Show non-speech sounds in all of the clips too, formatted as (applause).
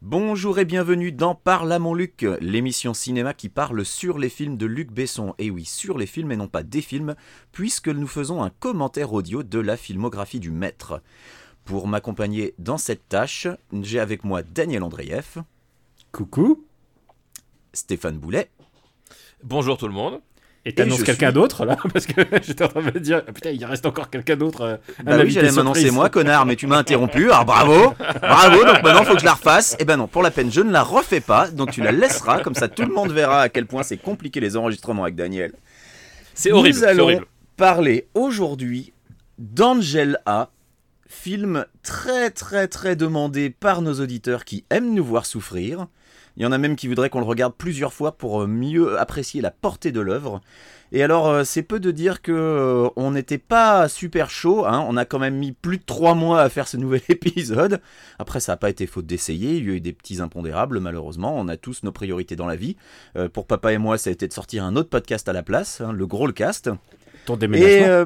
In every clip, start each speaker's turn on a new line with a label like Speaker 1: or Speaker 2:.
Speaker 1: Bonjour et bienvenue dans Parle à mon Luc, l'émission cinéma qui parle sur les films de Luc Besson. Et oui, sur les films et non pas des films, puisque nous faisons un commentaire audio de la filmographie du maître. Pour m'accompagner dans cette tâche, j'ai avec moi Daniel Andreev,
Speaker 2: Coucou.
Speaker 1: Stéphane Boulet
Speaker 3: Bonjour tout le monde.
Speaker 2: Et
Speaker 1: Et
Speaker 2: t'annonces
Speaker 1: je
Speaker 2: quelqu'un
Speaker 1: suis-
Speaker 2: d'autre là (laughs) Parce que j'étais en train de me dire, ah, putain, il reste encore quelqu'un d'autre. euh, un
Speaker 1: Bah oui,
Speaker 2: invité
Speaker 1: j'allais
Speaker 2: surprise.
Speaker 1: m'annoncer moi, connard, mais tu m'as interrompu. Alors bravo, bravo, donc maintenant faut que je la refasse. Et ben non, pour la peine, je ne la refais pas, donc tu la laisseras, comme ça tout le monde verra à quel point c'est compliqué les enregistrements avec Daniel.
Speaker 3: C'est horrible.
Speaker 1: Nous
Speaker 3: c'est
Speaker 1: allons
Speaker 3: horrible.
Speaker 1: parler aujourd'hui d'Angel A, film très très très demandé par nos auditeurs qui aiment nous voir souffrir. Il y en a même qui voudraient qu'on le regarde plusieurs fois pour euh, mieux apprécier la portée de l'œuvre. Et alors, euh, c'est peu de dire que euh, on n'était pas super chaud. hein. On a quand même mis plus de trois mois à faire ce nouvel (laughs) épisode. Après, ça n'a pas été faute d'essayer. Il y a eu des petits impondérables, malheureusement. On a tous nos priorités dans la vie. Euh, pour papa et moi, ça a été de sortir un autre podcast à la place, hein, le Growlcast.
Speaker 2: Ton
Speaker 1: Et,
Speaker 2: déménagement.
Speaker 1: euh,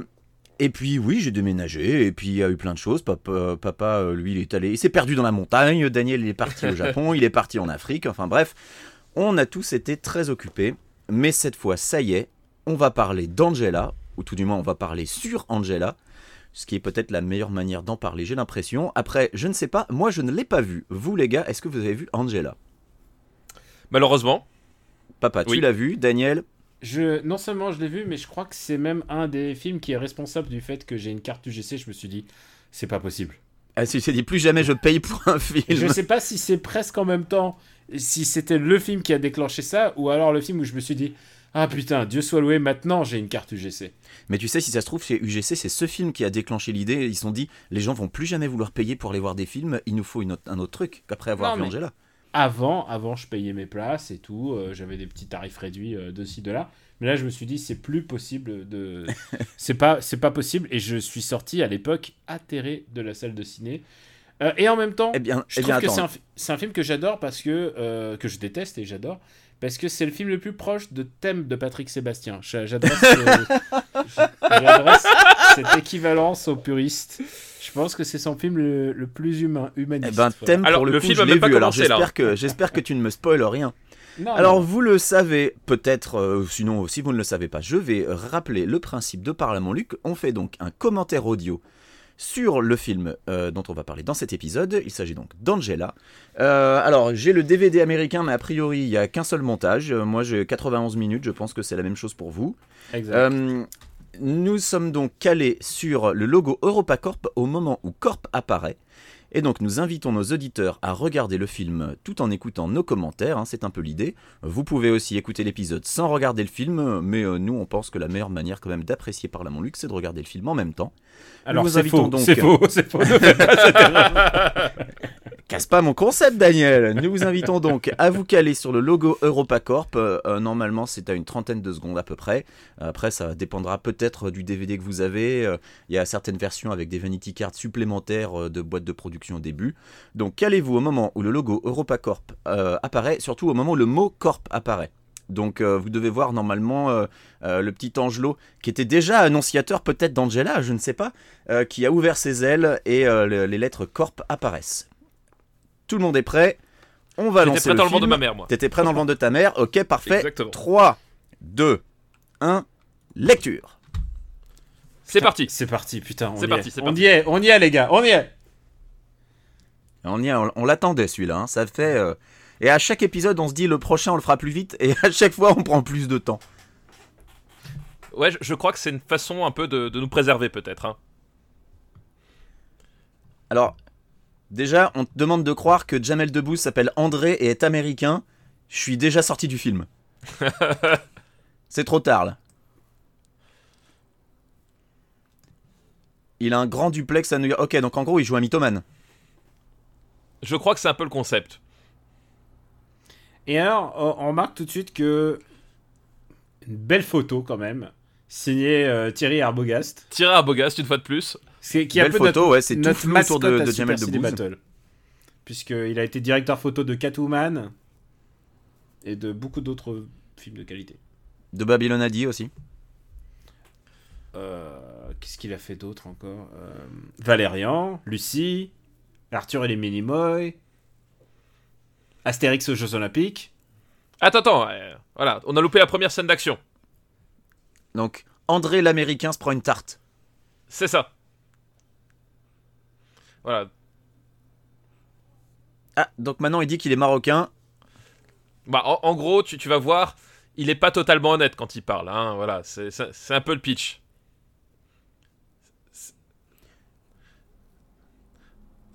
Speaker 1: et puis oui, j'ai déménagé, et puis il y a eu plein de choses. Papa, euh, papa, euh, lui, il est allé, il s'est perdu dans la montagne. Daniel, il est parti au Japon, il est parti en Afrique. Enfin bref, on a tous été très occupés. Mais cette fois, ça y est, on va parler d'Angela, ou tout du moins, on va parler sur Angela. Ce qui est peut-être la meilleure manière d'en parler, j'ai l'impression. Après, je ne sais pas, moi je ne l'ai pas vu. Vous les gars, est-ce que vous avez vu Angela
Speaker 3: Malheureusement,
Speaker 1: Papa, tu
Speaker 3: Oui.
Speaker 1: l'as vu Daniel
Speaker 2: Je, non seulement je l'ai vu, mais je crois que c'est même un des films qui est responsable du fait que j'ai une carte UGC. Je me suis dit, c'est pas possible.
Speaker 1: Ah, tu t'es dit plus jamais je paye pour un film.
Speaker 2: Et je sais pas si c'est presque en même temps, si c'était le film qui a déclenché ça, ou alors le film où je me suis dit, ah putain, Dieu soit loué, maintenant j'ai une carte UGC.
Speaker 1: Mais tu sais, si ça se trouve, chez UGC, c'est ce film qui a déclenché l'idée. Ils se sont dit, les gens vont plus jamais vouloir payer pour aller voir des films. Il nous faut une autre- un autre truc qu'après avoir
Speaker 2: Non,
Speaker 1: vu
Speaker 2: mais-
Speaker 1: Angela.
Speaker 2: Avant, avant, je payais mes places et tout. euh, J'avais des petits tarifs réduits euh, de ci, de là. Mais là, je me suis dit, c'est plus possible
Speaker 1: (laughs)
Speaker 2: de. c'est pas, c'est pas possible. Et je suis sorti à l'époque atterré de la salle de ciné. Euh, et en même temps,
Speaker 1: Eh bien,
Speaker 2: je
Speaker 1: eh bien
Speaker 2: trouve que
Speaker 1: attends.
Speaker 2: c'est un, fi- c'est un film que j'adore parce que euh, que je déteste et j'adore parce que c'est le film le plus proche de thème de Patrick Sébastien. Je- J'adresse, euh,
Speaker 1: (laughs)
Speaker 2: je- j'adresse cette équivalence aux puristes. Je pense que c'est son film le, le plus humain,
Speaker 1: Eh
Speaker 2: humaniste.
Speaker 1: ben,
Speaker 2: voilà.
Speaker 1: thème
Speaker 3: Alors,
Speaker 1: pour le,
Speaker 3: le
Speaker 1: coup,
Speaker 3: film
Speaker 1: je
Speaker 3: a
Speaker 1: l'ai
Speaker 3: même pas
Speaker 1: vu. Alors,
Speaker 3: commencé, là.
Speaker 1: j'espère que, j'espère que tu ne me spoil rien.
Speaker 2: Non,
Speaker 1: Alors,
Speaker 2: non.
Speaker 1: vous le savez peut-être, euh, sinon, si vous ne le savez pas, je vais rappeler le principe de Parle à mon Luc. On fait donc un commentaire audio sur le film euh, dont on va parler dans cet épisode. Il s'agit donc d'Angela. Euh, alors, j'ai le DVD américain, mais a priori, il n'y a qu'un seul montage. Euh, Moi, j'ai 91 minutes, je pense que c'est la même chose pour vous.
Speaker 2: Exact.
Speaker 1: Euh, nous sommes donc calés sur le logo EuropaCorp au moment où Corp apparaît. Et donc nous invitons nos auditeurs à regarder le film tout en écoutant nos commentaires, hein, c'est un peu l'idée. Vous pouvez aussi écouter l'épisode sans regarder le film, mais euh, nous on pense que la meilleure manière quand même d'apprécier par la Montluc c'est de regarder le film en même temps.
Speaker 2: Alors
Speaker 1: nous
Speaker 2: c'est
Speaker 1: invitons
Speaker 2: faux,
Speaker 1: donc-
Speaker 2: c'est
Speaker 1: (laughs)
Speaker 2: faux, c'est faux.
Speaker 1: Casse pas mon concept, Daniel Nous vous invitons donc à vous caler sur le logo EuropaCorp. Euh, euh, normalement, c'est à une trentaine de secondes à peu près. Après, ça dépendra peut-être du DVD que vous avez. Euh, Il y a certaines versions avec des vanity cards supplémentaires euh, de boîtes de production au début. Donc, calez-vous au moment où le logo EuropaCorp euh, apparaît, surtout au moment où le mot Corp apparaît. Donc, euh, vous devez voir normalement euh, euh, le petit Angelo, qui était déjà annonciateur peut-être d'Angela, je ne sais pas, euh, qui a ouvert ses ailes et euh, le- les lettres Corp apparaissent. Tout le monde est prêt. On va
Speaker 3: j'étais
Speaker 1: lancer
Speaker 3: prêt
Speaker 1: le
Speaker 3: dans le monde de
Speaker 1: film.
Speaker 3: ma mère, moi.
Speaker 1: T'étais prêt dans le ventre de ta mère Ok, parfait.
Speaker 3: Exactement.
Speaker 1: 3, 2, 1, lecture.
Speaker 3: C'est parti.
Speaker 2: (laughs) C'est parti, putain. On,
Speaker 3: C'est
Speaker 2: y,
Speaker 3: parti,
Speaker 2: est.
Speaker 3: c'est
Speaker 2: on
Speaker 3: parti.
Speaker 2: y est, on y est les gars, on y est.
Speaker 1: On, y est, on, on l'attendait celui-là, hein. ça fait... euh, Et à chaque épisode, on se dit le prochain, on le fera plus vite, et à chaque fois, on prend plus de temps.
Speaker 3: Ouais, je, je crois que c'est une façon un peu de, de nous préserver peut-être. hein.
Speaker 1: Alors, déjà, on te demande de croire que Jamel Debbouze s'appelle André et est américain. Je suis déjà sorti du film. C'est trop tard, là. Il a un grand duplex à New York. Ok, donc en gros, il joue un mythomane.
Speaker 3: Je crois que c'est un peu le concept.
Speaker 2: Et alors, on, on remarque tout de suite que une belle photo quand même, signée euh, Thierry Arbogast,
Speaker 3: Tirer à Bogast une fois de plus.
Speaker 2: c'est qui est un
Speaker 1: Belle
Speaker 2: peu
Speaker 1: photo, ouais, c'est
Speaker 2: notre,
Speaker 1: tout
Speaker 2: notre
Speaker 1: flou autour de,
Speaker 2: mascotte à
Speaker 1: de
Speaker 2: Super
Speaker 1: Jamel
Speaker 2: Ciné
Speaker 1: Debbouze.
Speaker 2: Battle, puisqu'il a été directeur photo de Catwoman et de beaucoup d'autres films de qualité.
Speaker 1: De Babylon Adi aussi.
Speaker 2: Euh, Qu'est-ce qu'il a fait d'autre encore Euh, Valérian, Lucie, Arthur et les Minimoy. Astérix aux Jeux Olympiques.
Speaker 3: Attends, attends, euh, voilà, on a loupé la première scène d'action.
Speaker 1: Donc, André l'Américain se prend une tarte.
Speaker 3: C'est ça. Voilà.
Speaker 1: Ah, donc maintenant il dit qu'il est marocain.
Speaker 3: Bah, en, en gros, tu, tu vas voir, il est pas totalement honnête quand il parle. Hein, voilà, c'est- c'est c'est un peu le pitch. C'est-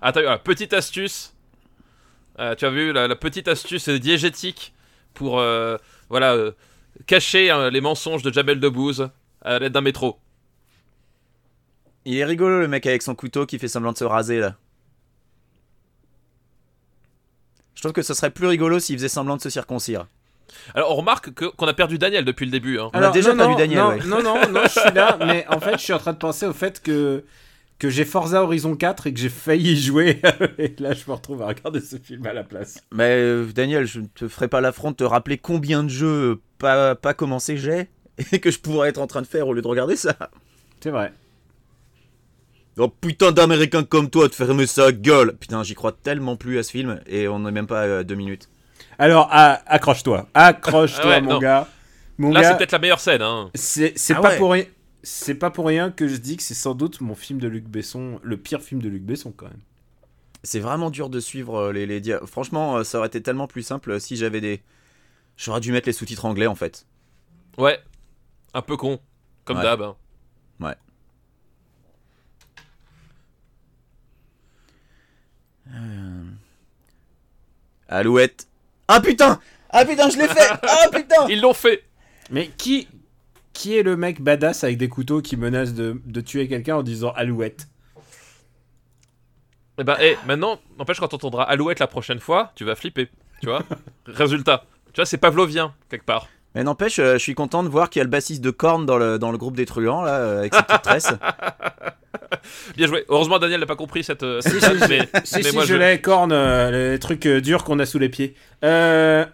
Speaker 3: Attends, voilà, petite astuce. Euh, tu as vu la, la petite astuce diégétique pour euh, voilà euh, cacher hein, les mensonges de Jamel Debbouze à l'aide d'un métro.
Speaker 1: Il est rigolo le mec avec son couteau qui fait semblant de se raser là. Je trouve que ce serait plus rigolo s'il faisait semblant de se circoncire.
Speaker 3: Alors on remarque que- qu'on a perdu Daniel depuis le début. hein.
Speaker 1: On a déjà
Speaker 2: non,
Speaker 1: perdu
Speaker 2: non,
Speaker 1: Daniel,
Speaker 2: Non,
Speaker 1: ouais.
Speaker 2: non, non, non, je suis là, mais en fait, je suis en train de penser au fait que, que j'ai Forza Horizon 4 et que j'ai failli y jouer. (laughs) et là, je me retrouve à regarder ce film à la place.
Speaker 1: Mais euh, Daniel, je ne te ferai pas l'affront de te rappeler combien de jeux euh, pas, pas commencés j'ai (laughs) et que je pourrais être en train de faire au lieu de regarder ça.
Speaker 2: C'est vrai.
Speaker 1: Oh putain d'américain comme toi de fermer sa gueule Putain, j'y crois tellement plus à ce film et on n'est même pas à deux minutes.
Speaker 2: Alors, à- accroche-toi. Accroche-toi,
Speaker 3: Ah ouais,
Speaker 2: mon
Speaker 3: non.
Speaker 2: gars. Mon
Speaker 3: Là, c'est
Speaker 2: gars,
Speaker 3: peut-être la meilleure scène. hein.
Speaker 2: c'est c'est
Speaker 1: Ah
Speaker 2: pas
Speaker 1: ouais.
Speaker 2: pour rien. C'est pas pour rien que je dis que c'est sans doute mon film de Luc Besson, le pire film de Luc Besson quand même.
Speaker 1: C'est vraiment dur de suivre euh, les, les dia- Franchement, euh, ça aurait été tellement plus simple euh, si j'avais des. J'aurais dû mettre les sous-titres anglais en fait.
Speaker 3: Ouais, un peu con, comme
Speaker 1: Ouais.
Speaker 3: d'hab. hein.
Speaker 1: Alouette Ah putain Ah putain, je l'ai fait Ah putain
Speaker 3: Ils l'ont fait.
Speaker 2: Mais qui qui est le mec badass avec des couteaux qui menace de, de tuer quelqu'un en disant Alouette
Speaker 3: Et bah, maintenant, n'empêche, quand t'entendras Alouette la prochaine fois, tu vas flipper. Tu (laughs) vois Résultat. Tu vois, c'est Pavlovien, quelque part.
Speaker 1: Mais n'empêche, euh, je suis content de voir qu'il y a le bassiste de Korn dans le, dans le groupe des truands, là, euh, avec ses petites tresses.
Speaker 3: Bien joué. Heureusement, Daniel n'a pas compris cette. euh,
Speaker 2: Si,
Speaker 3: cette
Speaker 2: si, je-
Speaker 3: date, mais,
Speaker 2: Si,
Speaker 3: mais
Speaker 2: si,
Speaker 3: moi,
Speaker 2: Ah, je
Speaker 3: je.
Speaker 2: l'ai, corne, euh, les trucs euh, durs qu'on a sous les pieds. Euh,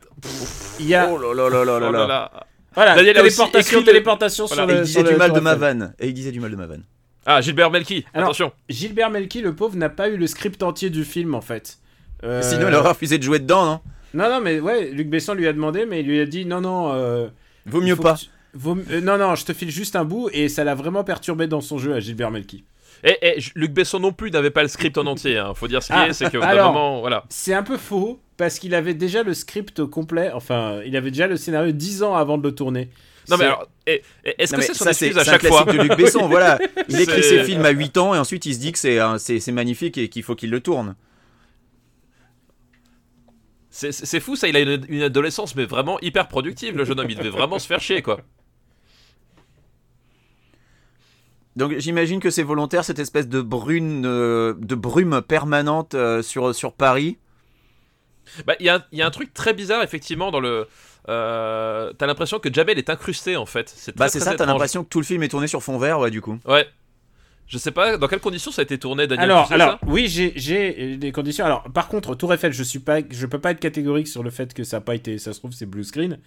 Speaker 2: Il y a.
Speaker 1: (laughs) Oh là là là là
Speaker 3: Oh
Speaker 1: là
Speaker 3: là
Speaker 1: là.
Speaker 3: là.
Speaker 2: voilà,
Speaker 3: Daniel a aussi
Speaker 2: téléportation,
Speaker 3: écrit le-
Speaker 2: téléportation
Speaker 3: Voilà,
Speaker 2: sur
Speaker 1: Et
Speaker 2: le.
Speaker 1: il
Speaker 2: sur
Speaker 1: disait du
Speaker 2: le-
Speaker 1: mal
Speaker 2: sur
Speaker 1: de
Speaker 2: la
Speaker 1: ma
Speaker 2: feuille.
Speaker 1: vanne. Et il disait du mal de ma vanne.
Speaker 3: Ah, Gilbert Melki.
Speaker 2: Alors-
Speaker 3: Attention.
Speaker 2: Gilbert Melki, le pauvre, n'a pas eu le script entier du film en fait. Euh,
Speaker 1: Sinon, il aurait refusé de jouer dedans, hein. non
Speaker 2: Non, non, mais ouais, Luc Besson lui a demandé, mais il lui a dit non, non. euh,
Speaker 1: Vaut
Speaker 2: il
Speaker 1: mieux
Speaker 2: faut
Speaker 1: pas.
Speaker 2: que tu- vaut- euh, non, non, je te file juste un bout et ça l'a vraiment perturbé dans son jeu à Gilbert Melki.
Speaker 3: Et, Eh, Luc Besson non plus n'avait pas le script en entier. hein. Faut dire ce qu'il
Speaker 2: Ah,
Speaker 3: est, c'est que
Speaker 2: alors.
Speaker 3: moment, voilà.
Speaker 2: C'est un peu faux parce qu'il avait déjà le script complet, enfin, il avait déjà le scénario 10 ans avant de le tourner.
Speaker 3: Non mais
Speaker 2: C'est-
Speaker 3: alors, eh, eh, est-ce
Speaker 1: Non,
Speaker 3: que
Speaker 1: mais
Speaker 3: c'est son
Speaker 1: ça,
Speaker 3: excuse à
Speaker 1: c'est un
Speaker 3: chaque fois
Speaker 1: classique de Luc Besson, voilà. Il écrit
Speaker 3: C'est-
Speaker 1: ses films à 8 ans et ensuite il se dit que c'est un- c'est c'est magnifique et qu'il faut qu'il le tourne.
Speaker 3: C'est- C'est c'est fou ça. Il a une, une adolescence mais vraiment hyper productive. Le jeune homme, il devait vraiment se faire chier quoi.
Speaker 1: Donc j'imagine que c'est volontaire cette espèce de brune, euh, de brume permanente euh, sur sur Paris.
Speaker 3: Bah, il y, a un- il y a un truc très bizarre, effectivement, dans le. euh, t'as l'impression que Jamel est incrusté, en fait. C'est
Speaker 1: Bah
Speaker 3: très,
Speaker 1: c'est ça,
Speaker 3: très
Speaker 1: t'as
Speaker 3: étrange.
Speaker 1: l'impression que tout le film est tourné sur fond vert, ouais du coup.
Speaker 3: Ouais. Je sais pas dans quelles conditions ça a été tourné, Daniel.
Speaker 2: alors,
Speaker 3: tu sais
Speaker 2: alors
Speaker 3: ça
Speaker 2: oui, j'ai- j'ai euh, des conditions. Alors, par contre, Tour Eiffel, je suis pas, je peux pas être catégorique sur le fait que ça a pas été, ça se trouve, c'est blue screen.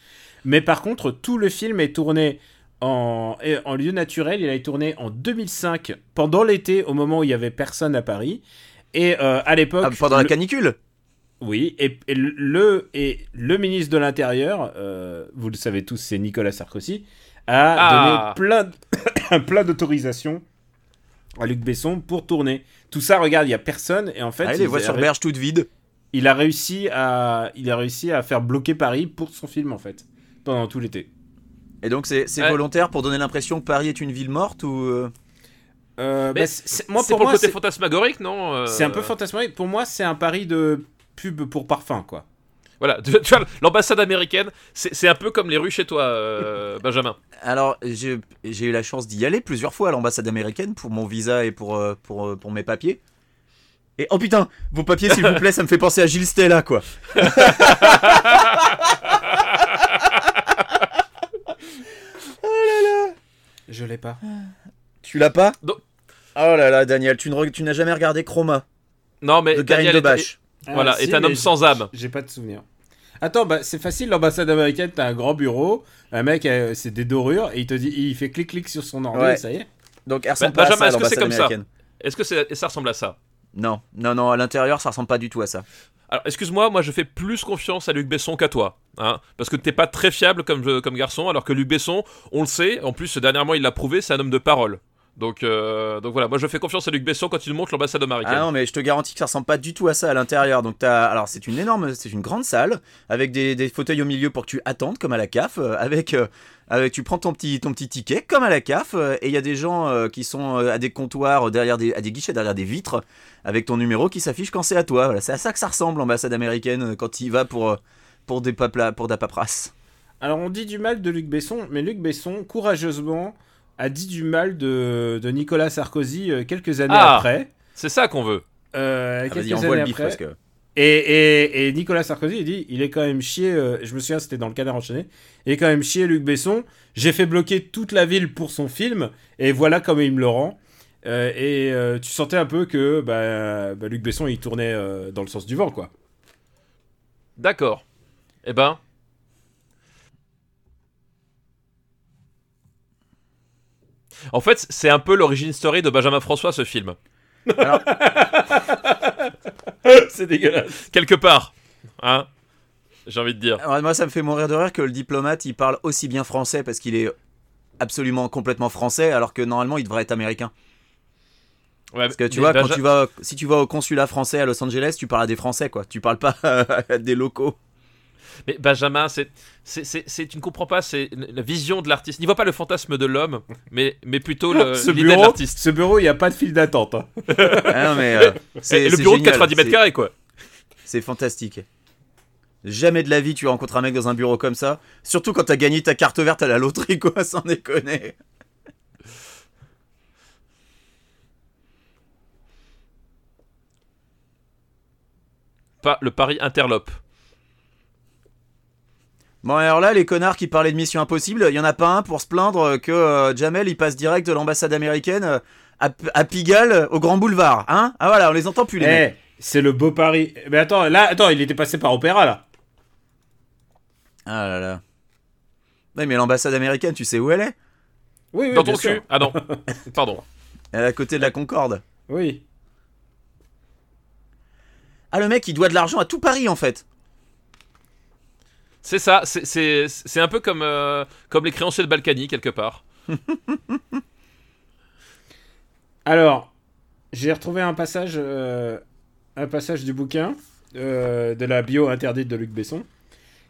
Speaker 2: Mais par contre, tout le film est tourné en, et en lieu naturel. Il a été tourné en 2005, pendant l'été, au moment où il y avait personne à Paris. Et euh, à l'époque,
Speaker 1: Ah, pendant la
Speaker 2: le-
Speaker 1: canicule.
Speaker 2: oui, et, et le et le ministre de l'Intérieur, euh, vous le savez tous, c'est Nicolas Sarkozy, a
Speaker 3: Ah.
Speaker 2: donné plein de- (coughs) plein d'autorisations à Luc Besson pour tourner. Tout ça, regarde, il y a personne et en fait,
Speaker 1: Ah,
Speaker 2: il,
Speaker 1: les
Speaker 2: a-
Speaker 1: voies sur berge toutes vides.
Speaker 2: il a réussi à il a réussi à faire bloquer Paris pour son film en fait pendant tout l'été.
Speaker 1: Et donc c'est c'est
Speaker 3: Ouais.
Speaker 1: volontaire pour donner l'impression que Paris est une ville morte ou euh,
Speaker 2: Euh,
Speaker 3: Mais
Speaker 2: bah, c'est- c'est- moi
Speaker 3: C'est
Speaker 2: pour,
Speaker 3: pour
Speaker 2: moi,
Speaker 3: le côté
Speaker 2: c'est-
Speaker 3: fantasmagorique, non Euh,
Speaker 2: c'est un peu fantasmagorique. Pour moi, c'est un pari de pub pour parfum quoi.
Speaker 3: Voilà, (laughs) tu, tu vois, l'ambassade américaine, c'est c'est un peu comme les rues chez toi, euh, Benjamin.
Speaker 1: Alors j'ai j'ai eu la chance d'y aller plusieurs fois à l'ambassade américaine pour mon visa et pour euh, pour euh, pour mes papiers. Et oh putain, vos papiers (laughs) s'il vous plaît, ça me fait penser à Gilles Stella quoi.
Speaker 2: Je l'ai pas.
Speaker 1: Tu l'as pas
Speaker 3: Non.
Speaker 1: Oh là là, Daniel, tu ne re- tu n'as jamais regardé Chroma
Speaker 3: Non, mais.
Speaker 1: de Eh, Karine
Speaker 3: Daniel est-
Speaker 1: Debache.
Speaker 3: Voilà,
Speaker 2: Ah,
Speaker 3: est
Speaker 2: si,
Speaker 3: un
Speaker 2: mais
Speaker 3: homme
Speaker 2: je-
Speaker 3: sans âme.
Speaker 2: J'ai pas de souvenir. Attends, bah, c'est facile, l'ambassade américaine, t'as un grand bureau, un mec, euh, c'est des dorures, et il te dit, il fait clic-clic sur son ordi,
Speaker 1: Ouais.
Speaker 2: ça y est.
Speaker 1: Donc elle ressemble
Speaker 3: Bah,
Speaker 1: pas à
Speaker 3: Benjamin,
Speaker 1: ça,
Speaker 3: est-ce que c'est
Speaker 1: l'ambassade
Speaker 3: comme ça
Speaker 1: américaine.
Speaker 3: Est-ce que c'est- ça ressemble à ça
Speaker 1: Non, non, non, à l'intérieur, ça ressemble pas du tout à ça.
Speaker 3: Alors, excuse-moi, moi je fais plus confiance à Luc Besson qu'à toi. Hein, parce que t'es pas très fiable comme, comme garçon, alors que Luc Besson, on le sait, en plus dernièrement il l'a prouvé, c'est un homme de parole. Donc, euh, donc voilà, moi je fais confiance à Luc Besson quand il nous montre l'ambassade américaine.
Speaker 1: Ah non, mais je te garantis que ça ressemble pas du tout à ça à l'intérieur. Donc t'as, alors c'est une énorme, c'est une grande salle avec des, des fauteuils au milieu pour que tu attendes comme à la CAF, euh, avec, euh, avec tu prends ton petit, ton petit ticket comme à la CAF, euh, et il y a des gens euh, qui sont euh, à des comptoirs euh, derrière des, à des guichets derrière des vitres avec ton numéro qui s'affiche quand c'est à toi. Voilà, c'est à ça que ça ressemble l'ambassade américaine euh, quand il va pour, euh, pour des papla, pour de la paperasse.
Speaker 2: Alors on dit du mal de Luc Besson, mais Luc Besson, courageusement, a dit du mal de, de Nicolas Sarkozy euh, quelques années
Speaker 3: Ah.
Speaker 2: après.
Speaker 3: C'est ça qu'on veut.
Speaker 2: Euh,
Speaker 1: Ah,
Speaker 2: quelques
Speaker 1: vas-y, envoie
Speaker 2: années
Speaker 1: le bif
Speaker 2: après.
Speaker 1: parce que.
Speaker 2: Et, et- et Nicolas Sarkozy, il dit, il est quand même chié, euh, je me souviens, c'était dans le canard enchaîné, il est quand même chié Luc Besson, j'ai fait bloquer toute la ville pour son film, et voilà comment il me le rend. Euh, et euh, tu sentais un peu que bah, bah, Luc Besson, il tournait euh, dans le sens du vent, quoi.
Speaker 3: D'accord. Eh ben, en fait, c'est un peu l'origine story de Benjamin François ce film,
Speaker 2: (laughs) C'est dégueulasse.
Speaker 3: quelque part. Hein J'ai envie de dire.
Speaker 1: Alors, moi, ça me fait mourir de rire que le diplomate, il parle aussi bien français parce qu'il est absolument complètement français, alors que normalement, il devrait être américain.
Speaker 3: Ouais,
Speaker 1: Parce que tu
Speaker 3: mais
Speaker 1: vois, quand
Speaker 3: Benja-
Speaker 1: tu vas, si tu vas au consulat français à Los Angeles, tu parles à des Français, quoi. Tu parles pas (laughs) à des
Speaker 3: (laughs)
Speaker 1: locaux.
Speaker 3: Mais Benjamin, c'est, c'est, c'est, c'est- tu ne comprends pas, c'est la vision de l'artiste. N'y voit pas le fantasme de l'homme, mais, mais plutôt le-
Speaker 2: ce,
Speaker 3: Euh, l'idée de
Speaker 2: bureau,
Speaker 3: l'artiste.
Speaker 2: ce bureau, il n'y a pas de file d'attente. hein.
Speaker 1: Ah non, mais euh, c'est
Speaker 3: Et le
Speaker 1: c'est
Speaker 3: bureau de
Speaker 1: génial.
Speaker 3: 90 mètres
Speaker 1: C'est-
Speaker 3: carrés, quoi.
Speaker 1: C'est fantastique. Jamais de la vie tu rencontres un mec dans un bureau comme ça. Surtout quand t'as gagné ta carte verte à la loterie, quoi, (laughs) sans déconner.
Speaker 3: Pas le Paris Interlope.
Speaker 1: Bon, alors là, les connards qui parlaient de Mission Impossible, il y en a pas un pour se plaindre que euh, Jamel, il passe direct de l'ambassade américaine euh, à, P- à Pigalle, euh, au Grand Boulevard, hein Ah voilà, on les entend plus, les mecs.
Speaker 2: Eh, c'est le beau Paris. Mais attends, là, attends, il était passé par Opéra, là.
Speaker 1: Ah là là. Ouais, mais l'ambassade américaine, tu sais où elle est
Speaker 2: Oui, oui,
Speaker 3: Dans
Speaker 2: bien
Speaker 3: ton
Speaker 2: sûr.
Speaker 3: cul Ah non, pardon.
Speaker 1: Elle est à côté de la Concorde.
Speaker 2: Oui.
Speaker 1: Ah, le mec, il doit de l'argent à tout Paris, en fait.
Speaker 3: C'est ça, c'est- c'est c'est un peu comme, euh, comme les créanciers de Balkany, quelque part.
Speaker 2: Alors, j'ai retrouvé un passage, euh, un passage du bouquin euh, de la bio interdite de Luc Besson.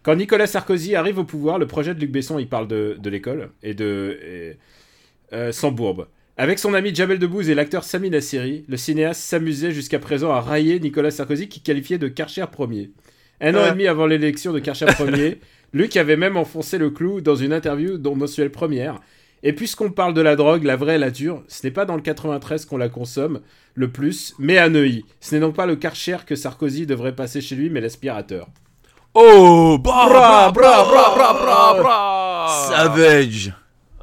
Speaker 2: Quand Nicolas Sarkozy arrive au pouvoir, le projet de Luc Besson, il parle de, de l'école et de et, euh, sans bourbe. Avec son ami Jamel Debbouze et l'acteur Sami Nasseri, le cinéaste s'amusait jusqu'à présent à railler Nicolas Sarkozy qui qualifiait de Karcher premier. Un an
Speaker 1: Ouais.
Speaker 2: et demi avant l'élection de Karcher premier, Luc avait même enfoncé le clou dans une interview dont mensuelle première. Et puisqu'on parle de la drogue, la vraie et la dure, ce n'est pas dans le 93 qu'on la consomme le plus, mais à Neuilly. Ce n'est donc pas le Karcher que Sarkozy devrait passer chez lui, mais l'aspirateur.
Speaker 3: Oh bra
Speaker 1: Bra,
Speaker 3: bra
Speaker 1: bra,
Speaker 3: bra
Speaker 1: bra,
Speaker 3: bra
Speaker 1: bra,
Speaker 3: bra
Speaker 1: bra. Savage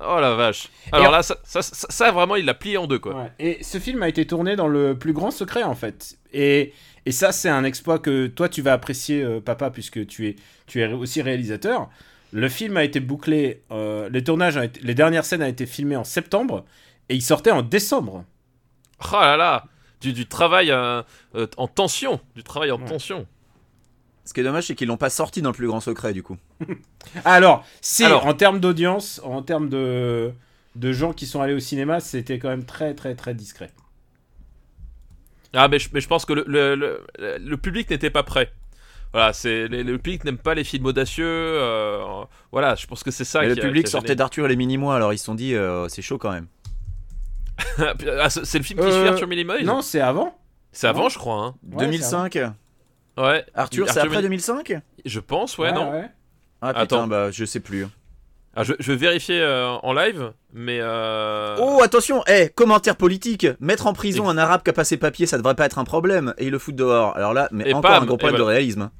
Speaker 3: Oh la vache. Alors là, ça, ça, ça- ça, vraiment, il l'a plié en deux quoi.
Speaker 2: Ouais. Et ce film a été tourné dans le plus grand secret en fait. Et, et ça c'est un exploit que toi tu vas apprécier euh, papa puisque tu es, tu es aussi réalisateur. Le film a été bouclé, euh, les tournages, ont été- les dernières scènes ont été filmées en septembre et il sortait en décembre.
Speaker 3: Oh là là, du, du travail euh, euh, en tension, du travail en
Speaker 2: Ouais.
Speaker 3: tension.
Speaker 1: Ce qui est dommage, c'est qu'ils l'ont pas sorti dans le plus grand secret, du coup.
Speaker 2: Alors, si
Speaker 3: Alors.
Speaker 2: en termes d'audience, en termes de, de gens qui sont allés au cinéma, c'était quand même très très très discret.
Speaker 3: Ah mais je, mais je pense que le, le, le- le public n'était pas prêt. Voilà, c'est le, le public n'aime pas les films audacieux. euh, voilà, je pense que c'est ça.
Speaker 1: Mais
Speaker 3: qui
Speaker 1: le
Speaker 3: a-
Speaker 1: public
Speaker 3: qui a
Speaker 1: sortait
Speaker 3: gêné.
Speaker 1: d'Arthur et les Minimois, alors ils se sont dit, euh, c'est chaud quand même.
Speaker 3: (laughs) Ah, c'est c'est le film qui
Speaker 2: Euh,
Speaker 3: suit Arthur Minimoy
Speaker 2: Non, c'est avant.
Speaker 3: C'est avant,
Speaker 2: non.
Speaker 3: je crois. hein.
Speaker 2: Ouais,
Speaker 1: 2005
Speaker 3: Ouais.
Speaker 1: Arthur, c'est après
Speaker 3: Mini-
Speaker 1: 2005
Speaker 3: Je pense, ouais, non.
Speaker 1: Ah putain,
Speaker 3: Attends.
Speaker 1: bah je sais plus.
Speaker 3: Ah, je, je vais vérifier euh, en live, mais. euh,
Speaker 1: Oh attention, eh, commentaire politique. Mettre en prison
Speaker 3: Ex-
Speaker 1: un arabe qui a pas ses papiers, ça devrait pas être un problème. Et il le fout dehors. Alors là, mais
Speaker 3: Et
Speaker 1: encore
Speaker 3: pam,
Speaker 1: un gros
Speaker 3: et
Speaker 1: problème
Speaker 3: voilà.
Speaker 1: de réalisme. hein.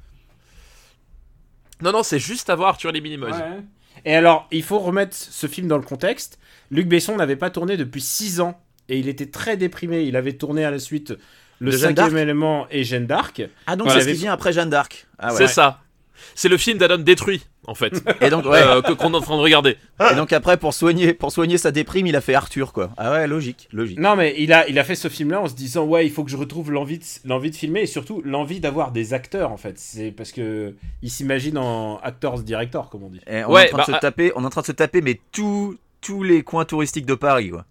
Speaker 3: Non, non, c'est juste avant Arthur et les Minimoys.
Speaker 2: Ouais. Et alors, il faut remettre ce film dans le contexte. Luc Besson n'avait pas tourné depuis 6 ans et il était très déprimé. Il avait tourné à la suite Le
Speaker 1: De Jeanne
Speaker 2: cinquième élément et Jeanne d'Arc.
Speaker 1: Ah donc
Speaker 3: Voilà.
Speaker 1: c'est ce qui vient après Jeanne d'Arc. Ah ouais.
Speaker 3: C'est ça. C'est le film d'Adam détruit, en fait,
Speaker 1: Et donc, ouais.
Speaker 3: euh, que- qu'on est en train de regarder.
Speaker 1: Et donc après, pour soigner, pour soigner sa déprime, il a fait Arthur, quoi. Ah ouais, logique, logique.
Speaker 2: Non, mais il a, il a fait ce film-là en se disant Ouais, il faut que je retrouve l'envie de, l'envie de filmer et surtout l'envie d'avoir des acteurs, en fait. C'est parce que il s'imagine en actors-director, comme on dit.
Speaker 1: Et on,
Speaker 3: Ouais,
Speaker 1: est en train de
Speaker 3: bah,
Speaker 1: se
Speaker 3: ah.
Speaker 1: taper, on est en train de se taper, mais tous tous les coins touristiques de Paris, quoi.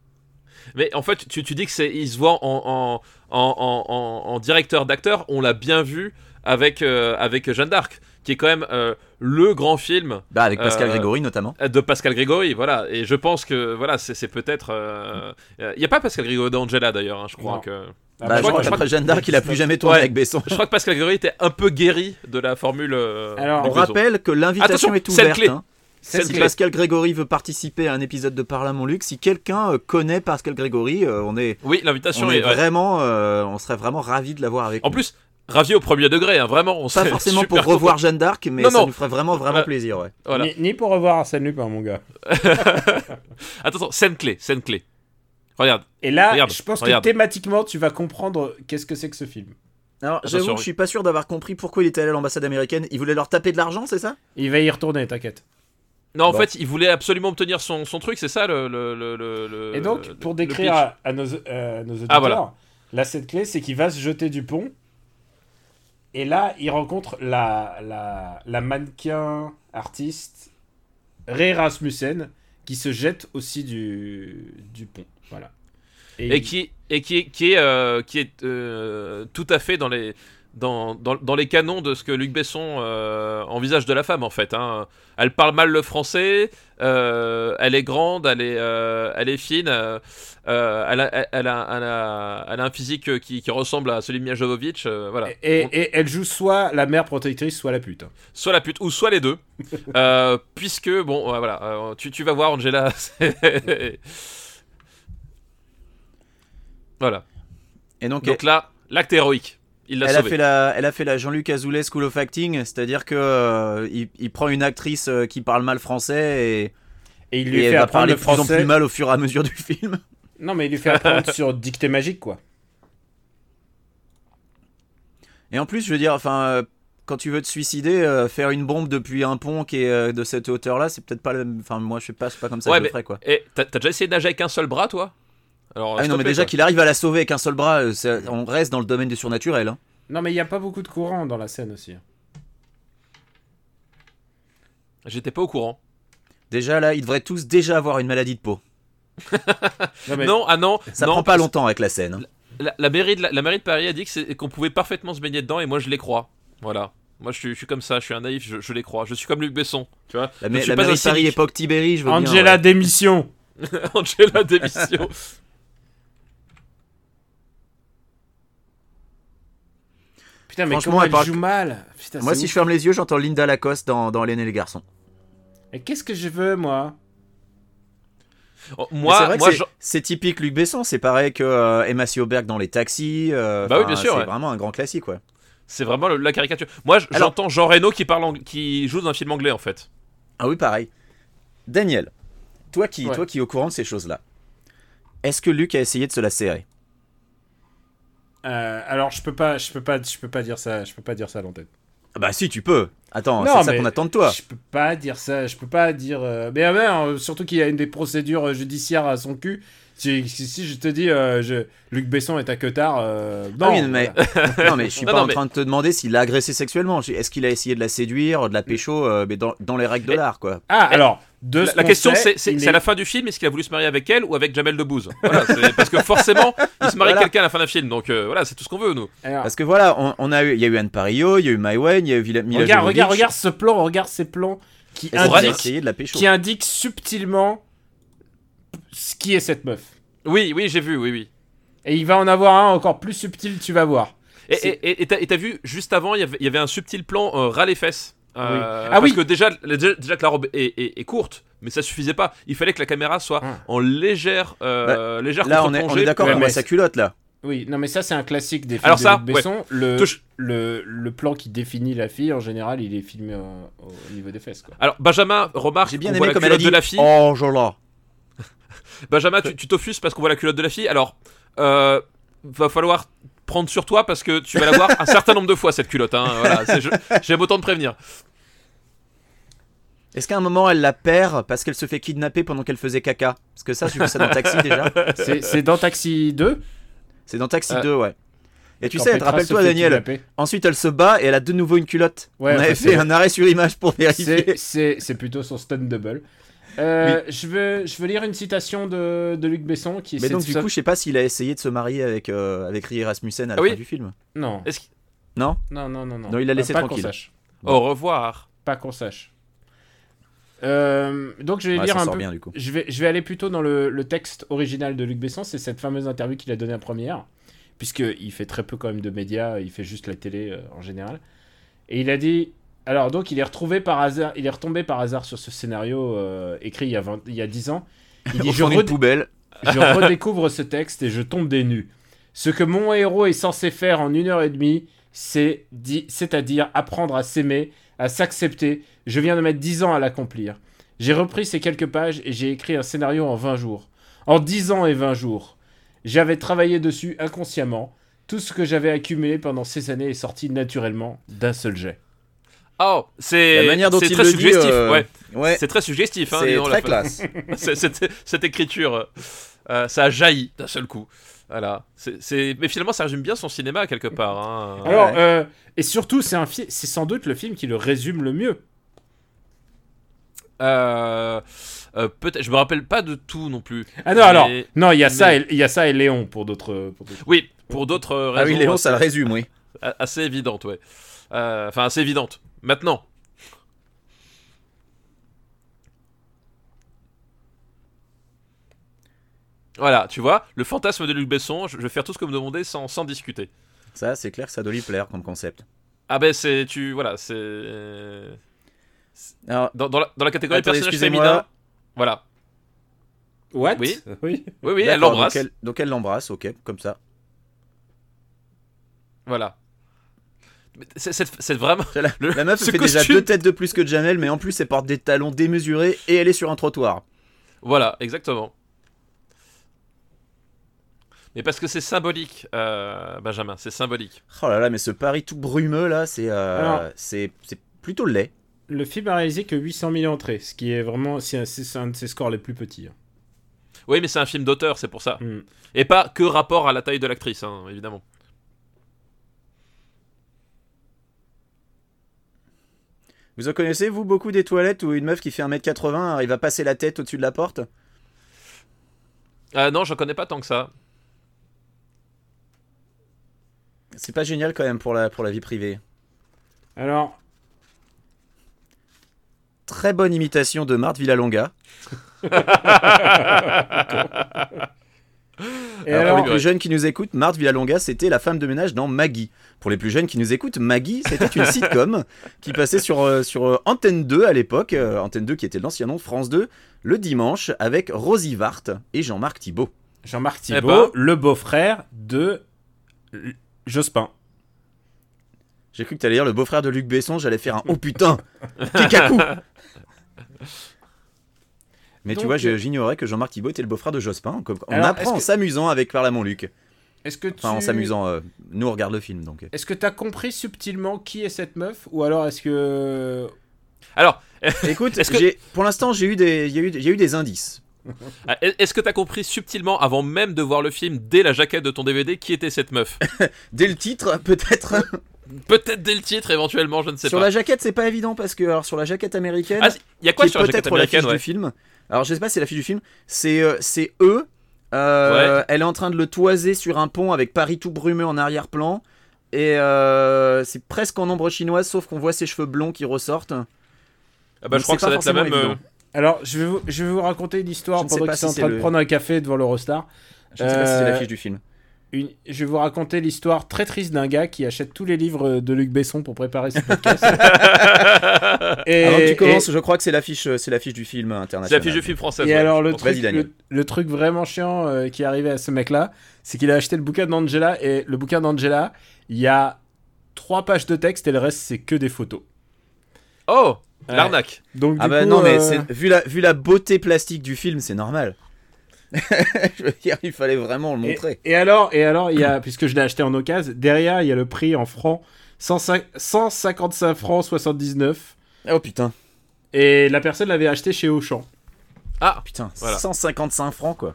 Speaker 3: Mais en fait, tu, tu dis que c'est, il se voit en, en, en- en- en- en directeur d'acteur. On l'a bien vu avec euh, avec Jeanne d'Arc, qui est quand même euh, le grand film
Speaker 1: Bah, avec Pascal
Speaker 3: Euh,
Speaker 1: Grégory, notamment.
Speaker 3: de Pascal Grégory. Voilà. Et je pense que voilà, c'est, c'est peut-être. euh, Il n'y y a pas Pascal Grégory d'Angela d'ailleurs. hein, je crois
Speaker 2: Non.
Speaker 3: que.
Speaker 2: Ah,
Speaker 1: bah,
Speaker 2: je
Speaker 1: je crois
Speaker 2: que-
Speaker 1: qu'après Jeanne d'Arc, il a plus jamais tourné
Speaker 3: Ouais.
Speaker 1: avec Besson.
Speaker 3: Je crois que Pascal Grégory était un peu guéri de la formule. euh,
Speaker 2: Alors,
Speaker 3: de
Speaker 1: On
Speaker 3: Bezo.
Speaker 1: rappelle que l'invitation
Speaker 3: Attention,
Speaker 1: est
Speaker 3: c'est le
Speaker 1: ouverte.
Speaker 3: clé.
Speaker 1: hein.
Speaker 2: c'est
Speaker 1: Si
Speaker 3: clé.
Speaker 1: Pascal Grégory veut participer à un épisode de Parle à mon Luc, si quelqu'un euh, connaît Pascal Grégory, euh, on est,
Speaker 3: Oui,
Speaker 1: on
Speaker 3: l'invitation
Speaker 1: est
Speaker 3: est. ouais.
Speaker 1: vraiment, euh, on serait vraiment ravi de l'avoir avec
Speaker 3: En
Speaker 1: nous.
Speaker 3: plus, ravi au premier degré. hein, vraiment, on
Speaker 1: Pas
Speaker 3: serait
Speaker 1: forcément
Speaker 3: super
Speaker 1: pour
Speaker 3: content.
Speaker 1: revoir Jeanne d'Arc, mais
Speaker 3: Non,
Speaker 1: ça
Speaker 3: non.
Speaker 1: nous ferait vraiment, vraiment
Speaker 3: Voilà.
Speaker 1: plaisir, ouais.
Speaker 3: Voilà.
Speaker 2: Ni, ni pour revoir Arsène Lupin, mon gars.
Speaker 3: Attends, attends, scène clé, scène clé. Regarde.
Speaker 2: Et là,
Speaker 3: Regarde,
Speaker 2: je pense
Speaker 3: regarde.
Speaker 2: que thématiquement, tu vas comprendre qu'est-ce que c'est que ce film.
Speaker 1: Alors,
Speaker 3: Attention,
Speaker 1: j'avoue que
Speaker 3: oui.
Speaker 1: je suis pas sûr d'avoir compris pourquoi il était allé à l'ambassade américaine. Il voulait leur taper de l'argent, c'est ça
Speaker 2: Il va y retourner, t'inquiète.
Speaker 3: Non, en
Speaker 1: Bon.
Speaker 3: fait, il voulait absolument obtenir son, son truc, c'est ça le, le, le- le- le-
Speaker 1: euh,
Speaker 2: Et donc, pour
Speaker 3: le- le
Speaker 2: décrire
Speaker 3: pitch.
Speaker 2: à, à nos, euh, à nos auditeurs,
Speaker 3: Ah, voilà.
Speaker 2: là, cette clé, c'est qu'il va se jeter du pont. Et là, il rencontre la, la, la mannequin artiste Ray Rasmussen qui se jette aussi du, du pont. Voilà.
Speaker 3: Et qui, et qui, est- qui est, euh, qui est euh, tout à fait dans les, dans, dans, dans les canons de ce que Luc Besson euh, envisage de la femme, en fait. hein. Elle parle mal le français, euh, elle est grande, elle est, euh, elle est fine, euh, euh, elle, a, elle, a, elle, a, elle a un physique euh, qui, qui ressemble à celui de Mia Jovovich. euh, voilà.
Speaker 2: Et, et- et elle joue soit la mère protectrice, soit la pute.
Speaker 3: Soit la pute, ou soit
Speaker 1: (laughs)
Speaker 3: les deux. Euh, puisque, bon, ouais, voilà, euh, tu, tu vas voir Angela. (laughs) c'est- voilà.
Speaker 1: Et donc,
Speaker 3: Donc là, l'acte héroïque. Il l'a
Speaker 1: elle, a fait
Speaker 3: sauvé.
Speaker 1: la, elle a fait la Jean-Luc Azoulay School of Acting, c'est-à-dire que euh, il, il prend une actrice euh, qui parle mal français
Speaker 2: Et il
Speaker 1: et,
Speaker 2: lui
Speaker 1: et
Speaker 2: fait
Speaker 1: elle va
Speaker 2: apprendre
Speaker 1: parler
Speaker 2: le
Speaker 1: de plus en
Speaker 2: français.
Speaker 1: plus mal au fur et à mesure du film.
Speaker 2: Non, mais il lui fait
Speaker 1: (laughs)
Speaker 2: apprendre sur dictée magique, quoi.
Speaker 1: Et en plus, je veux dire, enfin, euh, quand tu veux te suicider, euh, faire une bombe depuis un pont qui est euh, de cette hauteur-là, c'est peut-être pas le même. Enfin, moi, je sais pas, c'est pas comme ça
Speaker 3: Ouais,
Speaker 1: que je
Speaker 3: mais-
Speaker 1: le ferais, quoi.
Speaker 3: Et t'as t'as déjà essayé de nager avec un seul bras, toi Alors,
Speaker 1: Ah
Speaker 3: s'il
Speaker 1: non,
Speaker 3: te
Speaker 1: mais
Speaker 3: plaît,
Speaker 1: déjà
Speaker 3: quoi.
Speaker 1: qu'il arrive à la sauver avec un seul bras, euh, ça- on reste dans le domaine du surnaturel. hein.
Speaker 2: Non, mais il n'y a pas beaucoup de courant dans la scène aussi.
Speaker 3: J'étais pas au courant.
Speaker 1: Déjà là, ils devraient tous déjà avoir une maladie de peau.
Speaker 2: Non, mais
Speaker 3: Non, ah non,
Speaker 1: Ça
Speaker 3: non,
Speaker 1: prend pas longtemps avec la scène. hein.
Speaker 3: La, la mairie de la, la mairie de Paris a dit que c'est- qu'on pouvait parfaitement se baigner dedans, et moi je les crois. Voilà. Moi je suis, je suis comme ça, je suis un naïf, je, je les crois. Je suis comme Luc Besson, (laughs) tu vois.
Speaker 1: La,
Speaker 3: Je
Speaker 1: ma-
Speaker 3: suis
Speaker 1: la
Speaker 3: pas
Speaker 1: mairie
Speaker 3: un
Speaker 1: de Paris
Speaker 3: cynique.
Speaker 1: époque Tibéri, je veux bien.
Speaker 2: Angela, démission
Speaker 1: (laughs)
Speaker 3: Angela démission.
Speaker 2: Putain, mais
Speaker 1: Franchement,
Speaker 2: comment
Speaker 1: elle
Speaker 2: elle
Speaker 1: parle-
Speaker 2: joue mal Putain,
Speaker 1: Moi,
Speaker 2: c'est
Speaker 1: si
Speaker 2: ouf.
Speaker 1: je ferme les yeux, j'entends Linda Lacoste dans, dans Hélène et les garçons.
Speaker 2: Et qu'est-ce que je veux, moi
Speaker 3: Oh,
Speaker 1: Mais c'est
Speaker 3: moi,
Speaker 1: vrai que
Speaker 3: moi
Speaker 1: c'est-
Speaker 3: je-
Speaker 1: c'est typique Luc Besson, c'est pareil que euh, Emma Sioberg dans Les Taxis. euh,
Speaker 3: Bah oui,
Speaker 1: enfin,
Speaker 3: bien sûr,
Speaker 1: C'est
Speaker 3: ouais.
Speaker 1: vraiment un grand classique, ouais.
Speaker 3: C'est vraiment le- la caricature. Moi, j-
Speaker 1: Alors-
Speaker 3: j'entends Jean Reno qui parle, ang- qui joue dans un film anglais en fait.
Speaker 1: Ah oui, pareil. Daniel, toi qui,
Speaker 3: Ouais.
Speaker 1: toi qui es au courant de ces choses-là, est-ce que Luc a essayé de se la serrer
Speaker 2: Euh, Alors, je peux pas, je peux pas, je peux pas dire ça, je peux pas dire ça à l'antenne.
Speaker 1: Ah Bah si, tu peux. Attends,
Speaker 2: Non,
Speaker 1: c'est ça
Speaker 2: mais
Speaker 1: qu'on attend de toi.
Speaker 2: Je peux pas dire ça, je peux pas dire. euh, Mais ah ben, euh, surtout qu'il y a une des procédures euh, judiciaires à son cul. Si, si- si je te dis, euh, je- Luc Besson est à Cotard, euh, non.
Speaker 1: Ah oui, mais-
Speaker 3: (laughs)
Speaker 2: voilà.
Speaker 1: non mais je suis
Speaker 3: Non,
Speaker 1: pas
Speaker 3: non,
Speaker 1: en
Speaker 3: mais-
Speaker 1: train de te demander s'il l'a agressé sexuellement. Je- Est-ce qu'il a essayé de la séduire, de la pécho, euh, mais dans, dans les règles de
Speaker 3: Mais-
Speaker 1: l'art, quoi.
Speaker 2: Ah, alors, de
Speaker 3: La,
Speaker 2: ce
Speaker 3: la
Speaker 2: qu'on
Speaker 3: question,
Speaker 2: sait,
Speaker 3: c'est c'est-
Speaker 2: il
Speaker 3: c'est à
Speaker 2: est-
Speaker 3: la fin du film, est-ce qu'il a voulu se marier avec elle ou avec Jamel Debbouze Voilà,
Speaker 1: (laughs)
Speaker 3: c'est- Parce que forcément, il se marie
Speaker 1: Voilà.
Speaker 3: avec quelqu'un à la fin d'un film, donc euh, voilà, c'est tout ce qu'on veut, nous.
Speaker 2: alors,
Speaker 1: Parce que voilà, on, on a eu, il y a eu Anne Parillo, il y a eu Maïwen, il y a eu Villa, Mila
Speaker 2: regarde,
Speaker 1: Jovovich.
Speaker 2: regarde, regarde ce plan, regarde ces plans qui
Speaker 1: Est-ce qu'il a
Speaker 3: Radic.
Speaker 2: indiquent
Speaker 1: essayé de la pécho
Speaker 2: qui indique subtilement ce qui est cette meuf.
Speaker 3: Oui, oui, j'ai vu, oui, oui.
Speaker 2: Et il va en avoir un encore plus subtil, tu vas voir.
Speaker 3: Et-
Speaker 2: C'est-
Speaker 3: Et et- et t'as et t'as vu, juste avant, il y avait- il y avait un subtil plan euh, ras les fesses. Euh,
Speaker 2: Oui. Ah
Speaker 3: parce
Speaker 2: oui.
Speaker 3: que déjà, le- déjà, déjà que la robe est, est- est courte, mais ça suffisait pas. Il fallait que la caméra soit
Speaker 2: Ah.
Speaker 3: en légère, euh, légère
Speaker 1: Hum. Bah, Là, on est, on est
Speaker 3: contre-plongée.
Speaker 1: d'accord
Speaker 2: Ouais,
Speaker 1: qu'on
Speaker 2: mais
Speaker 1: voit sa culotte, là.
Speaker 2: Oui, non mais ça c'est un classique des films
Speaker 3: Alors
Speaker 2: de
Speaker 3: ça,
Speaker 2: Luc Besson. Le,
Speaker 3: Touche.
Speaker 2: le, le plan qui définit la fille, en général, il est filmé au, au niveau des fesses.
Speaker 3: (laughs)
Speaker 2: Quoi.
Speaker 3: Alors Benjamin remarque,
Speaker 1: J'ai bien
Speaker 3: on
Speaker 1: aimé
Speaker 3: voit la
Speaker 1: comme elle a
Speaker 3: culotte
Speaker 1: dit.
Speaker 3: de la fille.
Speaker 1: Oh, là.
Speaker 3: Benjamin, tu tu t'offusques parce qu'on voit la culotte de la fille. Alors, euh, va falloir prendre sur toi parce que tu vas la voir un certain nombre de fois cette culotte. hein. Voilà, c'est- je- j'aime autant te prévenir.
Speaker 1: Est-ce qu'à un moment elle la perd parce qu'elle se fait kidnapper pendant qu'elle faisait caca Parce que ça, j'ai vu ça dans
Speaker 2: (laughs)
Speaker 1: Taxi déjà.
Speaker 2: C'est c'est dans Taxi 2.
Speaker 1: C'est dans Taxi
Speaker 2: Euh,
Speaker 1: 2, ouais. Et tu
Speaker 2: quand
Speaker 1: sais, elle te
Speaker 2: Petra se
Speaker 1: rappelle-toi,
Speaker 2: fait
Speaker 1: Daniel, (laughs)
Speaker 2: kidnapper.
Speaker 1: ensuite elle se bat et elle a de nouveau une culotte.
Speaker 2: Ouais,
Speaker 1: On
Speaker 2: ouais,
Speaker 1: avait
Speaker 2: c'est-
Speaker 1: fait un arrêt sur image pour
Speaker 2: C'est-
Speaker 1: vérifier.
Speaker 2: C'est c'est plutôt son stun double. Euh, je, veux, je veux lire une citation de, de Luc Besson qui
Speaker 1: Mais
Speaker 2: c'est-
Speaker 1: donc, du
Speaker 2: ça-
Speaker 1: coup, je sais pas s'il a essayé de se marier avec, euh, avec Rie Rasmussen à la
Speaker 3: Ah oui.
Speaker 1: fin du film.
Speaker 2: Non,
Speaker 3: Est-ce qu'-
Speaker 1: Non
Speaker 2: non, non, non. Non,
Speaker 1: Non, il l'a
Speaker 2: Pas-
Speaker 1: laissé
Speaker 2: pas
Speaker 1: tranquille.
Speaker 2: Qu'on sache.
Speaker 3: Au revoir.
Speaker 2: Pas qu'on sache. Euh, donc je vais
Speaker 1: Ouais,
Speaker 2: lire
Speaker 1: ça
Speaker 2: un
Speaker 1: sort
Speaker 2: peu.
Speaker 1: bien du
Speaker 2: (laughs)
Speaker 1: coup.
Speaker 2: Je vais, je vais aller plutôt dans le, le texte original de Luc Besson, c'est cette fameuse interview qu'il a donnée en première, puisqu'il fait très peu quand même de médias, il fait juste la télé euh, en général. Et il a dit, alors donc il est retrouvé par hasard, il est retombé par hasard sur ce scénario euh, écrit il y, a 20 il y a 10 ans. Il dit,
Speaker 1: Au
Speaker 2: je,
Speaker 1: fond d'une
Speaker 2: redé-
Speaker 1: poubelle.
Speaker 2: je redécouvre ce texte et je tombe des nues. Ce que mon héros est censé faire en une heure et demie, c'est di- c'est-à-dire apprendre à s'aimer, à s'accepter. Je viens de mettre 10 ans à l'accomplir. J'ai repris ces quelques pages et j'ai écrit un scénario en 20 jours. En 10 ans et 20 jours. J'avais travaillé dessus inconsciemment. Tout ce que j'avais accumulé pendant ces années est sorti naturellement d'un seul jet.
Speaker 3: Oh, c'est
Speaker 1: La manière dont
Speaker 3: c'est
Speaker 1: il
Speaker 3: très
Speaker 1: le dit,
Speaker 3: suggestif.
Speaker 1: euh,
Speaker 3: ouais.
Speaker 1: Ouais,
Speaker 3: C'est très suggestif. Hein,
Speaker 1: c'est
Speaker 3: disons,
Speaker 1: très
Speaker 3: la fa-
Speaker 1: classe.
Speaker 3: C'est- cette, cette écriture, euh, euh, ça a jailli d'un seul coup. Voilà. C'est- c'est- Mais finalement, ça résume bien son cinéma quelque part. hein.
Speaker 1: Ouais.
Speaker 2: Alors, euh, et surtout, c'est un fi- c'est sans doute le film qui le résume le mieux.
Speaker 3: Euh, euh, peut-être, je me rappelle pas de tout non plus.
Speaker 2: Ah non,
Speaker 3: Mais-
Speaker 2: alors, non, il y a ça,
Speaker 3: mais-
Speaker 2: et- il y a ça et Léon pour d'autres. pour d'autres-
Speaker 3: Oui, pour d'autres euh,
Speaker 1: Ah
Speaker 3: raisons.
Speaker 1: oui, Léon,
Speaker 3: euh,
Speaker 1: ça le résume, oui.
Speaker 3: a- assez évidentes, ouais. Euh, Enfin, assez évidentes. Maintenant. Voilà, tu vois, le fantasme de Luc Besson, je je vais faire tout ce que vous me demandez sans, sans discuter.
Speaker 1: Ça, c'est clair que ça doit lui plaire comme concept.
Speaker 3: Ah ben c'est, tu, voilà, c'est...
Speaker 1: Alors,
Speaker 3: Dans, dans la, dans la catégorie
Speaker 1: Attendez,
Speaker 3: personnage
Speaker 1: excusez-moi.
Speaker 3: féminin. Voilà.
Speaker 2: What
Speaker 3: Oui.
Speaker 2: Oui.
Speaker 3: Oui, oui, elle
Speaker 1: d'accord,
Speaker 3: l'embrasse.
Speaker 1: Donc elle- donc elle l'embrasse, ok, comme ça.
Speaker 3: Voilà. Mais c'est- C'est c'est vraiment. (laughs)
Speaker 1: C'est La,
Speaker 3: Le-
Speaker 1: la meuf
Speaker 3: ce
Speaker 1: se fait déjà
Speaker 3: costume.
Speaker 1: deux têtes de plus que Jamel, mais en plus elle porte des talons démesurés et elle est sur un trottoir.
Speaker 3: Voilà, exactement. Mais parce que c'est symbolique, euh, Benjamin, c'est symbolique.
Speaker 1: Oh là là, mais ce Paris tout brumeux là, c'est euh,
Speaker 2: Alors-
Speaker 1: c'est c'est plutôt laid.
Speaker 2: Le film a réalisé que 800 000 entrées, ce qui est vraiment c'est un, c'est un de ses scores les plus petits. hein.
Speaker 3: Oui, mais c'est un film d'auteur, c'est pour ça.
Speaker 2: Mm.
Speaker 3: Et pas que rapport à la taille de l'actrice, hein, évidemment.
Speaker 1: Vous en connaissez, vous, beaucoup des toilettes où une meuf qui fait 1m80 arrive à passer la tête au-dessus de la porte
Speaker 3: Ah non, j'en connais pas tant que ça.
Speaker 1: C'est pas génial quand même pour la, pour la vie privée.
Speaker 2: Alors,
Speaker 1: Très bonne imitation de Marthe Villalonga.
Speaker 2: et
Speaker 1: Alors,
Speaker 2: alors,
Speaker 1: pour les plus jeunes qui nous écoutent, Marthe Villalonga, c'était la femme de ménage dans Maggie. Pour les plus jeunes qui nous écoutent, Maggie, c'était
Speaker 2: (laughs)
Speaker 1: une sitcom qui passait sur, euh, sur euh, Antenne 2 à l'époque, euh, Antenne 2 qui était l'ancien nom de France 2, le dimanche avec Rosie Vart et Jean-Marc Thibault.
Speaker 2: Jean-Marc
Speaker 3: Eh
Speaker 2: Thibault,
Speaker 3: ben.
Speaker 2: le beau-frère de L- Jospin.
Speaker 1: J'ai cru que t'allais dire le beau-frère de Luc Besson, j'allais faire un oh putain,
Speaker 2: (laughs)
Speaker 1: kikaku Mais
Speaker 2: Donc,
Speaker 1: tu vois, je-
Speaker 2: euh,
Speaker 1: j'ignorais que Jean-Marc Thibault était le beau-frère de Jospin. comme- On
Speaker 2: Alors, est-ce
Speaker 1: apprend en
Speaker 2: que-
Speaker 1: s'amusant avec Parla mon Luc.
Speaker 2: Est-ce que
Speaker 1: Enfin, en
Speaker 2: tu-
Speaker 1: s'amusant, euh, nous on regarde le film donc. euh.
Speaker 2: Est-ce que t'as compris subtilement qui est cette meuf ou alors est-ce que
Speaker 3: Alors,
Speaker 1: Écoute,
Speaker 3: Est-ce que-
Speaker 1: j'ai- pour l'instant, j'ai eu des, il y a eu, il y a eu des indices.
Speaker 3: ah, est-ce que t'as compris subtilement, avant même de voir le film, dès la jaquette de ton DVD, qui était
Speaker 1: (laughs)
Speaker 3: cette meuf
Speaker 1: Dès le titre, peut-être.
Speaker 3: Peut-être dès le titre, éventuellement, je ne sais
Speaker 1: sur
Speaker 3: pas.
Speaker 1: la jaquette, c'est pas évident parce que alors sur la jaquette américaine,
Speaker 3: Ah, il y a quoi
Speaker 1: qui est
Speaker 3: sur la jaquette
Speaker 1: peut-être l'affiche
Speaker 3: américaine
Speaker 1: du
Speaker 3: ouais.
Speaker 1: film. Alors je sais pas si c'est l'affiche du film. C'est euh, c'est eux. Euh, Elle est en train de le toiser sur un pont avec Paris tout brumeux en arrière-plan. Et euh, c'est presque en ombre chinoise, sauf qu'on voit ses cheveux blonds qui ressortent.
Speaker 3: Ah bah,
Speaker 1: Donc,
Speaker 3: je
Speaker 1: c'est
Speaker 3: crois que ça
Speaker 1: pas
Speaker 3: doit être la
Speaker 1: forcément
Speaker 3: même.
Speaker 1: évident.
Speaker 3: euh,
Speaker 2: alors je vais vous, je vais vous raconter une histoire
Speaker 1: Je ne sais
Speaker 2: pendant
Speaker 1: pas
Speaker 2: qu'ils sont
Speaker 1: si
Speaker 2: en
Speaker 1: c'est
Speaker 2: train de
Speaker 1: le-
Speaker 2: prendre un café devant l'Eurostar.
Speaker 1: Je ne sais pas si c'est
Speaker 2: Euh,
Speaker 1: l'affiche du film.
Speaker 2: Une- Je vais vous raconter l'histoire très triste d'un gars qui achète tous les livres de Luc Besson pour préparer
Speaker 1: (laughs)
Speaker 2: ce podcast. et,
Speaker 1: Avant que tu commences,
Speaker 2: et-
Speaker 1: je crois que c'est l'affiche euh, c'est l'affiche du film
Speaker 3: C'est
Speaker 1: international.
Speaker 3: l'affiche du film français.
Speaker 2: et alors le
Speaker 1: pense.
Speaker 2: truc,
Speaker 1: Vas-y, Daniel.
Speaker 2: le, le truc vraiment chiant euh, qui est arrivé à ce mec-là, c'est qu'il a acheté le bouquin d'Angela et le bouquin d'Angela, il y a trois pages de texte et le reste c'est que des photos.
Speaker 3: Oh,
Speaker 2: Ouais.
Speaker 3: l'arnaque.
Speaker 2: Donc
Speaker 1: Ah
Speaker 2: du
Speaker 1: bah
Speaker 2: coup,
Speaker 1: non, mais
Speaker 2: euh,
Speaker 1: c'est- vu, la, vu la beauté plastique du film, c'est normal. (laughs) je veux dire, il fallait vraiment le
Speaker 2: et,
Speaker 1: montrer.
Speaker 2: et alors et alors il y a puisque je l'ai acheté en occasion, derrière il y a le prix en francs 105 155 francs 79.
Speaker 1: Oh putain.
Speaker 2: Et la personne l'avait acheté chez Auchan.
Speaker 3: Ah,
Speaker 1: Putain,
Speaker 3: Voilà.
Speaker 1: 155 francs quoi.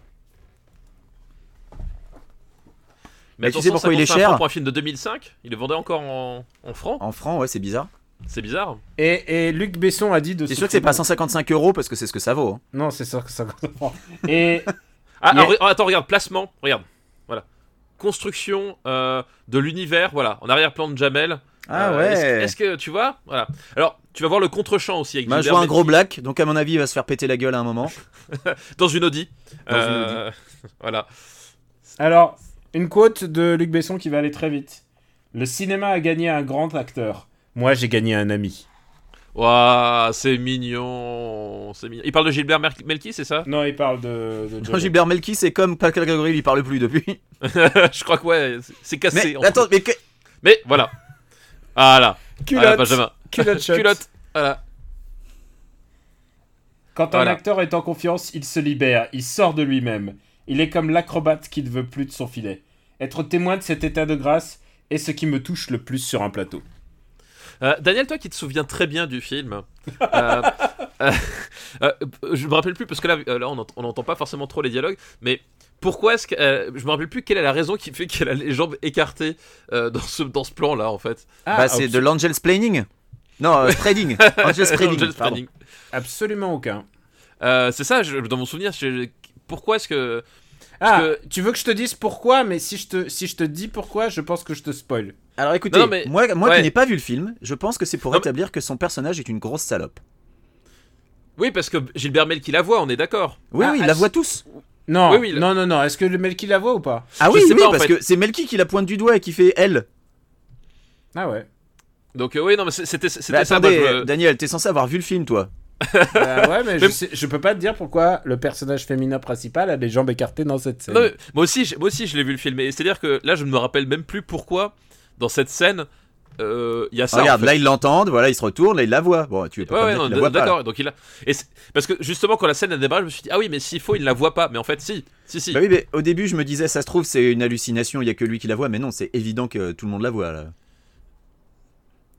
Speaker 3: mais
Speaker 1: Mais tu sais pourquoi il est
Speaker 3: 155
Speaker 1: cher Ah.
Speaker 3: francs Pour un film de 2005, il le vendait encore en, en francs.
Speaker 1: En francs, ouais, c'est bizarre.
Speaker 3: C'est bizarre.
Speaker 2: Et, et Luc Besson a dit de
Speaker 1: C'est
Speaker 2: ce
Speaker 1: sûr que c'est pas
Speaker 2: film-
Speaker 1: 155 euros parce que c'est ce que ça vaut. hein.
Speaker 2: Non, c'est sûr que ça comprend. Et
Speaker 3: Ah,
Speaker 2: Yeah.
Speaker 3: alors, oh, attends, regarde, placement, regarde. Voilà. Construction euh, de l'univers, voilà, en arrière-plan de Jamel.
Speaker 1: Ah
Speaker 3: Euh,
Speaker 1: ouais.
Speaker 3: Est-ce est-ce que tu vois Voilà. Alors, tu vas voir le contre-champ aussi avec
Speaker 1: Bah, je
Speaker 3: Gilbert
Speaker 1: vois un gros
Speaker 3: Bécaud
Speaker 1: black, donc à mon avis, il va se faire péter la gueule à un moment.
Speaker 3: dans une Audi. Euh,
Speaker 1: Dans une
Speaker 3: (laughs) voilà.
Speaker 2: alors, une quote de Luc Besson qui va aller très vite. Le cinéma a gagné un grand acteur. Moi, j'ai gagné un ami.
Speaker 3: Waouh, c'est mignon. C'est mignon. Il parle de Gilbert Mer- Melki, c'est ça (laughs)
Speaker 2: Non, il parle de. de Johnny.
Speaker 1: Gilbert Melki, c'est comme Pascal Grégory, il y parle plus depuis.
Speaker 3: Je crois que ouais, c'est- (laughs) c'est cassé.
Speaker 1: Mais
Speaker 3: en
Speaker 1: attends,
Speaker 3: fait.
Speaker 1: mais que-
Speaker 3: Mais voilà. Voilà. Voilà,
Speaker 2: culotte,
Speaker 3: Ah, Benjamin. (laughs)
Speaker 2: culotte, shot.
Speaker 3: Culotte. Voilà.
Speaker 2: Quand un
Speaker 3: Voilà.
Speaker 2: acteur est en confiance, il se libère, il sort de lui-même. Il est comme l'acrobate qui ne veut plus de son filet. Être témoin de cet état de grâce est ce qui me touche le plus sur un plateau.
Speaker 3: Euh, Daniel, toi qui te souviens très bien du film, euh, (laughs) euh, euh, je me rappelle plus parce que là, euh, là, on n'entend pas forcément trop les dialogues, mais pourquoi est-ce que euh, je me rappelle plus quelle est la raison qui fait (laughs) qu'elle a les jambes écartées euh, dans ce dans ce plan là en fait.
Speaker 2: Ah,
Speaker 1: bah, c'est
Speaker 2: abs-
Speaker 1: de l'Angel's Planning. Non, euh,
Speaker 3: (laughs)
Speaker 1: trading. Angel's Trading.
Speaker 3: Dans le
Speaker 1: pardon.
Speaker 3: training.
Speaker 2: absolument aucun.
Speaker 3: Euh, c'est ça, je- dans mon souvenir, je- pourquoi est-ce que
Speaker 2: Ah,
Speaker 3: que-
Speaker 2: tu veux que je te dise pourquoi, mais si je te, si je te dis pourquoi, je pense que je te spoil.
Speaker 1: Alors écoutez,
Speaker 3: Non, mais-
Speaker 1: moi, moi
Speaker 3: ouais.
Speaker 1: qui n'ai pas vu le film, je pense que c'est pour
Speaker 3: Non, mais-
Speaker 1: établir que son personnage est une grosse salope.
Speaker 3: oui parce que Gilbert Mel qui la voit, on est d'accord.
Speaker 1: Oui,
Speaker 2: Ah,
Speaker 1: oui,
Speaker 2: ah,
Speaker 1: il la
Speaker 2: si-
Speaker 1: voit tous.
Speaker 2: Non,
Speaker 3: Oui, oui, le-
Speaker 2: non, non, non. Est-ce que le Melki la voit ou pas
Speaker 1: Ah
Speaker 3: Je
Speaker 1: oui,
Speaker 3: sais
Speaker 1: oui,
Speaker 3: pas, en
Speaker 1: parce
Speaker 3: fait.
Speaker 1: que c'est Melki qui la pointe du doigt et qui fait elle.
Speaker 2: Ah ouais.
Speaker 3: Donc euh, oui non mais c'est- c'était
Speaker 1: Mais
Speaker 3: c'était ça. moi,
Speaker 1: attendez,
Speaker 3: je-
Speaker 1: euh, Daniel, t'es censé avoir vu le film, toi.
Speaker 3: (laughs)
Speaker 2: Bah ouais, mais, je,
Speaker 3: Mais-
Speaker 2: sais- je peux pas te dire pourquoi le personnage féminin principal a les jambes écartées dans cette scène.
Speaker 3: Non, mais moi aussi, j'ai- moi aussi, je l'ai vu le film. Et c'est-à-dire que là, je ne me rappelle même plus pourquoi dans cette scène euh, il y a ça.
Speaker 1: Regarde,
Speaker 3: en fait.
Speaker 1: là ils l'entendent, voilà, ils se retournent, là ils la voient. Bon, tu peux
Speaker 3: Ouais,
Speaker 1: pas
Speaker 3: ouais,
Speaker 1: me dire
Speaker 3: non,
Speaker 1: qu'ils la voient pas.
Speaker 3: d'accord. Donc il a... et c'est- parce que justement quand la scène a démarré, je me suis dit ah oui mais s'il faut il ne la voit pas. Mais en fait si, si si.
Speaker 1: Bah oui, mais au début, je me disais, ça se trouve, c'est une hallucination, il y a que lui qui la voit, mais non, c'est évident que tout le monde la voit. Là.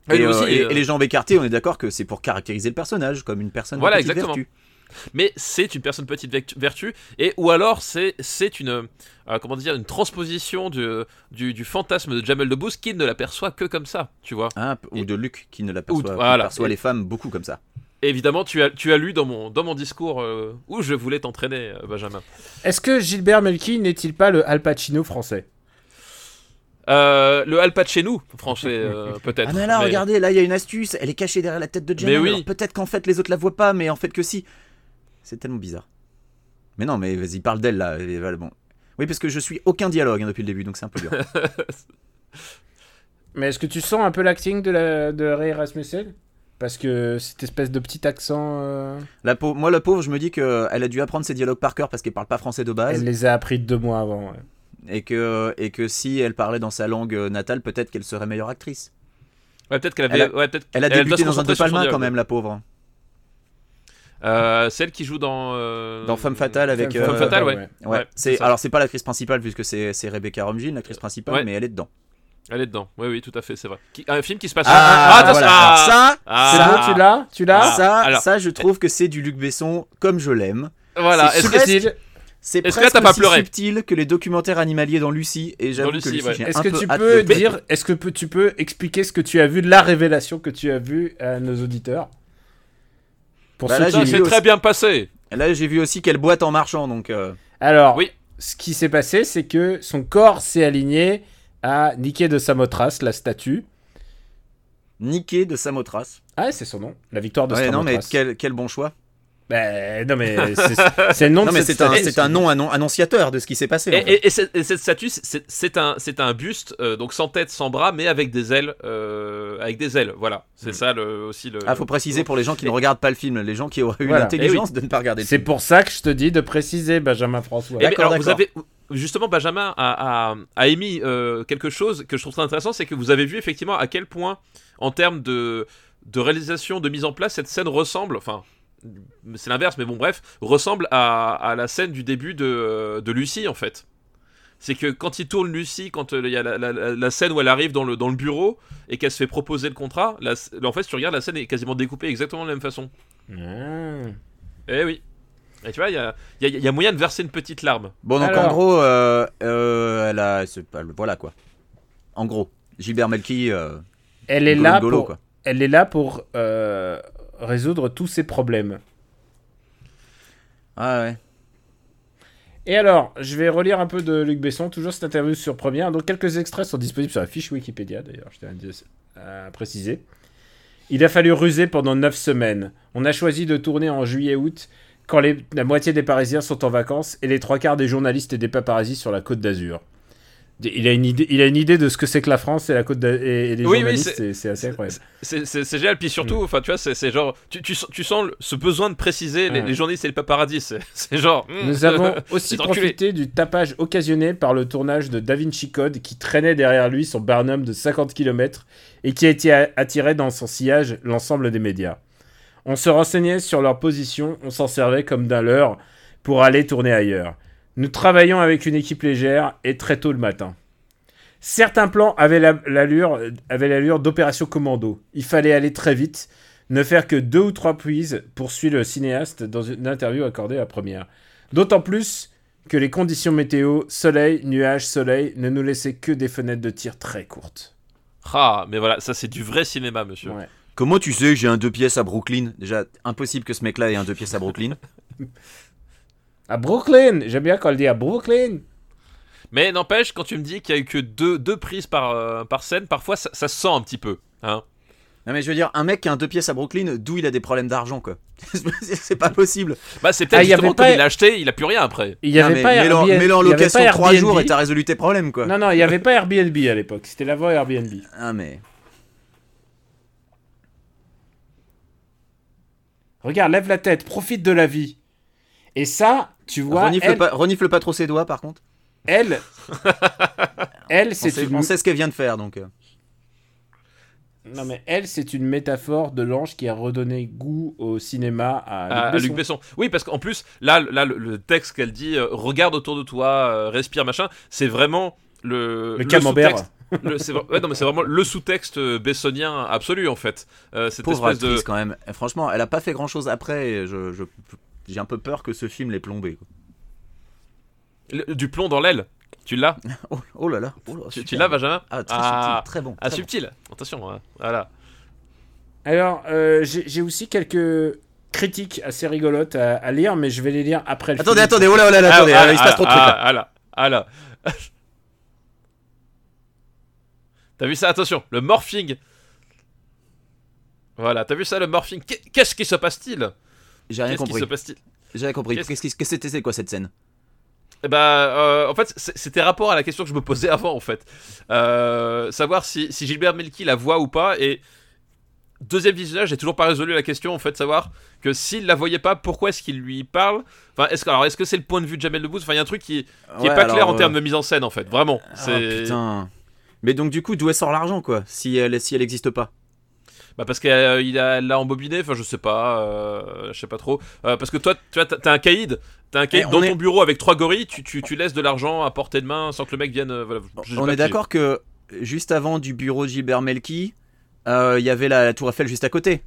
Speaker 3: Ah,
Speaker 1: et,
Speaker 3: lui aussi,
Speaker 1: euh, et-
Speaker 3: euh,
Speaker 1: et les jambes écartées, on est d'accord que c'est pour caractériser le personnage, comme une personne
Speaker 3: Voilà,
Speaker 1: de petite
Speaker 3: exactement.
Speaker 1: vertu.
Speaker 3: Mais c'est une personne petite vec- vertu et ou alors c'est c'est une euh, comment dire une transposition du, du, du fantasme de Jamel Debbouze qui ne l'aperçoit que comme ça, tu vois.
Speaker 1: Hein, p-
Speaker 3: Et-
Speaker 1: ou de Luc, qui ne
Speaker 3: Ou-
Speaker 1: l'aperçoit
Speaker 3: voilà.
Speaker 1: qui perçoit
Speaker 3: Et-
Speaker 1: les femmes beaucoup comme ça.
Speaker 3: Et évidemment tu as tu as lu dans mon dans mon discours euh, où je voulais t'entraîner euh, Benjamin.
Speaker 2: Est-ce que Gilbert Melki n'est-il pas le Al Pacino français
Speaker 3: Euh, le Alpa de chez nous, français,
Speaker 1: (laughs)
Speaker 3: euh, peut-être.
Speaker 1: Ah, mais là, regardez, là, il y a une astuce, elle est cachée derrière la tête de Jenna.
Speaker 3: Mais oui.
Speaker 1: alors Peut-être qu'en fait, les autres la voient pas, mais en fait que si. C'est tellement bizarre. Mais non, mais vas-y, parle d'elle, là. et voilà, Bon. Oui, parce que je suis aucun dialogue hein, depuis le début, donc c'est un peu dur.
Speaker 2: Mais est-ce que tu sens un peu l'acting de, la, de Ray Rasmussen Parce que cette espèce de petit accent, euh,
Speaker 1: La pau- moi, la pauvre, je me dis qu'elle a dû apprendre ses dialogues par cœur parce qu'elle parle pas français de base.
Speaker 2: elle les a appris deux mois avant. ouais.
Speaker 1: et que, et que si elle parlait dans sa langue euh, natale, peut-être qu'elle serait meilleure actrice.
Speaker 3: Ouais, peut-être qu'elle
Speaker 1: Elle
Speaker 3: avait.
Speaker 1: a-
Speaker 3: ouais, peut-être-
Speaker 1: Elle a
Speaker 3: doit
Speaker 1: débuté
Speaker 3: se
Speaker 1: dans un De
Speaker 3: concentrer sur son
Speaker 1: Palma quand
Speaker 3: dialogue.
Speaker 1: même, la pauvre.
Speaker 3: Euh, celle qui joue dans. euh,
Speaker 1: Dans Femme Fatale avec.
Speaker 3: Femme
Speaker 1: euh,
Speaker 3: Fatale. ouais.
Speaker 1: ouais,
Speaker 3: Ouais, c'est
Speaker 1: c'est,
Speaker 3: ça.
Speaker 1: alors c'est pas l'actrice principale puisque c'est, c'est Rebecca Romijn, l'actrice principale,
Speaker 3: Ouais.
Speaker 1: mais elle est dedans.
Speaker 3: Elle est dedans. Oui, oui, tout à fait, c'est vrai. Qui- Un film qui se passe.
Speaker 2: Ah,
Speaker 3: attention,
Speaker 1: voilà.
Speaker 3: ah,
Speaker 1: Alors ça,
Speaker 3: ah,
Speaker 2: C'est bon, tu l'as Tu l'as
Speaker 3: Ah,
Speaker 1: ça,
Speaker 3: alors-
Speaker 1: ça, je trouve que c'est du Luc Besson comme je l'aime.
Speaker 3: Voilà.
Speaker 1: c'est
Speaker 3: Ah, Est-ce que
Speaker 1: presque-
Speaker 3: c'est-
Speaker 1: C'est
Speaker 3: Est-ce que là,
Speaker 1: presque
Speaker 3: t'as pas
Speaker 1: aussi
Speaker 3: pleuré
Speaker 1: subtil que les documentaires animaliers dans Lucie et j'avoue
Speaker 3: Lucie,
Speaker 1: que Lucie,
Speaker 3: ouais.
Speaker 1: j'ai
Speaker 2: Est-ce
Speaker 1: un
Speaker 2: que
Speaker 1: peu
Speaker 2: tu
Speaker 1: hâte
Speaker 2: peux
Speaker 1: de le-
Speaker 2: dire, est-ce que peu- tu peux expliquer ce que tu as vu, la révélation que tu as vue à nos auditeurs Pour
Speaker 1: Bah
Speaker 2: ceux
Speaker 1: là,
Speaker 2: qui-
Speaker 1: j'ai
Speaker 3: Putain,
Speaker 1: vu
Speaker 3: c'est très
Speaker 1: aussi.
Speaker 3: bien passé.
Speaker 1: (laughs) Là, j'ai vu aussi qu'elle boite en marchant, donc. euh,
Speaker 2: Alors,
Speaker 3: Oui.
Speaker 2: ce qui s'est passé, c'est que son corps s'est aligné à Niké de Samothrace, la statue.
Speaker 1: niquée de Samothrace.
Speaker 2: Ah, c'est son nom, la victoire de
Speaker 1: Ouais, non,
Speaker 2: Samothrace.
Speaker 1: mais quel, quel bon choix.
Speaker 2: Bah, non, mais c'est- c'est le nom
Speaker 1: (laughs) Non,
Speaker 2: de
Speaker 1: mais
Speaker 2: cette
Speaker 1: c'est un,
Speaker 2: statue.
Speaker 1: c'est un nom annon- annonciateur de ce qui s'est passé.
Speaker 3: Et,
Speaker 1: en fait.
Speaker 3: et- et cette et cette statue, c'est c'est un, c'est un buste, euh, donc sans tête, sans bras, mais avec des ailes, euh, avec des ailes. Voilà, c'est ça le, aussi le.
Speaker 1: Hmm. Ah, faut préciser pour les gens qui ne regardent pas le film, les gens qui auraient eu
Speaker 2: Voilà.
Speaker 1: l'intelligence de ne pas regarder le
Speaker 2: C'est
Speaker 1: film.
Speaker 2: pour ça que je te dis de préciser, Benjamin François.
Speaker 3: Eh ben,
Speaker 1: D'accord,
Speaker 3: alors, vous
Speaker 1: d'accord.
Speaker 3: avez justement Benjamin a, a- a émis euh, quelque chose que je trouve très intéressant, c'est que vous avez vu effectivement à quel point, en termes de, de réalisation, de mise en place, cette scène ressemble. Enfin, c'est l'inverse, mais bon, bref, ressemble à, à la scène du début de, de Lucie en fait. C'est que quand il tourne Lucie, quand euh, il y a la, la- la- la scène où elle arrive dans le, dans le bureau et qu'elle se fait proposer le contrat, la- en fait, si tu regardes, la scène est quasiment découpée exactement de la même façon.
Speaker 2: Ah.
Speaker 3: Eh oui. Et tu vois, il y a, il y a- il y a moyen de verser une petite larme.
Speaker 1: Bon, donc en
Speaker 2: Alors.
Speaker 1: gros, euh, euh, elle a. c'est pas- voilà quoi. En gros, Gilbert Melki. euh,
Speaker 2: Elle est
Speaker 1: Golo-
Speaker 2: là
Speaker 1: golo,
Speaker 2: pour,
Speaker 1: quoi.
Speaker 2: elle est là pour euh, résoudre tous ses problèmes.
Speaker 1: Ah ouais.
Speaker 2: Et alors, je vais relire un peu de Luc Besson, toujours cette interview sur Première. Donc, quelques extraits sont disponibles sur la fiche Wikipédia, d'ailleurs, je tiens à dire- à préciser. Il a fallu ruser pendant 9 semaines. On a choisi de tourner en juillet-août, quand les- la moitié des Parisiens sont en vacances et les trois quarts des journalistes et des paparazzis sur la côte d'Azur. Il a, une idée, il a une idée de ce que c'est que la France et la côte d'Azur et, et les
Speaker 3: Oui, oui,
Speaker 2: journalistes,
Speaker 3: c'est-
Speaker 2: et c'est assez incroyable.
Speaker 3: C'est c'est- c'est génial, puis surtout, enfin, tu vois, c'est c'est genre, tu, tu, tu sens le- ce besoin de préciser les,
Speaker 2: Ouais. Mm.
Speaker 3: les journalistes et les paparazzi. C'est c'est genre. hmm,
Speaker 2: Nous avons aussi
Speaker 3: les enculés.
Speaker 2: profité du tapage occasionné par le tournage de Da Vinci Code qui traînait derrière lui son Barnum de 50 km et qui a été a- attiré dans son sillage l'ensemble des médias. On se renseignait sur leur position, on s'en servait comme d'un leurre pour aller tourner ailleurs. Nous travaillions avec une équipe légère et très tôt le matin. Certains plans avaient la- l'allure euh, avaient l'allure d'opération commando. Il fallait aller très vite, ne faire que deux ou trois prises, poursuit le cinéaste dans une interview accordée à première. D'autant plus que les conditions météo, soleil, nuages, soleil, ne nous laissaient que des fenêtres de tir très courtes.
Speaker 3: (laughs) Ah, mais voilà, ça c'est du vrai cinéma, monsieur.
Speaker 2: Ouais.
Speaker 1: Comment tu sais que j'ai un deux pièces à Brooklyn Déjà, impossible que ce mec-là ait un deux pièces à Brooklyn.
Speaker 2: À Brooklyn J'aime bien quand elle dit à Brooklyn
Speaker 3: Mais n'empêche, quand tu me dis qu'il y a eu que deux, deux prises par, euh, par scène, parfois ça, ça se sent un petit peu. Hein.
Speaker 1: Non mais je veux dire, un mec qui a un deux pièces à Brooklyn, d'où il a des problèmes d'argent quoi (laughs) C'est- C'est pas possible.
Speaker 3: Bah, c'est
Speaker 2: Ah,
Speaker 3: peut-être
Speaker 2: il y avait
Speaker 3: justement
Speaker 2: pas-
Speaker 3: comme il l'a acheté, il a plus rien après.
Speaker 2: Il y
Speaker 1: Non,
Speaker 2: avait
Speaker 1: mais
Speaker 2: pas
Speaker 1: mets-le en-
Speaker 2: Airbnb-
Speaker 1: mets-le en
Speaker 2: il y avait
Speaker 1: location
Speaker 2: pas
Speaker 1: 3
Speaker 2: Airbnb.
Speaker 1: jours et t'as résolu tes problèmes quoi.
Speaker 2: Non, non, il n'y avait pas Airbnb à l'époque. C'était la voie Airbnb.
Speaker 1: Ah mais
Speaker 2: Regarde, lève la tête, profite de la vie. Et ça, tu vois,
Speaker 1: renifle,
Speaker 2: elle,
Speaker 1: pas, renifle pas trop ses doigts par contre. (laughs)
Speaker 2: elle, elle,
Speaker 1: On
Speaker 2: c'est
Speaker 1: sait,
Speaker 2: une,
Speaker 1: on sait ce qu'elle vient de faire donc. euh.
Speaker 2: non mais elle, c'est une métaphore de l'ange qui a redonné goût au cinéma à,
Speaker 3: à, à
Speaker 2: Ah, Luc
Speaker 3: Ah, Luc
Speaker 2: Besson.
Speaker 3: Besson. Oui, parce qu'en plus, là, là le, le texte qu'elle dit, euh, regarde autour de toi, euh, respire, machin, c'est vraiment le,
Speaker 2: Le camembert.
Speaker 3: sous-texte- le- c'est vra- ouais, non, mais c'est vraiment le sous-texte euh, bessonien absolu en fait. Euh, cette
Speaker 1: Pauvre
Speaker 3: espèce de-
Speaker 1: actrice quand même. Et franchement, elle a pas fait grand chose après. et je- je- j'ai un peu peur que ce film l'ait plombé. quoi.
Speaker 3: le- du plomb dans l'aile. Tu l'as
Speaker 1: Oh, oh là là. oh là,
Speaker 3: tu, tu
Speaker 1: super.
Speaker 3: l'as, Benjamin
Speaker 1: Ah très
Speaker 3: Ah,
Speaker 1: subtil, très bon.
Speaker 3: ah,
Speaker 1: très bon.
Speaker 3: subtil. Attention, hein. voilà.
Speaker 2: Alors, euh, j'ai j'ai aussi quelques critiques assez rigolotes à, à lire, mais je vais les lire après le
Speaker 1: Attendez,
Speaker 2: film.
Speaker 1: attendez, oh là, oh là, là, attendez,
Speaker 3: Ah,
Speaker 1: ah, il se
Speaker 3: ah,
Speaker 1: passe trop de
Speaker 3: ah,
Speaker 1: trucs là.
Speaker 3: Ah là, ah là. (laughs) T'as vu ça Attention, le morphing. Voilà, t'as vu ça, le morphing Qu'est- Qu'est-ce qui se passe-t-il
Speaker 1: J'ai rien
Speaker 3: Qu'est-ce qui
Speaker 1: compris.
Speaker 3: se passe-t-il
Speaker 1: J'ai rien compris.
Speaker 3: Qu'est-ce-
Speaker 1: Qu'est-ce qui- qu'est-ce que c'était c'est quoi cette scène
Speaker 3: Eh ben, euh, en fait, c'est- c'était rapport à la question que je me posais avant, en fait. Euh, savoir si, si Gilbert Melki la voit ou pas. Et deuxième visionnage, j'ai toujours pas résolu la question, en fait, savoir que s'il la voyait pas, pourquoi est-ce qu'il lui parle Enfin, est-ce que alors est-ce que c'est le point de vue de Jamel Debbouze Enfin, il y a un truc qui, qui est
Speaker 1: Ouais,
Speaker 3: pas
Speaker 1: alors,
Speaker 3: clair en
Speaker 1: euh,
Speaker 3: termes de mise en scène, en fait. Vraiment.
Speaker 1: ah,
Speaker 3: c'est
Speaker 1: putain. Mais donc du coup, d'où elle sort l'argent quoi Si elle si elle existe pas.
Speaker 3: bah parce qu'elle euh, il a- elle l'a embobiné. Enfin, je sais pas, euh, je sais pas trop. Euh, parce que toi, tu vois, t'as- t'as un caïd, t'as un caïd
Speaker 1: Eh, on
Speaker 3: dans
Speaker 1: est-
Speaker 3: ton bureau avec trois gorilles. Tu, tu, tu laisses de l'argent à portée de main sans que le mec vienne. euh, voilà, je sais
Speaker 1: On
Speaker 3: pas
Speaker 1: est
Speaker 3: qui-
Speaker 1: d'accord que juste avant du bureau de Gilbert Melki, euh, il y avait la, la Tour Eiffel juste à côté.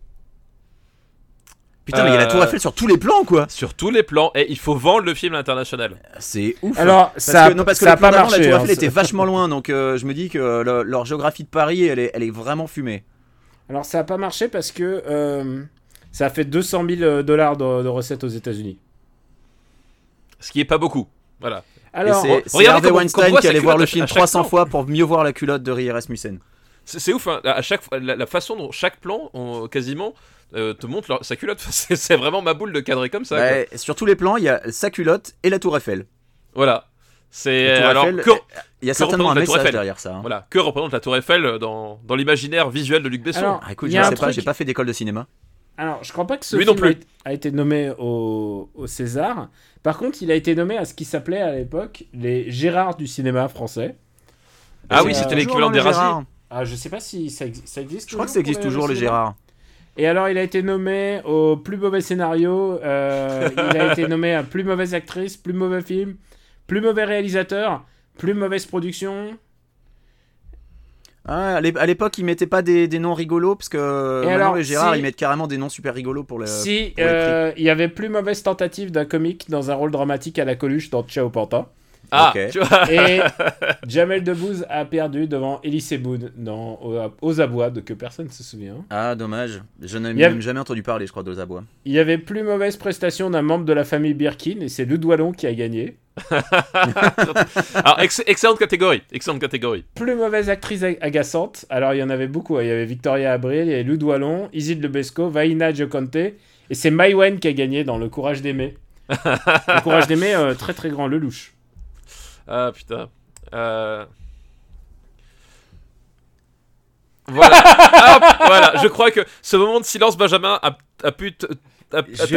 Speaker 1: Putain, mais il y a la
Speaker 3: Euh,
Speaker 1: Tour Eiffel sur tous les plans quoi.
Speaker 3: Sur tous les plans, et il faut vendre le film à l'international.
Speaker 1: C'est ouf. hein.
Speaker 2: Alors,
Speaker 1: Parce
Speaker 2: ça,
Speaker 1: que, non, parce que le
Speaker 2: ça a
Speaker 1: plan
Speaker 2: pas
Speaker 1: d'avant, la
Speaker 2: marché.
Speaker 1: Tour
Speaker 2: hein,
Speaker 1: Eiffel était
Speaker 2: (laughs) ça-
Speaker 1: vachement loin, donc euh, je me dis que euh, le- leur géographie de Paris, elle est, elle est vraiment fumée.
Speaker 2: Alors, ça a pas marché parce que euh, ça a fait 200 000 euh, dollars de, de recettes aux États-Unis.
Speaker 3: Ce qui est pas beaucoup. Voilà.
Speaker 1: Et
Speaker 2: Alors,
Speaker 1: c'est-
Speaker 3: re-
Speaker 1: c'est Harvey
Speaker 3: regardez qu'on- qu'on
Speaker 1: Weinstein
Speaker 3: voit
Speaker 1: qui
Speaker 3: sa
Speaker 1: allait voir
Speaker 3: culotte
Speaker 1: le
Speaker 3: à
Speaker 1: film
Speaker 3: chaque
Speaker 1: 300
Speaker 3: plan.
Speaker 1: fois pour mieux voir la culotte de Rie Rasmussen.
Speaker 3: C'est c'est ouf, hein. à à chaque fois- la, la façon dont chaque plan, on- quasiment, euh, te montre leur- sa culotte. (laughs) C'est c'est vraiment ma boule de cadrer comme ça. quoi.
Speaker 1: Ouais, Bah, sur tous les plans, il y a sa culotte et la Tour Eiffel.
Speaker 3: Voilà. C'est
Speaker 1: La Tour
Speaker 3: alors
Speaker 1: Eiffel,
Speaker 3: que,
Speaker 1: Il y a certainement un
Speaker 3: représente la Tour
Speaker 1: message
Speaker 3: Eiffel
Speaker 1: derrière ça. hein.
Speaker 3: voilà, que représente la Tour Eiffel euh, dans, dans l'imaginaire visuel de Luc Besson
Speaker 2: Alors,
Speaker 1: Ah, écoute,
Speaker 2: Il y
Speaker 1: je
Speaker 2: a
Speaker 1: ne
Speaker 2: un
Speaker 1: sais pas,
Speaker 2: truc-
Speaker 1: j'ai pas fait d'école de cinéma.
Speaker 2: alors, je crois pas que ce
Speaker 3: Lui
Speaker 2: film
Speaker 3: non plus.
Speaker 2: a été- A, été nommé au, au César. Par contre, il a été nommé à ce qui s'appelait à l'époque les Gérards du cinéma français.
Speaker 3: Ah
Speaker 2: c'est,
Speaker 3: oui,
Speaker 2: euh,
Speaker 3: c'était
Speaker 2: les
Speaker 1: Toujours dans
Speaker 3: l'équivalent des
Speaker 1: les
Speaker 3: Razzies.
Speaker 1: Gérards.
Speaker 2: Ah, je sais pas si ça, ex- ça existe.
Speaker 1: Je crois que ça existe toujours, les
Speaker 2: Gérards.
Speaker 1: Gérards.
Speaker 2: Et alors, il a été nommé au plus mauvais scénario, euh, il a été nommé à plus mauvaise actrice, plus mauvais film, plus mauvais réalisateur, plus mauvaise production.
Speaker 1: Ah, à l'é- à l'époque, ils mettaient pas des, des noms rigolos parce que euh, maintenant,
Speaker 2: alors,
Speaker 1: les Gérard,
Speaker 2: si-
Speaker 1: ils mettent carrément des noms super rigolos pour le.
Speaker 2: si
Speaker 1: pour les
Speaker 2: euh, il y avait plus mauvaise tentative d'un comique dans un rôle dramatique à la Coluche dans Ciao Panta.
Speaker 3: Ah,
Speaker 1: Ok.
Speaker 3: tu vois.
Speaker 2: Et Jamel Debbouze a perdu devant Elise Boone dans Aux- Aux abois de que personne ne se souvient.
Speaker 1: Ah, dommage. Je n'ai
Speaker 2: Il y a-
Speaker 1: même jamais entendu parler, je crois, de Zabois.
Speaker 2: Il y avait plus mauvaise prestation d'un membre de la famille Birkin et c'est Ludwallon qui a gagné.
Speaker 3: Alors, ex- excellente catégorie. Excellente catégorie.
Speaker 2: Plus mauvaise actrice ag- agaçante. Alors il y en avait beaucoup. hein. Il y avait Victoria Abril, il y avait Lou Douallon, Isid Lebesco, Vaina Gioconte et c'est Maïwen qui a gagné dans Le Courage
Speaker 3: (laughs)
Speaker 2: d'aimer. le Courage d'aimer, euh, très très grand Lelouch.
Speaker 3: Ah, putain. Euh.
Speaker 1: (laughs)
Speaker 3: Voilà. Ah, voilà. Je crois que ce moment de silence, Benjamin, a, a pu te. a- a te
Speaker 1: Je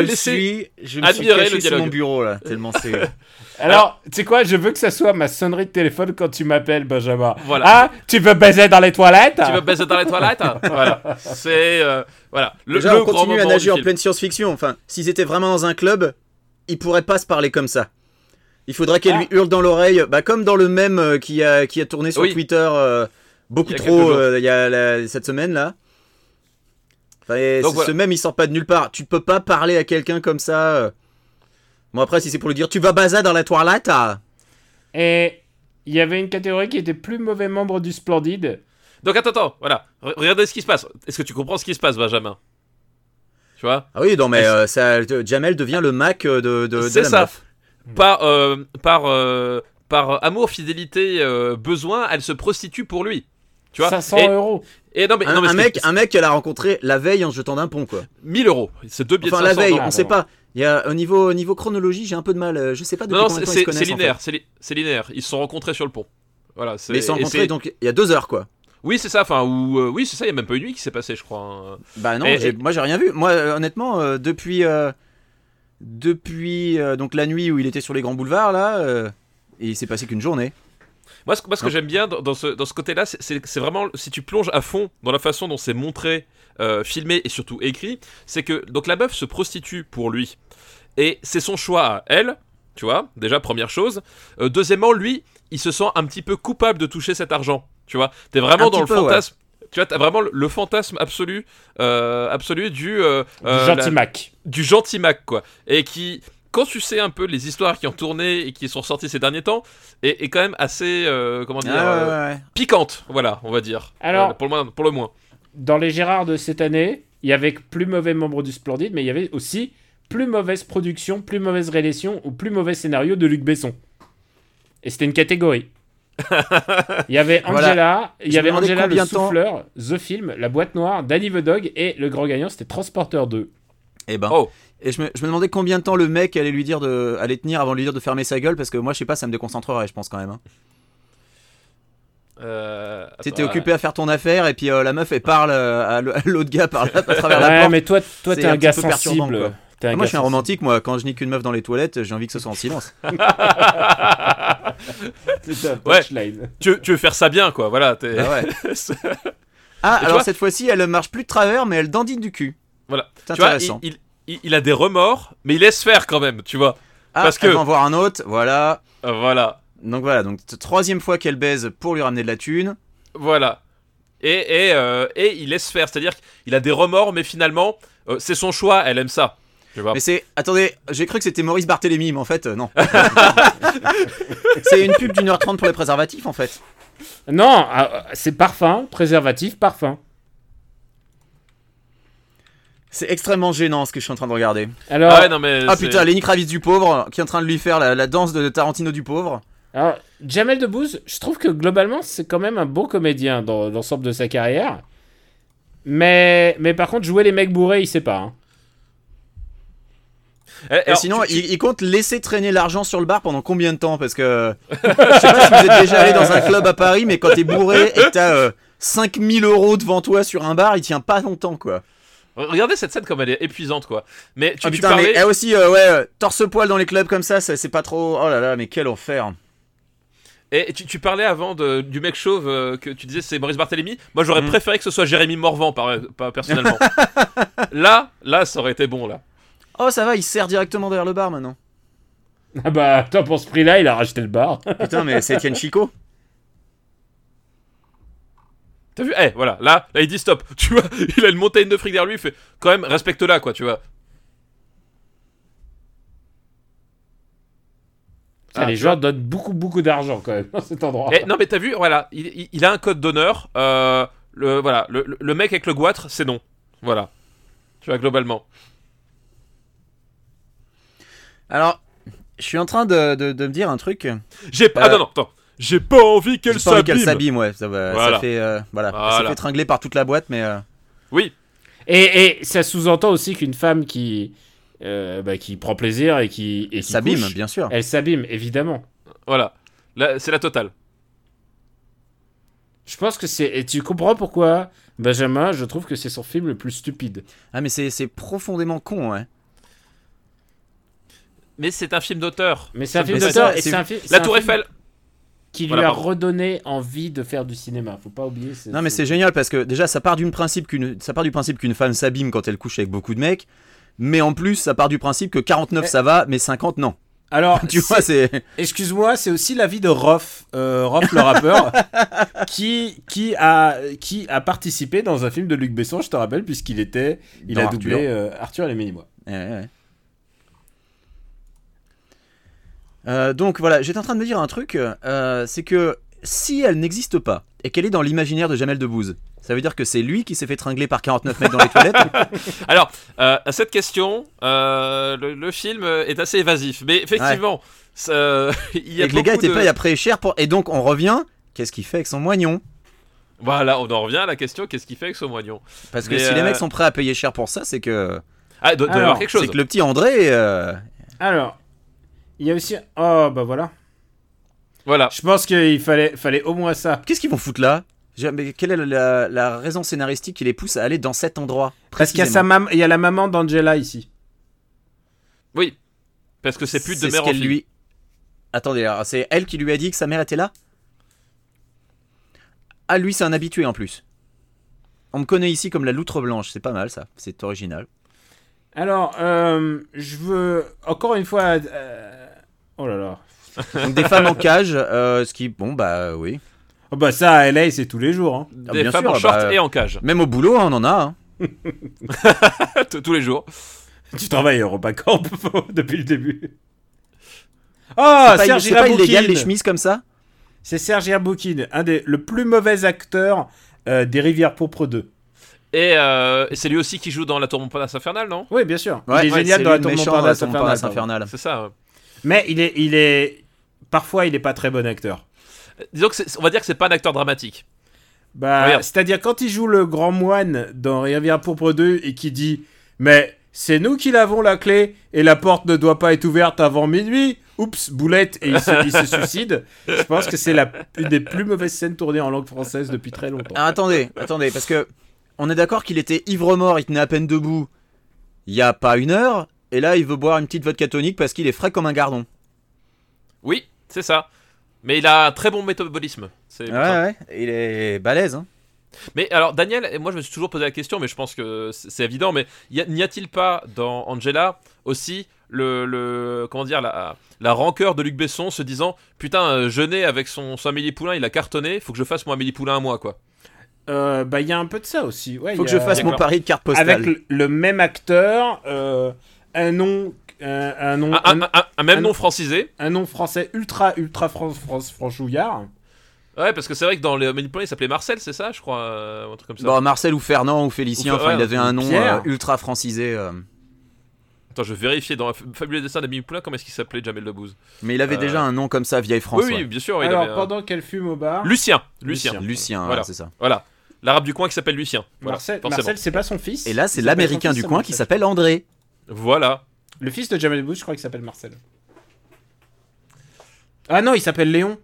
Speaker 1: suis,
Speaker 3: laisser-
Speaker 1: je me suis
Speaker 3: admirer
Speaker 1: caché
Speaker 3: le
Speaker 1: sous
Speaker 3: dialogue.
Speaker 1: mon bureau là, tellement c'est.
Speaker 3: (laughs)
Speaker 2: Alors, tu sais quoi, je veux que ça soit ma sonnerie de téléphone quand tu m'appelles, Benjamin.
Speaker 3: Voilà.
Speaker 2: Ah, tu veux baiser dans les toilettes
Speaker 3: Tu veux baiser dans les toilettes Voilà. C'est. euh, voilà. Le,
Speaker 1: Déjà,
Speaker 3: le
Speaker 1: on
Speaker 3: grand
Speaker 1: continue à
Speaker 3: moment du
Speaker 1: nager en
Speaker 3: film.
Speaker 1: pleine science-fiction. Enfin, s'ils étaient vraiment dans un club, ils pourraient pas se parler comme ça. Il faudrait qu'elle
Speaker 2: Ah.
Speaker 1: lui hurle dans l'oreille, bah, comme dans le même euh, qui a, qui a tourné sur
Speaker 3: Oui.
Speaker 1: Twitter euh, beaucoup
Speaker 3: Il y a quelques
Speaker 1: trop
Speaker 3: jours.
Speaker 1: euh, il y a la- cette semaine là. Enfin, et
Speaker 3: Donc
Speaker 1: ce-
Speaker 3: voilà.
Speaker 1: Ce même, il sort pas de nulle part. Tu peux pas parler à quelqu'un comme ça. euh. Bon, après, si c'est pour lui dire tu vas baza dans la toilette, ah.
Speaker 2: Et il y avait une catégorie qui était plus mauvais membre du Splendide.
Speaker 3: Donc attends, attends, voilà. Re- Regardez ce qui se passe. Est-ce que tu comprends ce qui se passe, Benjamin Tu vois
Speaker 1: Ah oui, non, mais
Speaker 3: Est-ce-
Speaker 1: euh, ça, euh, Jamel devient le Mac euh, de, de, de
Speaker 3: C'est
Speaker 1: la
Speaker 3: ça.
Speaker 1: meuf.
Speaker 3: Par, euh, par, euh, par amour, fidélité, euh, besoin, elle se prostitue pour lui. Tu vois
Speaker 2: 500
Speaker 3: et,
Speaker 2: euros.
Speaker 3: et non mais,
Speaker 1: Un,
Speaker 3: non, mais
Speaker 1: un
Speaker 3: ce
Speaker 1: mec,
Speaker 3: qui-
Speaker 1: un mec qu'elle a rencontré la veille en se jetant d'un pont, quoi.
Speaker 3: 1000 euros. C'est deux billets
Speaker 1: Enfin,
Speaker 3: de
Speaker 1: la
Speaker 3: 500
Speaker 1: veille,
Speaker 3: non.
Speaker 1: on sait pas. Il y a, au niveau, au niveau chronologie, j'ai un peu de mal. euh, Je sais pas depuis
Speaker 3: Non, non,
Speaker 1: combien
Speaker 3: c'est
Speaker 1: de temps ils se
Speaker 3: c'est-
Speaker 1: connaissent.
Speaker 3: c'est
Speaker 1: en
Speaker 3: linéaire. C'est li- c'est linéaire. Ils se sont rencontrés sur le pont. Voilà.
Speaker 1: fait. Mais ils se sont
Speaker 3: et c'est-
Speaker 1: rencontrés, donc il y a deux heures, quoi.
Speaker 3: Oui, c'est ça. Enfin, ou euh, oui, c'est ça. Il y a même pas une nuit qui s'est passée, je crois. hein.
Speaker 1: Bah non,
Speaker 3: Et-
Speaker 1: j'ai-
Speaker 3: et-
Speaker 1: moi j'ai rien vu. Moi, euh, honnêtement, euh, depuis, euh, depuis euh, donc la nuit où il était sur les grands boulevards, là, euh, et il s'est passé qu'une journée.
Speaker 3: Moi, ce, que- moi, ce que
Speaker 1: Non.
Speaker 3: j'aime bien dans, dans ce, dans ce côté-là, c'est- c'est c'est vraiment si tu plonges à fond dans la façon dont c'est montré, euh, filmé et surtout écrit, c'est que donc la meuf se prostitue pour lui et c'est son choix à elle, tu vois. Déjà première chose. Euh, deuxièmement, lui, il se sent un petit peu coupable de toucher cet argent, tu vois. T'es vraiment
Speaker 1: Un
Speaker 3: dans le
Speaker 1: petit peu, ouais.
Speaker 3: fantasme. Tu vois, t'as vraiment le- le fantasme absolu, euh, absolu du, euh, euh,
Speaker 2: gentil
Speaker 3: la-
Speaker 2: Mac.
Speaker 3: du gentil Mac, quoi. Et qui, quand tu sais un peu les histoires qui ont tourné et qui sont sorties ces derniers temps, est, est quand même assez, euh, comment dire,
Speaker 1: Ah, ouais,
Speaker 3: euh,
Speaker 1: ouais, ouais.
Speaker 3: piquante, voilà, on va dire.
Speaker 2: Alors-
Speaker 3: Euh, pour, le moins, pour le moins.
Speaker 2: Dans les Gérards de cette année, il y avait que plus mauvais membre du Splendide, mais il y avait aussi plus mauvaise production, plus mauvaise réalisation ou plus mauvais scénario de Luc Besson. Et c'était
Speaker 1: (laughs)
Speaker 2: une catégorie. il y avait Angela, il y
Speaker 1: Je me
Speaker 2: avait
Speaker 1: demandais
Speaker 2: Angela le
Speaker 1: combien de temps-
Speaker 2: souffleur, The Film, La boîte noire, Danny the Dog et le grand gagnant c'était Transporteur 2.
Speaker 1: Et ben.
Speaker 3: Oh.
Speaker 1: Et je me, je me demandais combien de temps le mec allait lui dire de, allait tenir avant de lui dire de fermer sa gueule, parce que moi je sais pas, ça me déconcentrerait, je pense quand même. hein.
Speaker 3: Euh, attends,
Speaker 1: T'étais
Speaker 3: ouais.
Speaker 1: occupé à faire ton affaire, et puis euh, la meuf elle parle euh, à l- à (laughs) l'autre gars par là, à travers Ah, la
Speaker 2: ouais,
Speaker 1: porte.
Speaker 2: mais toi, toi,
Speaker 1: C'est
Speaker 2: t'es
Speaker 1: un
Speaker 2: un,
Speaker 1: petit
Speaker 2: gars
Speaker 1: peu perturbant, quoi. Ah,
Speaker 2: sensible. T'es un
Speaker 1: moi,
Speaker 2: gars
Speaker 1: je suis un
Speaker 2: sensible.
Speaker 1: romantique, moi. Quand je nique une meuf dans les toilettes, j'ai envie que ce soit en silence.
Speaker 3: (laughs)
Speaker 2: C'est un
Speaker 3: Ouais.
Speaker 2: punchline.
Speaker 3: Tu, veux- tu veux faire ça bien, quoi, voilà. t'es-
Speaker 1: Ah,
Speaker 3: c'est- Et tu
Speaker 1: alors
Speaker 3: vois-
Speaker 1: cette fois-ci, elle marche plus de travers, mais elle dandine du cul.
Speaker 3: Voilà.
Speaker 1: C'est
Speaker 3: tu vois, il,
Speaker 1: intéressant.
Speaker 3: il- il- il a des remords, mais il laisse faire quand même, tu vois.
Speaker 1: Ah,
Speaker 3: parce que-
Speaker 1: elle va en voir un autre, voilà.
Speaker 3: Euh, voilà,
Speaker 1: Donc voilà, donc t- troisième fois qu'elle baise pour lui ramener de la thune.
Speaker 3: voilà. Et, et, euh, et il laisse faire, c'est-à-dire qu'il a des remords, mais finalement, euh, c'est son choix, elle aime ça. Tu vois.
Speaker 1: Mais c'est... Attendez, j'ai cru que c'était Maurice Barthélémy, mais en fait, euh, non.
Speaker 3: (laughs)
Speaker 1: c'est une pub d'une heure trente pour les préservatifs, en fait.
Speaker 2: Non, ah, c'est parfum, préservatif, parfum.
Speaker 1: C'est extrêmement gênant ce que je suis en train de regarder.
Speaker 2: Alors,
Speaker 3: Ah ouais, non, mais
Speaker 1: Ah
Speaker 3: c'est-
Speaker 1: putain, Lenny Kravitz du pauvre, qui est en train de lui faire la, la danse de Tarantino du pauvre.
Speaker 2: alors, Jamel Debbouze, je trouve que globalement, c'est quand même un bon comédien dans l'ensemble de sa carrière. Mais, mais par contre, jouer les mecs bourrés, il sait pas. hein. (laughs)
Speaker 3: Eh,
Speaker 1: Et
Speaker 3: alors,
Speaker 1: sinon,
Speaker 3: tu- tu-
Speaker 1: il, il compte laisser traîner l'argent sur le bar pendant combien de temps Parce que
Speaker 3: (laughs)
Speaker 1: je sais pas si vous êtes déjà allé dans un club à Paris, mais quand t'es bourré et que t'as euh, 5000 euros devant toi sur un bar, il tient pas longtemps quoi.
Speaker 3: Regardez cette scène comme elle est épuisante quoi. Mais tu,
Speaker 1: Ah,
Speaker 3: tu
Speaker 1: putain,
Speaker 3: parlais.
Speaker 1: mais eh, aussi, euh, ouais, euh, torse-poil dans les clubs comme ça, ça, c'est pas trop. Oh là là, mais quel enfer.
Speaker 3: Et tu, tu parlais avant de- du mec chauve euh, que tu disais c'est Maurice Barthélémy. Moi j'aurais
Speaker 1: Mm.
Speaker 3: préféré que ce soit Jérémy Morvan par,
Speaker 1: (laughs)
Speaker 3: par- personnellement. là, là ça aurait été bon là.
Speaker 1: Oh, ça va, il se sert directement derrière le bar maintenant.
Speaker 2: Ah bah, attends, pour ce prix-là, il a racheté le bar.
Speaker 1: Putain, mais c'est Etienne Chico.
Speaker 3: T'as vu Eh, voilà, là, là, il dit stop. (laughs) Tu vois, il a une montagne de fric derrière lui, il fait quand même, respecte-la, quoi, tu vois.
Speaker 2: Putain,
Speaker 3: Ah,
Speaker 2: les
Speaker 3: tu
Speaker 2: joueurs donnent beaucoup, beaucoup d'argent quand même (laughs) dans cet
Speaker 1: Oh.
Speaker 2: endroit.
Speaker 3: Eh, non, mais t'as vu, voilà, il, il- il a un code d'honneur. euh, le, voilà, le, le- le mec avec le goitre, c'est non. Voilà. Tu vois, globalement.
Speaker 1: Alors, je suis en train de, de- de me dire un truc.
Speaker 3: J'ai pas. Ah
Speaker 1: Euh,
Speaker 3: non, non, attends. J'ai pas envie qu'elle
Speaker 1: J'ai pas envie qu'elle
Speaker 3: s'abîme.
Speaker 1: s'abîme, ouais. Ça, va- ça
Speaker 3: Voilà.
Speaker 1: fait, euh, voilà,
Speaker 3: Voilà.
Speaker 1: ça fait tringler par toute la boîte, mais euh,
Speaker 3: Oui,
Speaker 2: Et, et ça sous-entend aussi qu'une femme qui, euh, bah, qui prend plaisir et qui, et qui
Speaker 1: s'abîme,
Speaker 2: couche,
Speaker 1: bien sûr.
Speaker 2: elle s'abîme, évidemment.
Speaker 3: voilà. Là, c'est la totale.
Speaker 2: Je pense que c'est. Et tu comprends pourquoi, Benjamin, je trouve que c'est son film le plus stupide.
Speaker 1: Ah, mais c'est c'est profondément con, hein. ouais.
Speaker 3: Mais c'est un film d'auteur.
Speaker 2: Mais c'est un
Speaker 3: Ça
Speaker 2: film
Speaker 1: me fait
Speaker 2: d'auteur
Speaker 1: ça,
Speaker 2: et
Speaker 1: c'est-
Speaker 2: c'est un film. c'est
Speaker 3: La
Speaker 2: un
Speaker 3: Tour
Speaker 2: film
Speaker 3: Eiffel.
Speaker 2: Qui lui
Speaker 3: Voilà,
Speaker 2: a
Speaker 3: pardon.
Speaker 2: redonné envie de faire du cinéma. Faut pas oublier.
Speaker 1: Non mais c'est génial parce que déjà ça part du principe qu'une ça part du principe qu'une femme s'abîme quand elle couche avec beaucoup de mecs, mais en plus ça part du principe que 49
Speaker 4: Eh.
Speaker 1: ça va mais 50 non. (laughs)
Speaker 4: Alors,
Speaker 1: Tu vois c'est
Speaker 4: Excuse-moi, c'est aussi l'avis de Rof, euh, Rof le
Speaker 1: (laughs)
Speaker 4: rappeur, qui, qui, a, qui a participé dans un film de Luc Besson, je te rappelle, puisqu'il était, il
Speaker 1: Dans
Speaker 4: a
Speaker 1: Arthur.
Speaker 4: doublé euh, Arthur et les Ménimois.
Speaker 1: eh, Ouais, ouais. Euh, donc voilà, j'étais en train de me dire un truc, euh, c'est que si elle n'existe pas et qu'elle est dans l'imaginaire de Jamel Debbouze, ça veut dire que c'est lui qui s'est fait tringler par 49 mecs dans
Speaker 3: (laughs)
Speaker 1: les toilettes.
Speaker 3: Alors, euh, à cette question, euh, le, le film est assez évasif. Mais effectivement, ça- (laughs) il y a
Speaker 1: et que les gars
Speaker 3: beaucoup
Speaker 1: étaient
Speaker 3: de-
Speaker 1: payés après cher pour. Et donc on revient. Qu'est-ce qu'il fait avec son moignon
Speaker 3: Voilà, on en revient à la question qu'est-ce qu'il fait avec son moignon
Speaker 1: Parce que
Speaker 3: Mais,
Speaker 1: si les
Speaker 3: euh,
Speaker 1: mecs sont prêts à payer cher pour ça, c'est que
Speaker 3: Ah, il doit, doit y
Speaker 2: Alors,
Speaker 3: avoir quelque chose.
Speaker 1: c'est que le petit André. euh,
Speaker 2: Alors, il y a aussi. Oh bah voilà.
Speaker 3: Voilà.
Speaker 2: Je pense qu'il fallait, fallait au moins ça.
Speaker 1: Qu'est-ce qu'ils vont foutre là Je- mais Quelle est la, la raison scénaristique qui les pousse à aller dans cet endroit
Speaker 2: Parce qu'il y a sa
Speaker 1: précisément
Speaker 2: maman, il y a la maman d'Angela ici.
Speaker 3: Oui. Parce que c'est plus de
Speaker 1: ce
Speaker 3: mère en
Speaker 1: qu'elle
Speaker 3: fille.
Speaker 1: lui. Attendez, alors, c'est elle qui lui a dit que sa mère était là Ah, lui, c'est un habitué en plus. On me connaît ici comme la loutre blanche, c'est pas mal ça, c'est original.
Speaker 2: Alors, euh, je veux encore une fois. euh, Oh là là.
Speaker 1: Donc des
Speaker 2: (laughs)
Speaker 1: femmes en cage, euh, ce qui, bon bah oui.
Speaker 4: Oh bah ça, à LA, c'est tous les jours. hein.
Speaker 1: Ah,
Speaker 3: Des
Speaker 1: bien
Speaker 3: femmes
Speaker 1: sûr,
Speaker 3: en
Speaker 1: bah,
Speaker 3: short
Speaker 1: euh,
Speaker 3: et en cage. (laughs)
Speaker 1: Même au boulot, hein, on en a. hein.
Speaker 3: Tous les jours.
Speaker 4: Tu travailles à Europacorp (laughs) depuis le début. Oh,
Speaker 2: Ah,
Speaker 1: C'est pas-
Speaker 4: Serge
Speaker 1: c'est pas, illégal les
Speaker 4: Iraboukine
Speaker 1: chemises comme ça
Speaker 4: C'est Serge Iraboukine, un des le plus mauvais acteur euh, des Rivières Pourpres 2.
Speaker 3: Et euh, c'est lui aussi qui joue dans La Tour Montparnasse Infernale, non
Speaker 2: Oui, bien sûr.
Speaker 1: Ouais,
Speaker 2: il est
Speaker 1: ouais,
Speaker 2: génial
Speaker 1: c'est
Speaker 2: dans la
Speaker 1: lui
Speaker 2: tour
Speaker 1: le méchant euh,
Speaker 2: Montparnasse
Speaker 1: dans la tour Montparnasse
Speaker 2: Infernale.
Speaker 1: infernale.
Speaker 3: C'est ça. hein.
Speaker 4: Mais il est, il est, parfois, il est pas très bon acteur.
Speaker 3: Euh, Disons que c'est- on va dire que c'est pas un acteur dramatique.
Speaker 4: Bah,
Speaker 3: Regarde.
Speaker 4: c'est-à-dire quand il joue le grand moine dans Rivière pourpre 2 et qui dit "Mais c'est nous qui l'avons la clé et la porte ne doit pas être ouverte avant minuit." Oups, boulette et il se, il se
Speaker 1: (laughs)
Speaker 4: suicide. Je pense que c'est la une des plus mauvaises scènes tournées en langue française depuis très longtemps.
Speaker 1: Ah, attendez, attendez, parce que on est d'accord qu'il était ivre-mort, il tenait à peine debout il y a pas une heure, et là il veut boire une petite vodka tonique parce qu'il est frais comme un gardon.
Speaker 3: Oui, c'est ça. Mais il a un très bon métabolisme. C'est pour ça.
Speaker 1: ouais, il est balèze. Hein.
Speaker 3: Mais alors, Daniel, et moi je me suis toujours posé la question, mais je pense que c'est c'est évident, mais y a- n'y a-t-il pas dans Angela aussi le, le- comment dire la, la rancœur de Luc Besson se disant putain euh, Jeunet avec son, son Amélie Poulain il a cartonné faut que je fasse mon Amélie Poulain à moi quoi
Speaker 2: Euh, bah, il y a un peu de ça aussi. Ouais,
Speaker 1: Faut
Speaker 2: il
Speaker 1: que
Speaker 2: y
Speaker 1: je
Speaker 2: a-
Speaker 1: fasse mon
Speaker 3: D'accord.
Speaker 1: pari de carte postale.
Speaker 4: Avec
Speaker 2: avec le, le même acteur, euh, un nom,
Speaker 4: euh,
Speaker 2: un, un nom,
Speaker 1: Ah,
Speaker 2: un,
Speaker 3: un, un- un- un même
Speaker 2: Mm, un-
Speaker 3: nom francisé
Speaker 2: un nom français ultra ultra France France franchouillard.
Speaker 3: ouais parce que c'est vrai que dans les Amélie Poulain il s'appelait Marcel c'est ça je crois euh, un truc comme ça
Speaker 1: Bon, Marcel ou Fernand ou Félicien,
Speaker 3: Ou-
Speaker 1: enfin il
Speaker 3: ouais,
Speaker 1: avait un nom
Speaker 2: Pierre.
Speaker 1: euh, ultra francisé, euh,
Speaker 3: attends je vérifiais dans la f- fabuleux dessin d'Amélie Poulain comment est-ce qu'il s'appelait Jamel Debbouze
Speaker 1: mais il avait
Speaker 3: Euh,
Speaker 1: déjà un nom comme ça, vieille France.
Speaker 3: oui oui
Speaker 1: ouais.
Speaker 3: bien sûr il
Speaker 2: Alors
Speaker 3: avait, euh,
Speaker 2: pendant qu'elle fume au bar,
Speaker 3: Lucien Lucien,
Speaker 2: Lucien.
Speaker 1: Lucien,
Speaker 3: Voilà.
Speaker 1: ouais, c'est ça.
Speaker 3: voilà l'arabe du coin qui s'appelle Lucien Voilà,
Speaker 2: Marcel,
Speaker 3: forcément.
Speaker 2: Marcel, c'est pas son fils.
Speaker 1: Et là, c'est
Speaker 2: Il s'appelle
Speaker 1: l'américain
Speaker 2: son
Speaker 1: du
Speaker 2: fils,
Speaker 1: coin qui
Speaker 2: Marcel.
Speaker 1: s'appelle André.
Speaker 3: voilà
Speaker 2: Le fils de Jamel Debbouze, je crois qu'il s'appelle Marcel. Ah non, il s'appelle Léon.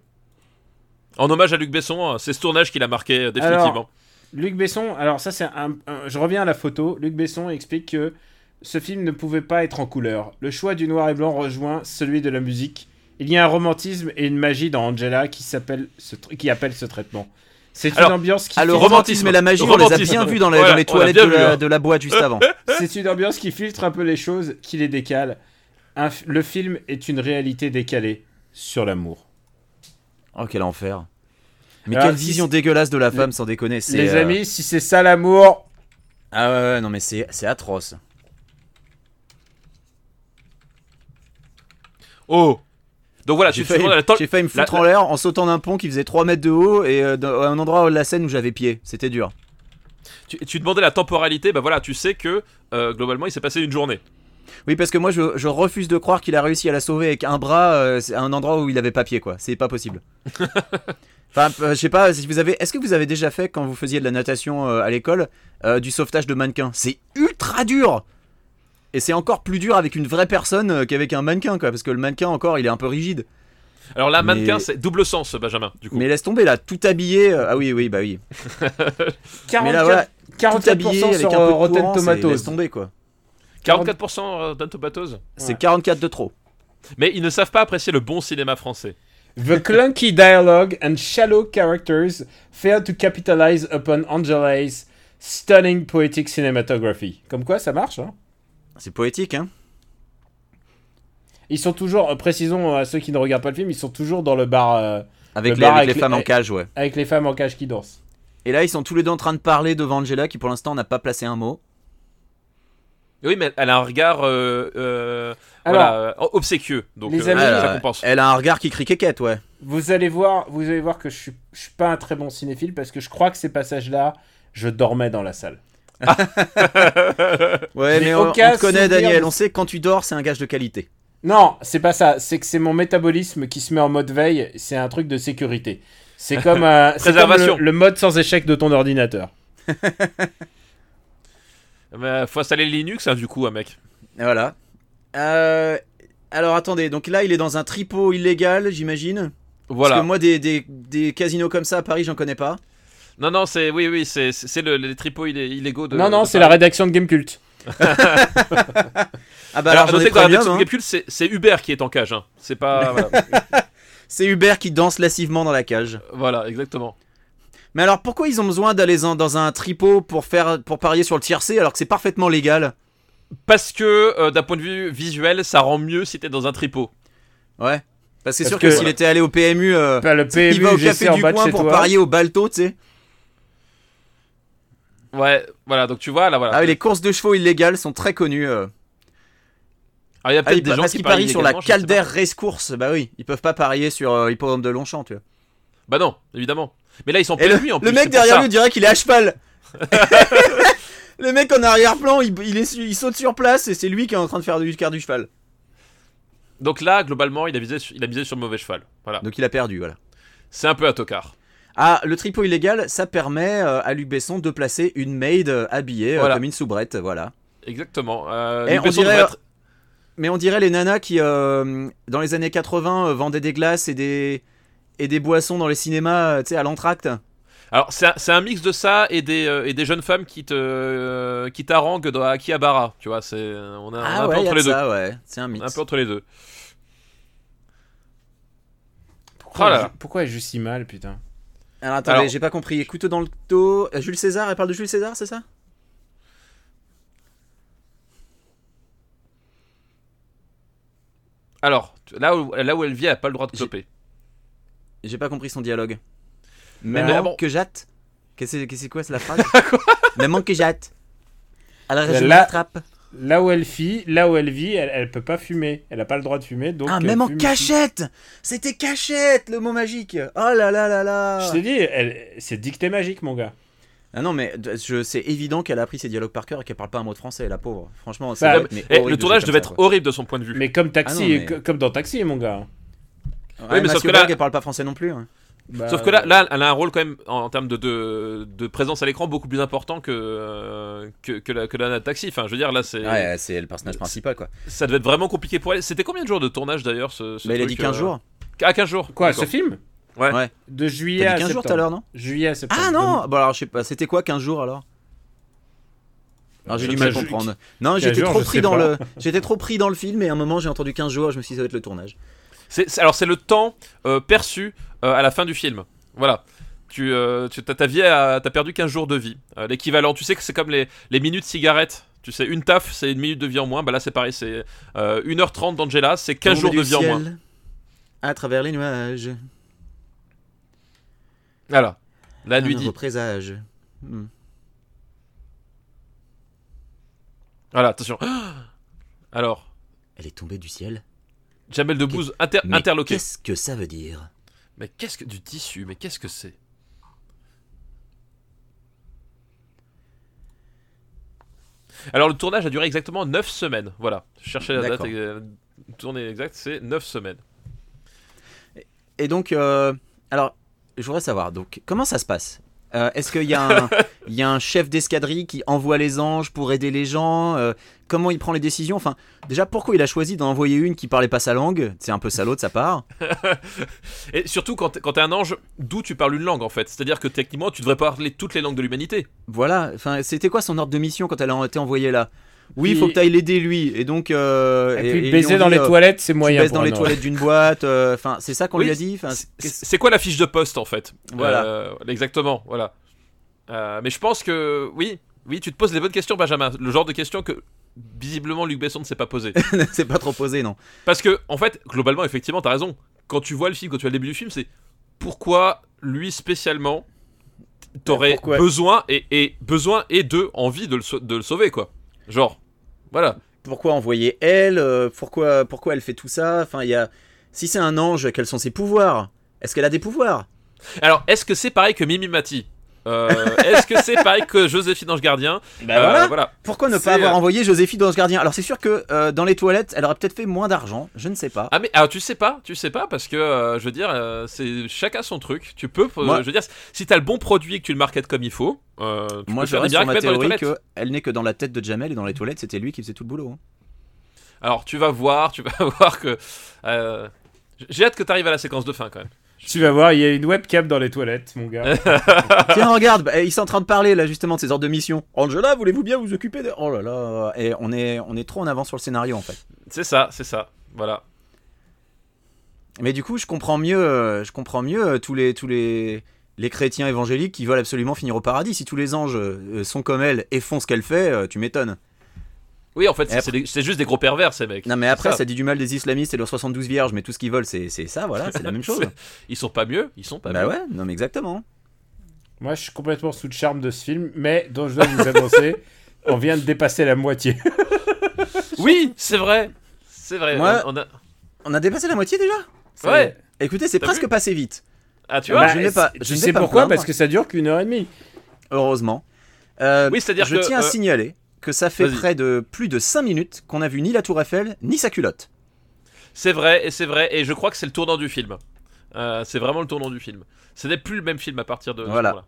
Speaker 3: En hommage à Luc Besson, hein, c'est ce tournage qui l'a marqué euh, définitivement.
Speaker 2: Luc Besson, alors ça c'est un, un- Je reviens à la photo. Luc Besson explique que ce film ne pouvait pas être en couleur. Le choix du noir et blanc rejoint celui de la musique. Il y a un romantisme et une magie dans Angela qui, s'appelle ce tr- qui appelle ce traitement. C'est une
Speaker 3: Alors,
Speaker 2: ambiance qui
Speaker 1: Ah, le
Speaker 2: filtre-
Speaker 1: romantisme et la magie, on les a bien
Speaker 3: Romantisme.
Speaker 1: vus dans, les-
Speaker 3: Voilà,
Speaker 1: dans les
Speaker 3: on l'a
Speaker 1: toilettes
Speaker 3: bien
Speaker 1: de
Speaker 3: vu,
Speaker 1: la-
Speaker 3: hein.
Speaker 1: de la boîte juste
Speaker 3: (laughs)
Speaker 1: avant.
Speaker 2: C'est une ambiance qui filtre un peu les choses, qui les décale. Un f- le film est une réalité décalée sur l'amour.
Speaker 1: Oh, quel enfer. Mais
Speaker 2: Alors,
Speaker 1: quelle
Speaker 2: Ah, si
Speaker 1: vision
Speaker 2: c'est-
Speaker 1: dégueulasse de la femme, sans déconner. c'est,
Speaker 2: Les
Speaker 1: euh,
Speaker 2: amis, si c'est ça l'amour,
Speaker 1: Ah ouais, ouais, non, mais c'est c'est atroce.
Speaker 3: Oh Donc
Speaker 2: Ah,
Speaker 3: voilà,
Speaker 1: J'ai
Speaker 3: tu
Speaker 1: failli,
Speaker 3: toujours dans la tente-
Speaker 1: j'ai failli me
Speaker 3: la-
Speaker 1: foutre en l'air en sautant d'un pont qui faisait 3 mètres de haut et euh, dans- à un endroit de la scène où j'avais pied. C'était dur.
Speaker 3: tu, tu demandais la temporalité, bah voilà, tu sais que euh, globalement il s'est passé une journée.
Speaker 1: Oui, parce que moi, je, je refuse de croire qu'il a réussi à la sauver avec un bras euh, c'est- à un endroit où il avait pas pied, quoi. C'est pas
Speaker 2: (laughs)
Speaker 1: possible. enfin, euh, je sais pas, si vous avez. Est-ce que vous avez déjà fait, quand vous faisiez de la natation euh, à l'école, euh, du sauvetage de mannequin C'est ultra dur Et c'est encore plus dur avec une vraie personne euh, qu'avec un mannequin, quoi. Parce que le mannequin, encore, il est un peu rigide.
Speaker 3: Alors là,
Speaker 1: Mais-
Speaker 3: mannequin, c'est double sens, Benjamin, du coup.
Speaker 1: Mais laisse tomber, là, tout habillé. euh, Ah oui, oui, bah oui.
Speaker 2: 44,
Speaker 1: Mais là, voilà, tout
Speaker 2: 44%
Speaker 1: habillé avec un
Speaker 2: sur
Speaker 1: peu de
Speaker 2: euh, Rotten
Speaker 1: courant, c'est- laisse
Speaker 2: Tomatoes.
Speaker 1: tomber, quoi.
Speaker 3: 44% d'un tomatoes.
Speaker 1: C'est 44 de trop.
Speaker 3: euh, Mais ils ne savent pas apprécier le bon cinéma français.
Speaker 2: The clunky dialogue and shallow characters fail to capitalize upon Angela's stunning poetic cinematography. Comme quoi, ça marche. Hein
Speaker 1: C'est poétique, hein
Speaker 2: ils sont toujours, euh, précisons à ceux qui ne regardent pas le film, ils sont toujours dans le bar euh,
Speaker 1: Avec,
Speaker 2: Le
Speaker 1: les,
Speaker 2: bar
Speaker 1: avec
Speaker 2: avec
Speaker 1: les
Speaker 2: les- eh,
Speaker 1: femmes en cage, ouais.
Speaker 2: avec les femmes en cage qui dansent.
Speaker 1: Et là, ils sont tous les deux en train de parler devant Angela, qui pour l'instant n'a pas placé un mot.
Speaker 3: Oui, mais elle a un regard euh, euh,
Speaker 2: Alors,
Speaker 3: voilà, euh, obséquieux. Donc
Speaker 2: les
Speaker 3: euh,
Speaker 2: amis-
Speaker 3: ça
Speaker 1: euh,
Speaker 3: compense.
Speaker 1: elle a un regard qui crie quéquette,
Speaker 3: (laughs)
Speaker 1: ouais.
Speaker 2: vous allez voir, vous allez voir que je suis, je suis pas un très bon cinéphile parce que je crois que ces passages-là, je dormais dans la salle.
Speaker 1: Ouais, mais,
Speaker 2: Mais
Speaker 1: on, on
Speaker 2: aucun
Speaker 1: te connaît,
Speaker 2: souvenir
Speaker 1: Daniel.
Speaker 2: de-
Speaker 1: On sait que quand tu dors, c'est un gage de qualité.
Speaker 2: Non, c'est pas ça. C'est que c'est mon métabolisme qui se met en mode veille. C'est un truc de sécurité. C'est
Speaker 3: (laughs)
Speaker 2: comme, euh, c'est comme
Speaker 3: Préservation.
Speaker 2: le, le mode sans échec de ton ordinateur.
Speaker 1: euh,
Speaker 3: Mais faut installer Linux, hein, du coup, hein, mec.
Speaker 1: Et voilà. Euh, alors attendez, donc là, il est dans un tripot illégal, j'imagine. Parce
Speaker 3: Voilà.
Speaker 1: que moi, des, des- des casinos comme ça à Paris, j'en connais pas.
Speaker 3: Non, non, c'est oui, oui, c'est c'est le, les tripots illé- illégaux de.
Speaker 2: non, non,
Speaker 3: de
Speaker 2: c'est la
Speaker 3: Paris.
Speaker 2: rédaction de Gamecult.
Speaker 1: Ah bah
Speaker 3: Alors,
Speaker 1: alors, j'en ai
Speaker 3: notez que dans la
Speaker 1: premium,
Speaker 3: version
Speaker 1: hein.
Speaker 3: de Gamecube, c'est c'est Hubert qui est en cage. hein. C'est
Speaker 1: (laughs)
Speaker 3: pas voilà.
Speaker 1: C'est Hubert qui danse lascivement dans la cage.
Speaker 3: Voilà, exactement.
Speaker 1: Mais alors, pourquoi ils ont besoin d'aller en- dans un tripot pour, faire, pour parier sur le tiercé alors que c'est parfaitement légal
Speaker 3: Parce que euh, d'un point de vue visuel, ça rend mieux si t'es dans un tripot.
Speaker 1: Ouais. Parce que c'est
Speaker 2: Parce
Speaker 1: sûr que,
Speaker 2: que-
Speaker 1: s'il était allé au PMU, euh,
Speaker 2: Bah, le PMU,
Speaker 1: il va au
Speaker 2: j'essaie
Speaker 1: café
Speaker 2: en
Speaker 1: du
Speaker 2: bas de
Speaker 1: coin
Speaker 2: chez
Speaker 1: pour
Speaker 2: toi.
Speaker 1: parier au balto, tu
Speaker 3: Ah,
Speaker 1: sais. Ah
Speaker 3: Ouais, voilà. Donc tu vois là, voilà.
Speaker 1: Ah, oui, les courses de chevaux illégales sont très connues. euh.
Speaker 3: Alors, il y a
Speaker 1: Ah,
Speaker 3: peut-être
Speaker 1: ils
Speaker 3: des
Speaker 1: pa-
Speaker 3: gens
Speaker 1: parce
Speaker 3: qui
Speaker 1: qu'ils parient sur la
Speaker 3: illégalement, je ne sais pas.
Speaker 1: Calder Race Course, bah oui, ils peuvent pas parier sur euh, l'hippodrome de Longchamp, tu vois.
Speaker 3: Bah non, évidemment. Mais là, ils sont
Speaker 1: Et
Speaker 3: plus
Speaker 1: le,
Speaker 3: lui en
Speaker 1: le
Speaker 3: plus.
Speaker 1: mec
Speaker 3: c'est pour
Speaker 1: derrière
Speaker 3: ça.
Speaker 1: lui dirait qu'il est à cheval. (laughs) le mec en arrière-plan, il, il est su- il saute sur place et c'est lui qui est en train de faire du quart du cheval.
Speaker 3: Donc là, globalement, il a misé, sur- il a misé sur le mauvais cheval. Voilà.
Speaker 1: Donc il a perdu, voilà.
Speaker 3: C'est un peu un tocard.
Speaker 1: Ah, le tripot illégal, ça permet euh, à Lubesson de placer une maid euh, habillée euh,
Speaker 3: Voilà.
Speaker 1: comme une soubrette, voilà.
Speaker 3: Exactement. Euh,
Speaker 1: Eh,
Speaker 3: Luc
Speaker 1: on
Speaker 3: Besson
Speaker 1: dirait-
Speaker 3: devrait être-
Speaker 1: Mais on dirait les nanas qui, euh, dans les années 80, euh, vendaient des glaces et des, et des boissons dans les cinémas, euh, tu sais, à l'entracte.
Speaker 3: Alors, c'est un, c'est un mix de ça et des, euh, et des jeunes femmes qui te euh, qui taranguent dans Akihabara. Tu vois, c'est on a, on a
Speaker 1: Ah
Speaker 3: un
Speaker 1: ouais,
Speaker 3: peu
Speaker 1: y a
Speaker 3: entre
Speaker 1: de
Speaker 3: les deux.
Speaker 1: ça, ouais. C'est un
Speaker 3: On
Speaker 1: mix.
Speaker 3: est Un peu entre les deux.
Speaker 2: Pourquoi,
Speaker 3: Oh là
Speaker 2: je-
Speaker 3: là.
Speaker 2: pourquoi je suis mal, putain
Speaker 1: Alors attendez,
Speaker 3: Alors-
Speaker 1: j'ai pas compris. Couteau dans le dos. Euh, Jules César, elle parle de Jules César, c'est ça
Speaker 3: Alors, tu- là où, là où elle vit, elle n'a pas le droit de
Speaker 1: J'ai-
Speaker 3: cloper.
Speaker 1: J'ai pas compris son dialogue.
Speaker 2: Mais
Speaker 1: Maman
Speaker 3: ah bon.
Speaker 1: que j'atte. Qu'est-ce que c'est quoi, c'est la
Speaker 3: (laughs)
Speaker 1: phrase Maman que j'atte. Alors je
Speaker 2: Là-
Speaker 1: l'attrape.
Speaker 2: Là où elle vit, là où elle vit, elle, elle peut pas fumer. Elle a pas le droit de fumer, donc.
Speaker 1: Ah,
Speaker 2: elle
Speaker 1: même en
Speaker 2: fume-
Speaker 1: cachette C'était cachette, le mot magique Oh là là là là
Speaker 2: Je t'ai dit, elle- c'est dictée magique, mon gars.
Speaker 1: Ah non, mais d- je, c'est évident qu'elle a appris ses dialogues par cœur et qu'elle parle pas un mot de français, la pauvre. Franchement, c'est
Speaker 2: Bah,
Speaker 1: doit- mais
Speaker 3: Eh,
Speaker 1: horrible
Speaker 3: le
Speaker 1: de
Speaker 3: tournage
Speaker 1: jouer
Speaker 3: devait
Speaker 1: comme
Speaker 3: être
Speaker 1: ça,
Speaker 3: horrible de son point de vue.
Speaker 2: Mais comme taxi,
Speaker 1: Ah non, mais-
Speaker 2: co- comme dans taxi, mon gars.
Speaker 1: quoi.
Speaker 3: Oui,
Speaker 1: Ouais,
Speaker 3: mais sauf
Speaker 1: Mathieu
Speaker 3: que là-
Speaker 1: Berg, elle parle pas français non plus. hein.
Speaker 2: Bah,
Speaker 3: Sauf que là, là, elle a un rôle quand même en, en termes de, de, de présence à l'écran beaucoup plus important que, euh, que, que la, que la taxi. Enfin, je veux dire, là, c'est
Speaker 1: Ouais, c'est le personnage
Speaker 3: c'est-
Speaker 1: principal, quoi.
Speaker 3: ça devait être vraiment compliqué pour elle. C'était combien de jours de tournage d'ailleurs ce, ce
Speaker 1: Mais il a
Speaker 3: truc,
Speaker 1: dit 15
Speaker 3: euh,
Speaker 1: jours.
Speaker 3: Ah, 15 jours.
Speaker 2: Quoi,
Speaker 3: d'accord.
Speaker 2: ce film
Speaker 3: Ouais.
Speaker 1: Ouais.
Speaker 2: De juillet
Speaker 1: T'as
Speaker 2: à
Speaker 1: dit 15 jours
Speaker 2: septembre.
Speaker 1: tout à l'heure, non
Speaker 2: Juillet à septembre.
Speaker 1: Ah non Bon alors je sais pas, c'était quoi 15 jours alors alors j'ai
Speaker 2: Je
Speaker 1: du
Speaker 2: sais
Speaker 1: mal à
Speaker 2: pas.
Speaker 1: comprendre. Non,
Speaker 2: 15
Speaker 1: j'étais
Speaker 2: jours,
Speaker 1: trop
Speaker 2: je
Speaker 1: pris
Speaker 2: sais
Speaker 1: dans
Speaker 2: pas.
Speaker 1: le j'étais trop pris dans le film et à un moment j'ai entendu 15 jours, je me suis dit ça doit être le tournage.
Speaker 3: C'est- c'est- alors c'est le temps euh, perçu euh, à la fin du film. Voilà. Tu, euh, tu t'as- ta vie a- t'as perdu 15 jours de vie. Euh, L'équivalent, tu sais que c'est comme les, les minutes cigarettes. Tu sais, une taf, c'est une minute de vie en moins. Bah là, c'est pareil, c'est euh, 1h30 d'Angela, c'est 15 jours
Speaker 1: Tombé
Speaker 3: de
Speaker 1: du
Speaker 3: vie en moins.
Speaker 1: ciel, À travers les nuages.
Speaker 3: Alors, la nuit
Speaker 1: Un
Speaker 3: dit.
Speaker 1: représage. Hmm.
Speaker 3: Voilà, attention. (gasps) Alors,
Speaker 1: Elle est tombée du ciel.
Speaker 3: Jamel Debbouze inter
Speaker 1: Mais
Speaker 3: interloqué.
Speaker 1: Qu'est-ce que ça veut dire
Speaker 3: Mais qu'est-ce que du tissu Mais qu'est-ce que c'est Alors le tournage a duré exactement 9 semaines. Voilà, je cherchais la date
Speaker 1: D'accord.
Speaker 3: euh, tournée exacte, c'est 9 semaines.
Speaker 1: Et donc, euh, alors, je voudrais savoir, donc, comment ça se passe Euh, Est-ce qu'il y, a
Speaker 4: (laughs)
Speaker 1: un- il y a un chef d'escadrille qui envoie les anges pour aider les gens Euh, Comment il prend les décisions Enfin, déjà, pourquoi il a choisi d'en envoyer une qui parlait pas sa langue C'est un peu salaud de sa part.
Speaker 3: Et surtout quand t'es- quand t'es un ange, d'où tu parles une langue en fait C'est-à-dire que techniquement tu devrais parler toutes les langues de l'humanité.
Speaker 1: Voilà, enfin, c'était quoi son ordre de mission quand elle a été envoyée là Oui, il
Speaker 2: Puis-
Speaker 1: faut que tu ailles l'aider lui. Et donc, euh,
Speaker 4: Et, puis
Speaker 1: ils lui
Speaker 4: baiser
Speaker 1: ont
Speaker 4: dans
Speaker 1: dit,
Speaker 4: les
Speaker 1: euh,
Speaker 4: toilettes, c'est
Speaker 1: Tu
Speaker 4: moyen.
Speaker 1: baisses
Speaker 4: pour
Speaker 1: dans
Speaker 4: un
Speaker 1: les
Speaker 4: ange.
Speaker 1: toilettes d'une boîte. euh, Enfin, c'est ça qu'on
Speaker 3: Oui,
Speaker 1: lui a dit. Enfin,
Speaker 3: C'est-
Speaker 1: qu'est-ce-
Speaker 3: C'est quoi la fiche de poste en fait
Speaker 1: Voilà.
Speaker 3: Euh, exactement, voilà. Euh, mais je pense que oui, oui, tu te poses les bonnes questions, Benjamin. Le genre de questions que visiblement Luc Besson ne s'est pas posé.
Speaker 1: c'est (laughs) pas trop posé, non
Speaker 3: Parce que, en fait, globalement, effectivement, t'as raison. Quand tu vois le film, quand tu vois le début du film, c'est pourquoi lui spécialement t'aurais
Speaker 4: Pourquoi
Speaker 3: besoin et, et besoin et de envie de le, sau- de le sauver quoi. Genre, voilà.
Speaker 1: pourquoi envoyer elle euh, pourquoi, pourquoi elle fait tout ça Enfin, il y a... Si c'est un ange, quels sont ses pouvoirs Est-ce qu'elle a des pouvoirs
Speaker 3: Alors, est-ce que c'est pareil que Mimi Mati Euh, Est-ce que c'est pareil que Joséphine
Speaker 1: (laughs)
Speaker 3: Ange Gardien
Speaker 1: Bah
Speaker 3: Euh,
Speaker 1: voilà
Speaker 3: voilà.
Speaker 1: Pourquoi ne
Speaker 3: C'est,
Speaker 1: pas avoir
Speaker 3: euh,
Speaker 1: envoyé Joséphine dans ce gardien Alors c'est sûr que euh, dans les toilettes, elle aurait peut-être fait moins d'argent, je ne sais pas.
Speaker 3: Ah mais alors tu sais pas, tu sais pas parce que euh, je veux dire euh, c'est chacun son truc. Tu peux, euh,
Speaker 1: Moi-
Speaker 3: je veux dire si t'as le bon produit et que tu le marketes comme il faut, euh, tu
Speaker 1: Moi
Speaker 3: peux
Speaker 1: je
Speaker 3: faire des
Speaker 1: reste sur
Speaker 3: miracles
Speaker 1: ma
Speaker 3: même dans les
Speaker 1: théorie
Speaker 3: toilettes.
Speaker 1: qu'elle n'est que dans la tête de Jamel et dans les toilettes c'était lui qui faisait tout le boulot. hein. (laughs)
Speaker 3: Alors tu vas voir, tu vas (laughs) voir que euh, j'ai hâte que t'arrives à la séquence de fin quand même.
Speaker 4: Tu vas voir, il y a une webcam dans les toilettes, mon gars.
Speaker 1: Tiens regarde, bah, ils sont en train de parler là justement de ses ordres de mission. Angela, voulez-vous bien vous occuper de... Oh là là, et on est, on est trop en avance sur le scénario en fait.
Speaker 3: C'est ça, c'est ça. Voilà.
Speaker 1: Mais du coup, je comprends mieux, euh, je comprends mieux euh, tous les tous les les chrétiens évangéliques qui veulent absolument finir au paradis. Si tous les anges euh, sont comme elle et font ce qu'elle fait, euh, tu m'étonnes.
Speaker 3: Oui en fait
Speaker 1: Et
Speaker 3: c'est des- c'est juste des gros pervers ces mecs.
Speaker 1: Non, mais après,
Speaker 3: ça.
Speaker 1: ça. dit du mal des islamistes et leurs 72 vierges, mais tout ce qu'ils veulent, c'est c'est ça, voilà, c'est la (laughs) même chose.
Speaker 3: Ils sont pas mieux, ils sont pas
Speaker 1: bah
Speaker 3: mieux.
Speaker 1: ouais, non mais exactement.
Speaker 4: Moi, je suis complètement sous le charme de ce film, mais dont je dois vous annoncer, on vient de dépasser la moitié.
Speaker 3: Oui c'est vrai, c'est vrai.
Speaker 1: Moi-
Speaker 3: on- on a-
Speaker 1: On a dépassé la moitié déjà
Speaker 3: Ouais.
Speaker 1: Écoutez, c'est
Speaker 3: T'as
Speaker 1: presque
Speaker 3: vu
Speaker 1: passé vite.
Speaker 3: Ah tu
Speaker 1: Bah,
Speaker 3: vois.
Speaker 1: je n'ai pas- je
Speaker 4: tu
Speaker 1: ne vais
Speaker 4: sais
Speaker 1: pas me
Speaker 4: pourquoi
Speaker 1: plaindre.
Speaker 4: Parce que ça dure qu'une heure et demie.
Speaker 1: Heureusement. Euh,
Speaker 3: Oui, c'est-à-dire
Speaker 1: je
Speaker 3: que,
Speaker 1: tiens à
Speaker 3: euh,
Speaker 1: signaler que ça fait
Speaker 3: vas-y.
Speaker 1: près de plus de 5 minutes qu'on a vu ni la Tour Eiffel ni sa culotte.
Speaker 3: C'est vrai, et c'est vrai, et je crois que c'est le tournant du film. Euh, c'est vraiment le tournant du film. Ce n'est plus le même film à partir de. de ce
Speaker 1: Voilà.
Speaker 3: moment-là.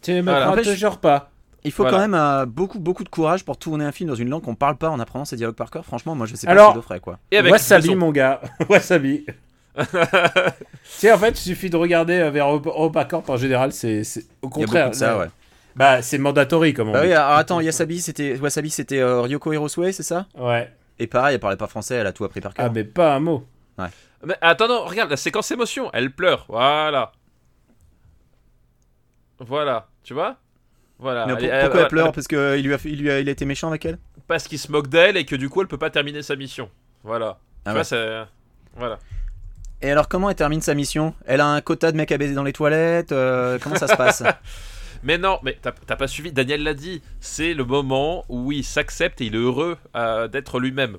Speaker 4: Tu me
Speaker 3: Voilà.
Speaker 4: prends
Speaker 1: Après, je-
Speaker 4: toujours pas.
Speaker 1: Il faut
Speaker 3: Voilà.
Speaker 1: quand même euh, beaucoup beaucoup de courage pour tourner un film dans une langue qu'on parle pas en apprenant ses dialogues par cœur. Franchement, moi je sais pas
Speaker 4: Alors-
Speaker 1: ce que je ferais quoi.
Speaker 3: Et avec
Speaker 4: Wasabi,
Speaker 3: Besson.
Speaker 4: mon gars. (laughs)
Speaker 1: (laughs)
Speaker 4: Wasabi. tu sais, en fait, il suffit de regarder euh, vers Europa- EuropaCorp en général, c'est c'est- au
Speaker 1: Il y a
Speaker 4: contraire.
Speaker 1: beaucoup de ça,
Speaker 4: là-
Speaker 1: ouais.
Speaker 4: Bah, c'est mandatory, comme on
Speaker 1: Bah
Speaker 4: dit.
Speaker 1: oui, alors attends, Yasabi c'était Wasabi c'était euh, Ryoko Hirosue, c'est ça
Speaker 4: Ouais.
Speaker 1: Et pareil, elle parlait pas français, elle a tout appris par cœur.
Speaker 4: Ah, mais pas un mot.
Speaker 3: Mais attends, non, regarde la séquence émotion. Elle pleure. Voilà. Voilà. Tu vois Voilà.
Speaker 1: Mais pour-
Speaker 3: Elle- elle-
Speaker 4: euh,
Speaker 1: pourquoi elle
Speaker 3: elle-
Speaker 1: pleure Parce qu'il lui a, il lui a, il a été méchant avec elle
Speaker 3: elle- Parce qu'il se moque d'elle et que du coup elle peut pas terminer sa mission. Voilà.
Speaker 1: Ah
Speaker 3: tu
Speaker 1: ouais.
Speaker 3: vois, c'est. Voilà.
Speaker 1: Et alors comment elle termine sa mission Elle a un quota de mecs à baiser dans les toilettes euh, Comment ça
Speaker 4: (laughs)
Speaker 1: se passe
Speaker 3: Mais non, mais t'as t'as pas suivi. Daniel l'a dit. C'est le moment où il s'accepte et il est heureux euh, d'être lui-même.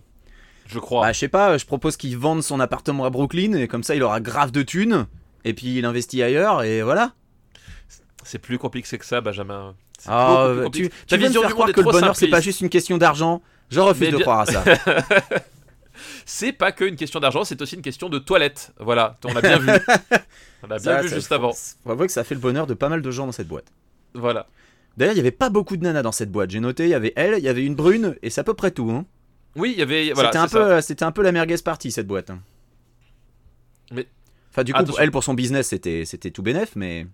Speaker 3: Je crois.
Speaker 1: Bah je sais pas, je propose qu'il vende son appartement à Brooklyn et comme ça il aura grave de thunes. Et puis il investit ailleurs et voilà.
Speaker 3: C'est plus compliqué que ça, Benjamin. C'est
Speaker 1: Ah,
Speaker 3: beaucoup plus
Speaker 1: tu
Speaker 3: compliqué.
Speaker 1: tu veux me faire croire que le bonheur c'est pas juste une question d'argent Je refuse
Speaker 3: Mais
Speaker 1: de
Speaker 3: bien-
Speaker 1: croire à ça.
Speaker 3: C'est pas que une question d'argent, c'est aussi une question de toilette. Voilà, on
Speaker 1: (laughs)
Speaker 3: l'a bien vu. On l'a bien
Speaker 1: Ça,
Speaker 3: vu
Speaker 1: ça,
Speaker 3: juste
Speaker 1: faut-
Speaker 3: avant.
Speaker 1: Faut avouer que ça fait le bonheur de pas mal de gens dans cette boîte.
Speaker 3: Voilà.
Speaker 1: D'ailleurs, il y avait pas beaucoup de nanas dans cette boîte. J'ai noté, il y avait elle, il y avait une brune, et c'est à peu près tout. hein.
Speaker 3: Oui, il y avait. Voilà,
Speaker 1: c'était un
Speaker 3: c'est ça.
Speaker 1: peu, c'était un peu la merguez partie cette boîte. hein.
Speaker 3: Mais-
Speaker 1: Enfin, du coup,
Speaker 3: Attention.
Speaker 1: elle pour son business, c'était, c'était tout bénef, mais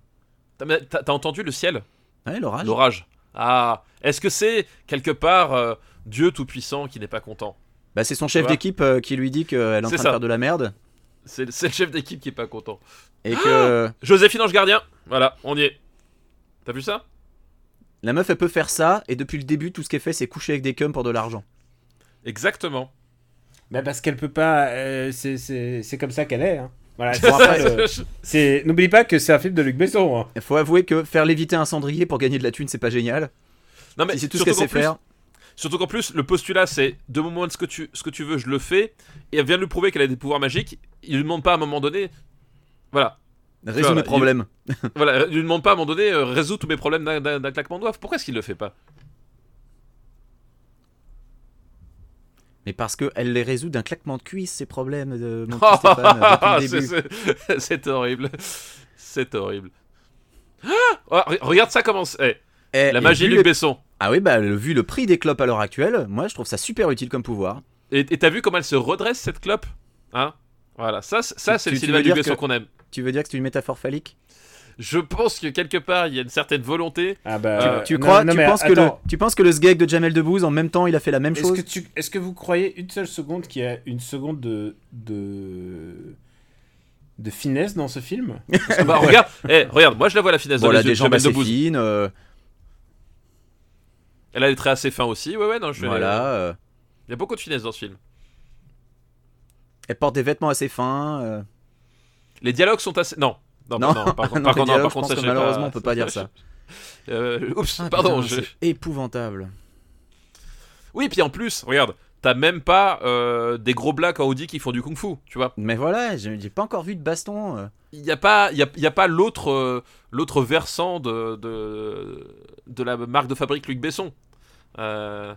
Speaker 3: T'as- mais T'as t'as entendu le ciel
Speaker 1: ouais, l'orage.
Speaker 3: L'orage. Ah, est-ce que c'est quelque part euh, Dieu Tout-Puissant qui n'est pas content
Speaker 1: Bah, c'est son
Speaker 3: Tu
Speaker 1: chef
Speaker 3: vois.
Speaker 1: d'équipe euh, qui lui dit qu'elle est en
Speaker 3: C'est
Speaker 1: train
Speaker 3: ça.
Speaker 1: de faire de la merde
Speaker 3: C'est c'est le chef d'équipe qui est pas content. Ah
Speaker 1: et que
Speaker 3: Joséphine Ange Gardien, voilà, on y est. T'as vu ça
Speaker 1: la meuf elle peut faire ça et depuis le début tout ce qu'elle fait c'est coucher avec des cums pour de l'argent.
Speaker 3: Exactement.
Speaker 4: Bah, parce qu'elle peut pas. euh, c'est- c'est c'est comme ça qu'elle est. hein.
Speaker 1: (laughs)
Speaker 2: Voilà, c'est
Speaker 1: Bon,
Speaker 3: (laughs)
Speaker 1: après,
Speaker 2: ça, le- c'est- N'oublie pas que c'est un film de Luc Besson. hein.
Speaker 1: Il faut avouer que faire léviter un cendrier pour gagner de la thune, c'est pas génial.
Speaker 3: Non, Ah, mais
Speaker 1: Si c'est tout ce
Speaker 3: surtout
Speaker 1: qu'elle sait
Speaker 3: qu'en plus-
Speaker 1: faire.
Speaker 3: Surtout qu'en plus, le postulat, c'est de moment ce que tu ce que tu veux, je le fais. Et elle vient de lui prouver qu'elle a des pouvoirs magiques. Il lui demande pas à un moment donné. Voilà,
Speaker 1: Résoudre
Speaker 3: Voilà,
Speaker 1: mes
Speaker 3: il-
Speaker 1: problèmes.
Speaker 3: voilà. Il lui demande pas à un moment donné euh, résous tous mes problèmes d'un- d'un d'un claquement de doigts. Pourquoi est-ce qu'il le fait pas
Speaker 1: Mais parce qu'elle les résout d'un claquement de cuisse, ces problèmes de
Speaker 3: (laughs)
Speaker 1: mon petit
Speaker 3: Oh,
Speaker 1: Stéphane, depuis le
Speaker 3: c'est-
Speaker 1: début.
Speaker 3: c'est- C'est horrible. C'est horrible. Ah Oh, re- regarde ça commence. Eh,
Speaker 1: Eh,
Speaker 3: la
Speaker 1: et
Speaker 3: magie
Speaker 1: vu
Speaker 3: du
Speaker 1: le-
Speaker 3: Besson.
Speaker 1: Ah oui, bah, le- vu le prix des clopes à l'heure actuelle, moi je trouve ça super utile comme pouvoir.
Speaker 3: Et et t'as vu comment elle se redresse cette clope Hein Voilà, ça, c'est- ça
Speaker 1: Tu-
Speaker 3: c'est
Speaker 1: tu-
Speaker 3: le
Speaker 1: tu
Speaker 3: cinéma
Speaker 1: veux
Speaker 3: du
Speaker 1: dire
Speaker 3: Besson
Speaker 1: que-
Speaker 3: qu'on aime.
Speaker 1: Tu veux dire que c'est une métaphore phallique
Speaker 3: Je pense que quelque part, il y a une certaine
Speaker 1: (laughs)
Speaker 3: volonté.
Speaker 2: Ah bah,
Speaker 3: Tu-
Speaker 1: Tu
Speaker 2: non,
Speaker 1: crois,
Speaker 2: non,
Speaker 1: tu
Speaker 2: mais
Speaker 1: penses que le,
Speaker 2: attends.
Speaker 1: tu penses que le sgeg de Jamel Debbouze en même temps il a fait la même
Speaker 2: Est-ce
Speaker 1: chose
Speaker 2: que, tu... Est-ce que vous croyez une seule seconde qu'il y a une seconde de... de... de finesse dans ce film
Speaker 3: Bah, regarde, eh, regarde, moi je la vois la finesse
Speaker 1: Bon,
Speaker 3: de
Speaker 1: elle a
Speaker 3: la
Speaker 1: des jambes assez
Speaker 3: de
Speaker 1: fines, euh,
Speaker 3: Elle a des traits assez fins aussi, ouais, ouais, non, je vais-
Speaker 1: voilà. euh,
Speaker 3: Il y a beaucoup de finesse dans ce film.
Speaker 1: elle porte des vêtements assez fins. euh,
Speaker 3: Les dialogues sont assez. Non. Non,
Speaker 1: Non,
Speaker 3: non,
Speaker 1: (laughs)
Speaker 3: par contre,
Speaker 1: non,
Speaker 3: par
Speaker 1: les
Speaker 3: contre, non,
Speaker 1: dialogues,
Speaker 3: par
Speaker 1: je
Speaker 3: contre,
Speaker 1: pense
Speaker 3: ça,
Speaker 1: que
Speaker 3: j'ai pas-
Speaker 1: malheureusement, on peut pas dire ça.
Speaker 3: Euh, oups,
Speaker 1: Ah,
Speaker 3: pardon.
Speaker 1: putain,
Speaker 3: je-
Speaker 1: C'est épouvantable.
Speaker 3: Oui, puis en plus, regarde, t'as même pas euh, des gros blacks en hoodie qui font du kung-fu, tu vois.
Speaker 1: Mais voilà, j'ai j'ai pas encore vu de baston. euh.
Speaker 3: Il n'y a pas, il y a, il y a pas l'autre, euh, l'autre versant de, de de la marque de fabrique Luc Besson. Euh,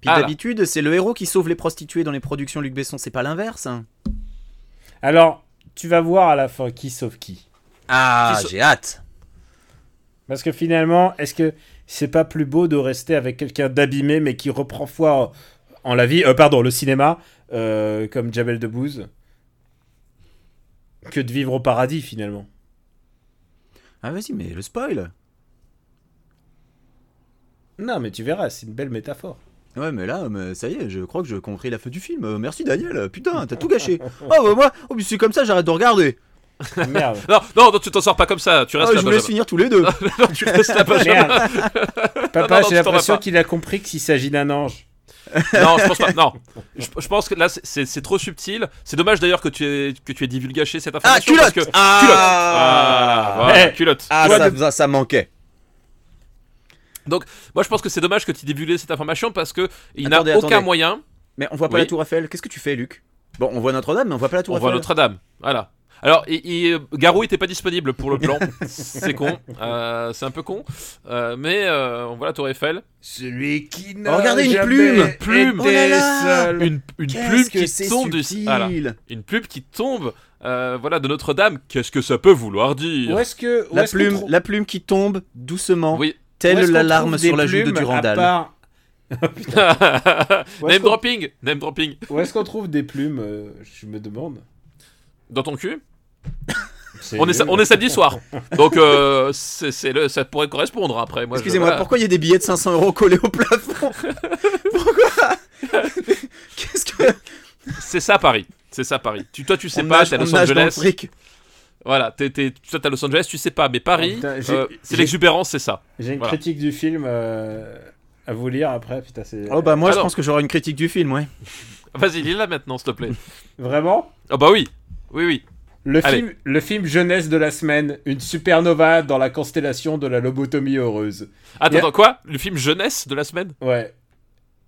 Speaker 1: Puis
Speaker 3: Ah là.
Speaker 1: d'habitude, c'est le héros qui sauve les prostituées dans les productions Luc Besson, c'est pas l'inverse. hein.
Speaker 2: Alors, tu vas voir à la fin qui sauve qui.
Speaker 1: Ah,
Speaker 3: Qui sa-
Speaker 1: j'ai hâte.
Speaker 2: Parce que finalement, est-ce que c'est pas plus beau de rester avec quelqu'un d'abîmé mais qui reprend foi en la vie, euh, pardon, le cinéma, euh, comme Jabel Debbouze, que de vivre au paradis finalement
Speaker 1: Ah vas-y, mais le spoil.
Speaker 2: Non, mais tu verras, c'est une belle métaphore.
Speaker 1: Ouais, mais là, mais ça y est, je crois que j'ai compris la fin du film. Euh, merci Daniel, putain, t'as tout
Speaker 3: (laughs)
Speaker 1: gâché. Oh bah moi, oh, mais c'est comme ça, j'arrête de regarder.
Speaker 2: Merde.
Speaker 3: Non, non, non, tu t'en sors pas comme ça. Tu
Speaker 1: Ah,
Speaker 3: restes
Speaker 1: je
Speaker 3: là.
Speaker 1: vous laisse
Speaker 3: Benjamin.
Speaker 1: finir tous les
Speaker 3: (laughs)
Speaker 1: deux.
Speaker 3: Non, tu restes
Speaker 1: (laughs)
Speaker 3: là, Benjamin.
Speaker 2: Oh, Merde.
Speaker 3: Non,
Speaker 2: Papa,
Speaker 3: non,
Speaker 2: j'ai
Speaker 3: tu t'en vas
Speaker 2: l'impression
Speaker 3: pas.
Speaker 2: qu'il a compris qu'il s'agit d'un ange.
Speaker 3: Non, je pense pas. Non, je, je pense que là, c'est- c'est c'est trop subtil. C'est dommage d'ailleurs que tu aies que tu aies divulgaché cette
Speaker 1: Ah
Speaker 3: information.
Speaker 1: culotte.
Speaker 3: parce que-
Speaker 1: Ah,
Speaker 3: Ah, voilà,
Speaker 2: Eh.
Speaker 3: culotte.
Speaker 1: Ah,
Speaker 2: Toi,
Speaker 1: ça, ça, ça manquait.
Speaker 3: Moi, je pense que c'est dommage que tu aies divulgué cette information parce que il n'a
Speaker 1: Attendez,
Speaker 3: aucun
Speaker 1: attendez.
Speaker 3: moyen.
Speaker 1: Mais on voit pas
Speaker 3: Oui.
Speaker 1: la Tour Eiffel. Qu'est-ce que tu fais, Luc Bon, on voit Notre-Dame, mais on voit pas la Tour
Speaker 3: On
Speaker 1: Eiffel.
Speaker 3: voit Notre-Dame. Voilà. Alors, il- il- Garou était pas disponible pour
Speaker 1: (laughs)
Speaker 3: le plan. c'est con. Euh, c'est un peu con. Euh, mais euh, on voit la Tour Eiffel.
Speaker 2: Celui qui
Speaker 1: Oh, regardez, une jamais plume. été
Speaker 3: Plume.
Speaker 1: Oh là là. seul.
Speaker 3: Une, une
Speaker 1: Qu'est-ce
Speaker 3: plume
Speaker 1: que
Speaker 3: qui
Speaker 1: c'est
Speaker 3: tombe Ah du-
Speaker 1: subtil.
Speaker 3: voilà. Une plume qui tombe. euh, voilà de Notre-Dame. Qu'est-ce que ça peut vouloir dire
Speaker 2: Où est-ce que... où
Speaker 1: La
Speaker 2: est-ce qu'on
Speaker 1: plume,
Speaker 2: trou-
Speaker 1: la plume qui tombe doucement,
Speaker 3: Oui.
Speaker 2: où est-ce
Speaker 1: telle
Speaker 2: qu'on
Speaker 1: l'alarme
Speaker 2: trouve
Speaker 1: sur
Speaker 2: des
Speaker 1: la joue de
Speaker 2: plumes à
Speaker 1: Durandal.
Speaker 2: part-
Speaker 3: (laughs)
Speaker 2: Où est-ce
Speaker 3: Name
Speaker 2: qu'on-
Speaker 3: dropping. Name dropping.
Speaker 2: Où est-ce qu'on trouve des plumes euh, Je me demande.
Speaker 3: Dans ton cul. On est, sa- on est
Speaker 1: (laughs)
Speaker 3: samedi soir. Donc, euh, c'est c'est le, ça pourrait correspondre après. Moi, je-
Speaker 1: Excusez-moi,
Speaker 3: voilà.
Speaker 1: pourquoi il y a des billets de 500 euros collés au
Speaker 3: (laughs)
Speaker 1: plafond Pourquoi Qu'est-ce que
Speaker 3: C'est ça Paris. C'est ça Paris. Tu, toi, tu sais
Speaker 1: On
Speaker 3: pas,
Speaker 1: nage-
Speaker 3: t'es à
Speaker 1: on
Speaker 3: Los
Speaker 1: nage dans le
Speaker 3: Angeles.
Speaker 1: fric.
Speaker 3: Voilà, t'es- t'es- toi, t'es à Los Angeles, tu sais pas. Mais Paris,
Speaker 2: Oh, putain, j'ai-
Speaker 3: euh, c'est
Speaker 2: j'ai-
Speaker 3: l'exubérance, c'est ça.
Speaker 2: J'ai une
Speaker 3: Voilà.
Speaker 2: critique du film euh, à vous lire après. Putain, c'est...
Speaker 1: Oh bah moi je
Speaker 3: Alors.
Speaker 1: pense que j'aurai une critique du film, ouais.
Speaker 3: Vas-y, lis là maintenant, s'il te
Speaker 1: (laughs)
Speaker 3: plaît.
Speaker 2: Vraiment
Speaker 3: Ah bah oui. Oui, oui.
Speaker 2: le
Speaker 3: Allez.
Speaker 2: film, le film jeunesse de la semaine, une supernova dans la constellation de la lobotomie heureuse.
Speaker 3: Attends,
Speaker 2: Yeah.
Speaker 3: attends, Ah, quoi Le film jeunesse de la semaine
Speaker 2: Ouais,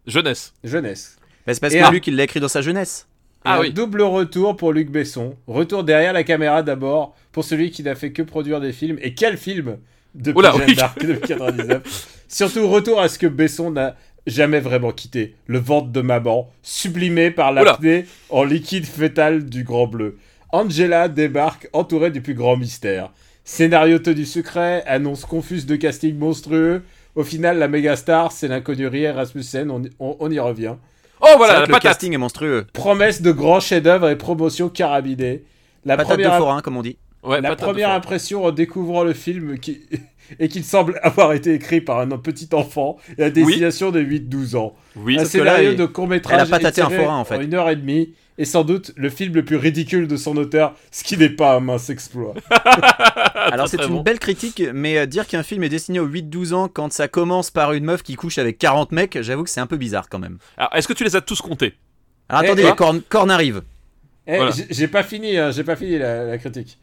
Speaker 3: Jeunesse.
Speaker 2: jeunesse.
Speaker 1: Bah, c'est parce
Speaker 2: Et
Speaker 1: que
Speaker 2: un-
Speaker 1: Luc il l'a écrit dans sa jeunesse.
Speaker 2: Et
Speaker 3: Ah
Speaker 2: un
Speaker 3: oui.
Speaker 2: Double retour pour Luc Besson. Retour derrière la caméra d'abord pour celui qui n'a fait que produire des films. Et quel film depuis
Speaker 3: Oula,
Speaker 2: Jeanne
Speaker 3: oui.
Speaker 2: d'Arc depuis
Speaker 3: (laughs)
Speaker 2: 99. Surtout retour à ce que Besson n'a jamais vraiment quitté. Le ventre de maman, sublimé par
Speaker 3: Oula.
Speaker 2: l'apnée en liquide fétal du Grand Bleu. Angela débarque entourée du plus grand mystère. Scénario tenu secret, annonce confuse de casting monstrueux. Au final, la méga star, c'est l'inconnu Ria Rasmussen, on, on- on y revient.
Speaker 3: Oh
Speaker 1: C'est
Speaker 3: voilà,
Speaker 1: vrai
Speaker 3: la
Speaker 1: que le
Speaker 3: patate.
Speaker 1: casting est monstrueux.
Speaker 2: Promesse de grands chefs-d'œuvre et promotion carabinée. La
Speaker 1: Patate
Speaker 2: première,
Speaker 1: de forain comme on dit.
Speaker 3: Ouais,
Speaker 2: la
Speaker 3: patate de
Speaker 2: première
Speaker 3: foire.
Speaker 2: impression en découvrant le film qui... (laughs) et qu'il semble avoir été écrit par un petit enfant et à destination de 8-12 ans.
Speaker 3: Oui.
Speaker 2: un
Speaker 1: sauf que là,
Speaker 2: scénario
Speaker 1: il-
Speaker 2: de court-métrage
Speaker 1: elle a pas tâté un
Speaker 2: étiré
Speaker 1: forain, en fait.
Speaker 2: une heure et demie et sans doute le film le plus ridicule de son auteur, ce qui n'est pas un mince exploit.
Speaker 1: Alors c'est
Speaker 3: Ah, très
Speaker 1: une
Speaker 3: bon.
Speaker 1: belle critique, mais euh, dire qu'un film est destiné aux 8-12 ans quand ça commence par une meuf qui couche avec 40 mecs, j'avoue que c'est un peu bizarre quand même.
Speaker 3: Alors, est-ce que tu les as tous comptés
Speaker 1: Alors
Speaker 2: Eh,
Speaker 1: attendez,
Speaker 2: eh.
Speaker 1: Corne, Corne arrive.
Speaker 2: Eh,
Speaker 3: Voilà.
Speaker 2: j'ai- J'ai pas fini, hein, j'ai pas fini la, la critique.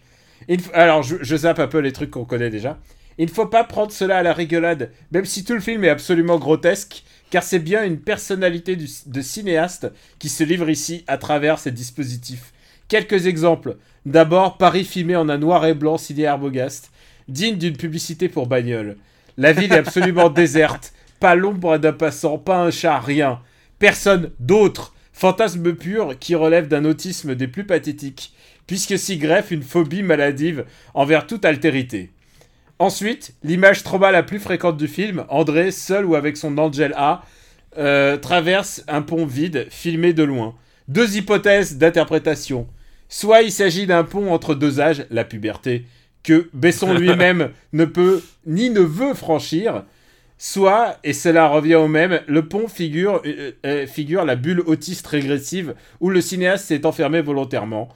Speaker 2: Il f- alors, je, je zappe un peu les trucs qu'on connaît déjà. Il ne faut pas prendre cela à la rigolade, même si tout le film est absolument grotesque, car c'est bien une personnalité du- de cinéaste qui se livre ici à travers ces dispositifs. Quelques exemples. D'abord, Paris filmé en un noir et blanc signé Arbogast, digne d'une publicité pour bagnole. La ville est absolument (laughs) déserte, pas l'ombre d'un passant, pas un chat, rien. Personne d'autre. Fantasme pur qui relève d'un autisme des plus pathétiques, puisque s'y greffe une phobie maladive envers toute altérité. Ensuite, l'image trauma la plus fréquente du film, André, seul ou avec son Angel A, euh, traverse un pont vide, filmé de loin. Deux hypothèses d'interprétation. Soit il s'agit d'un pont entre deux âges, la puberté, que
Speaker 1: (laughs)
Speaker 2: Besson lui-même ne peut ni ne veut franchir, soit, et cela revient au même, le pont figure, euh, euh, figure la bulle autiste régressive où le cinéaste s'est enfermé volontairement.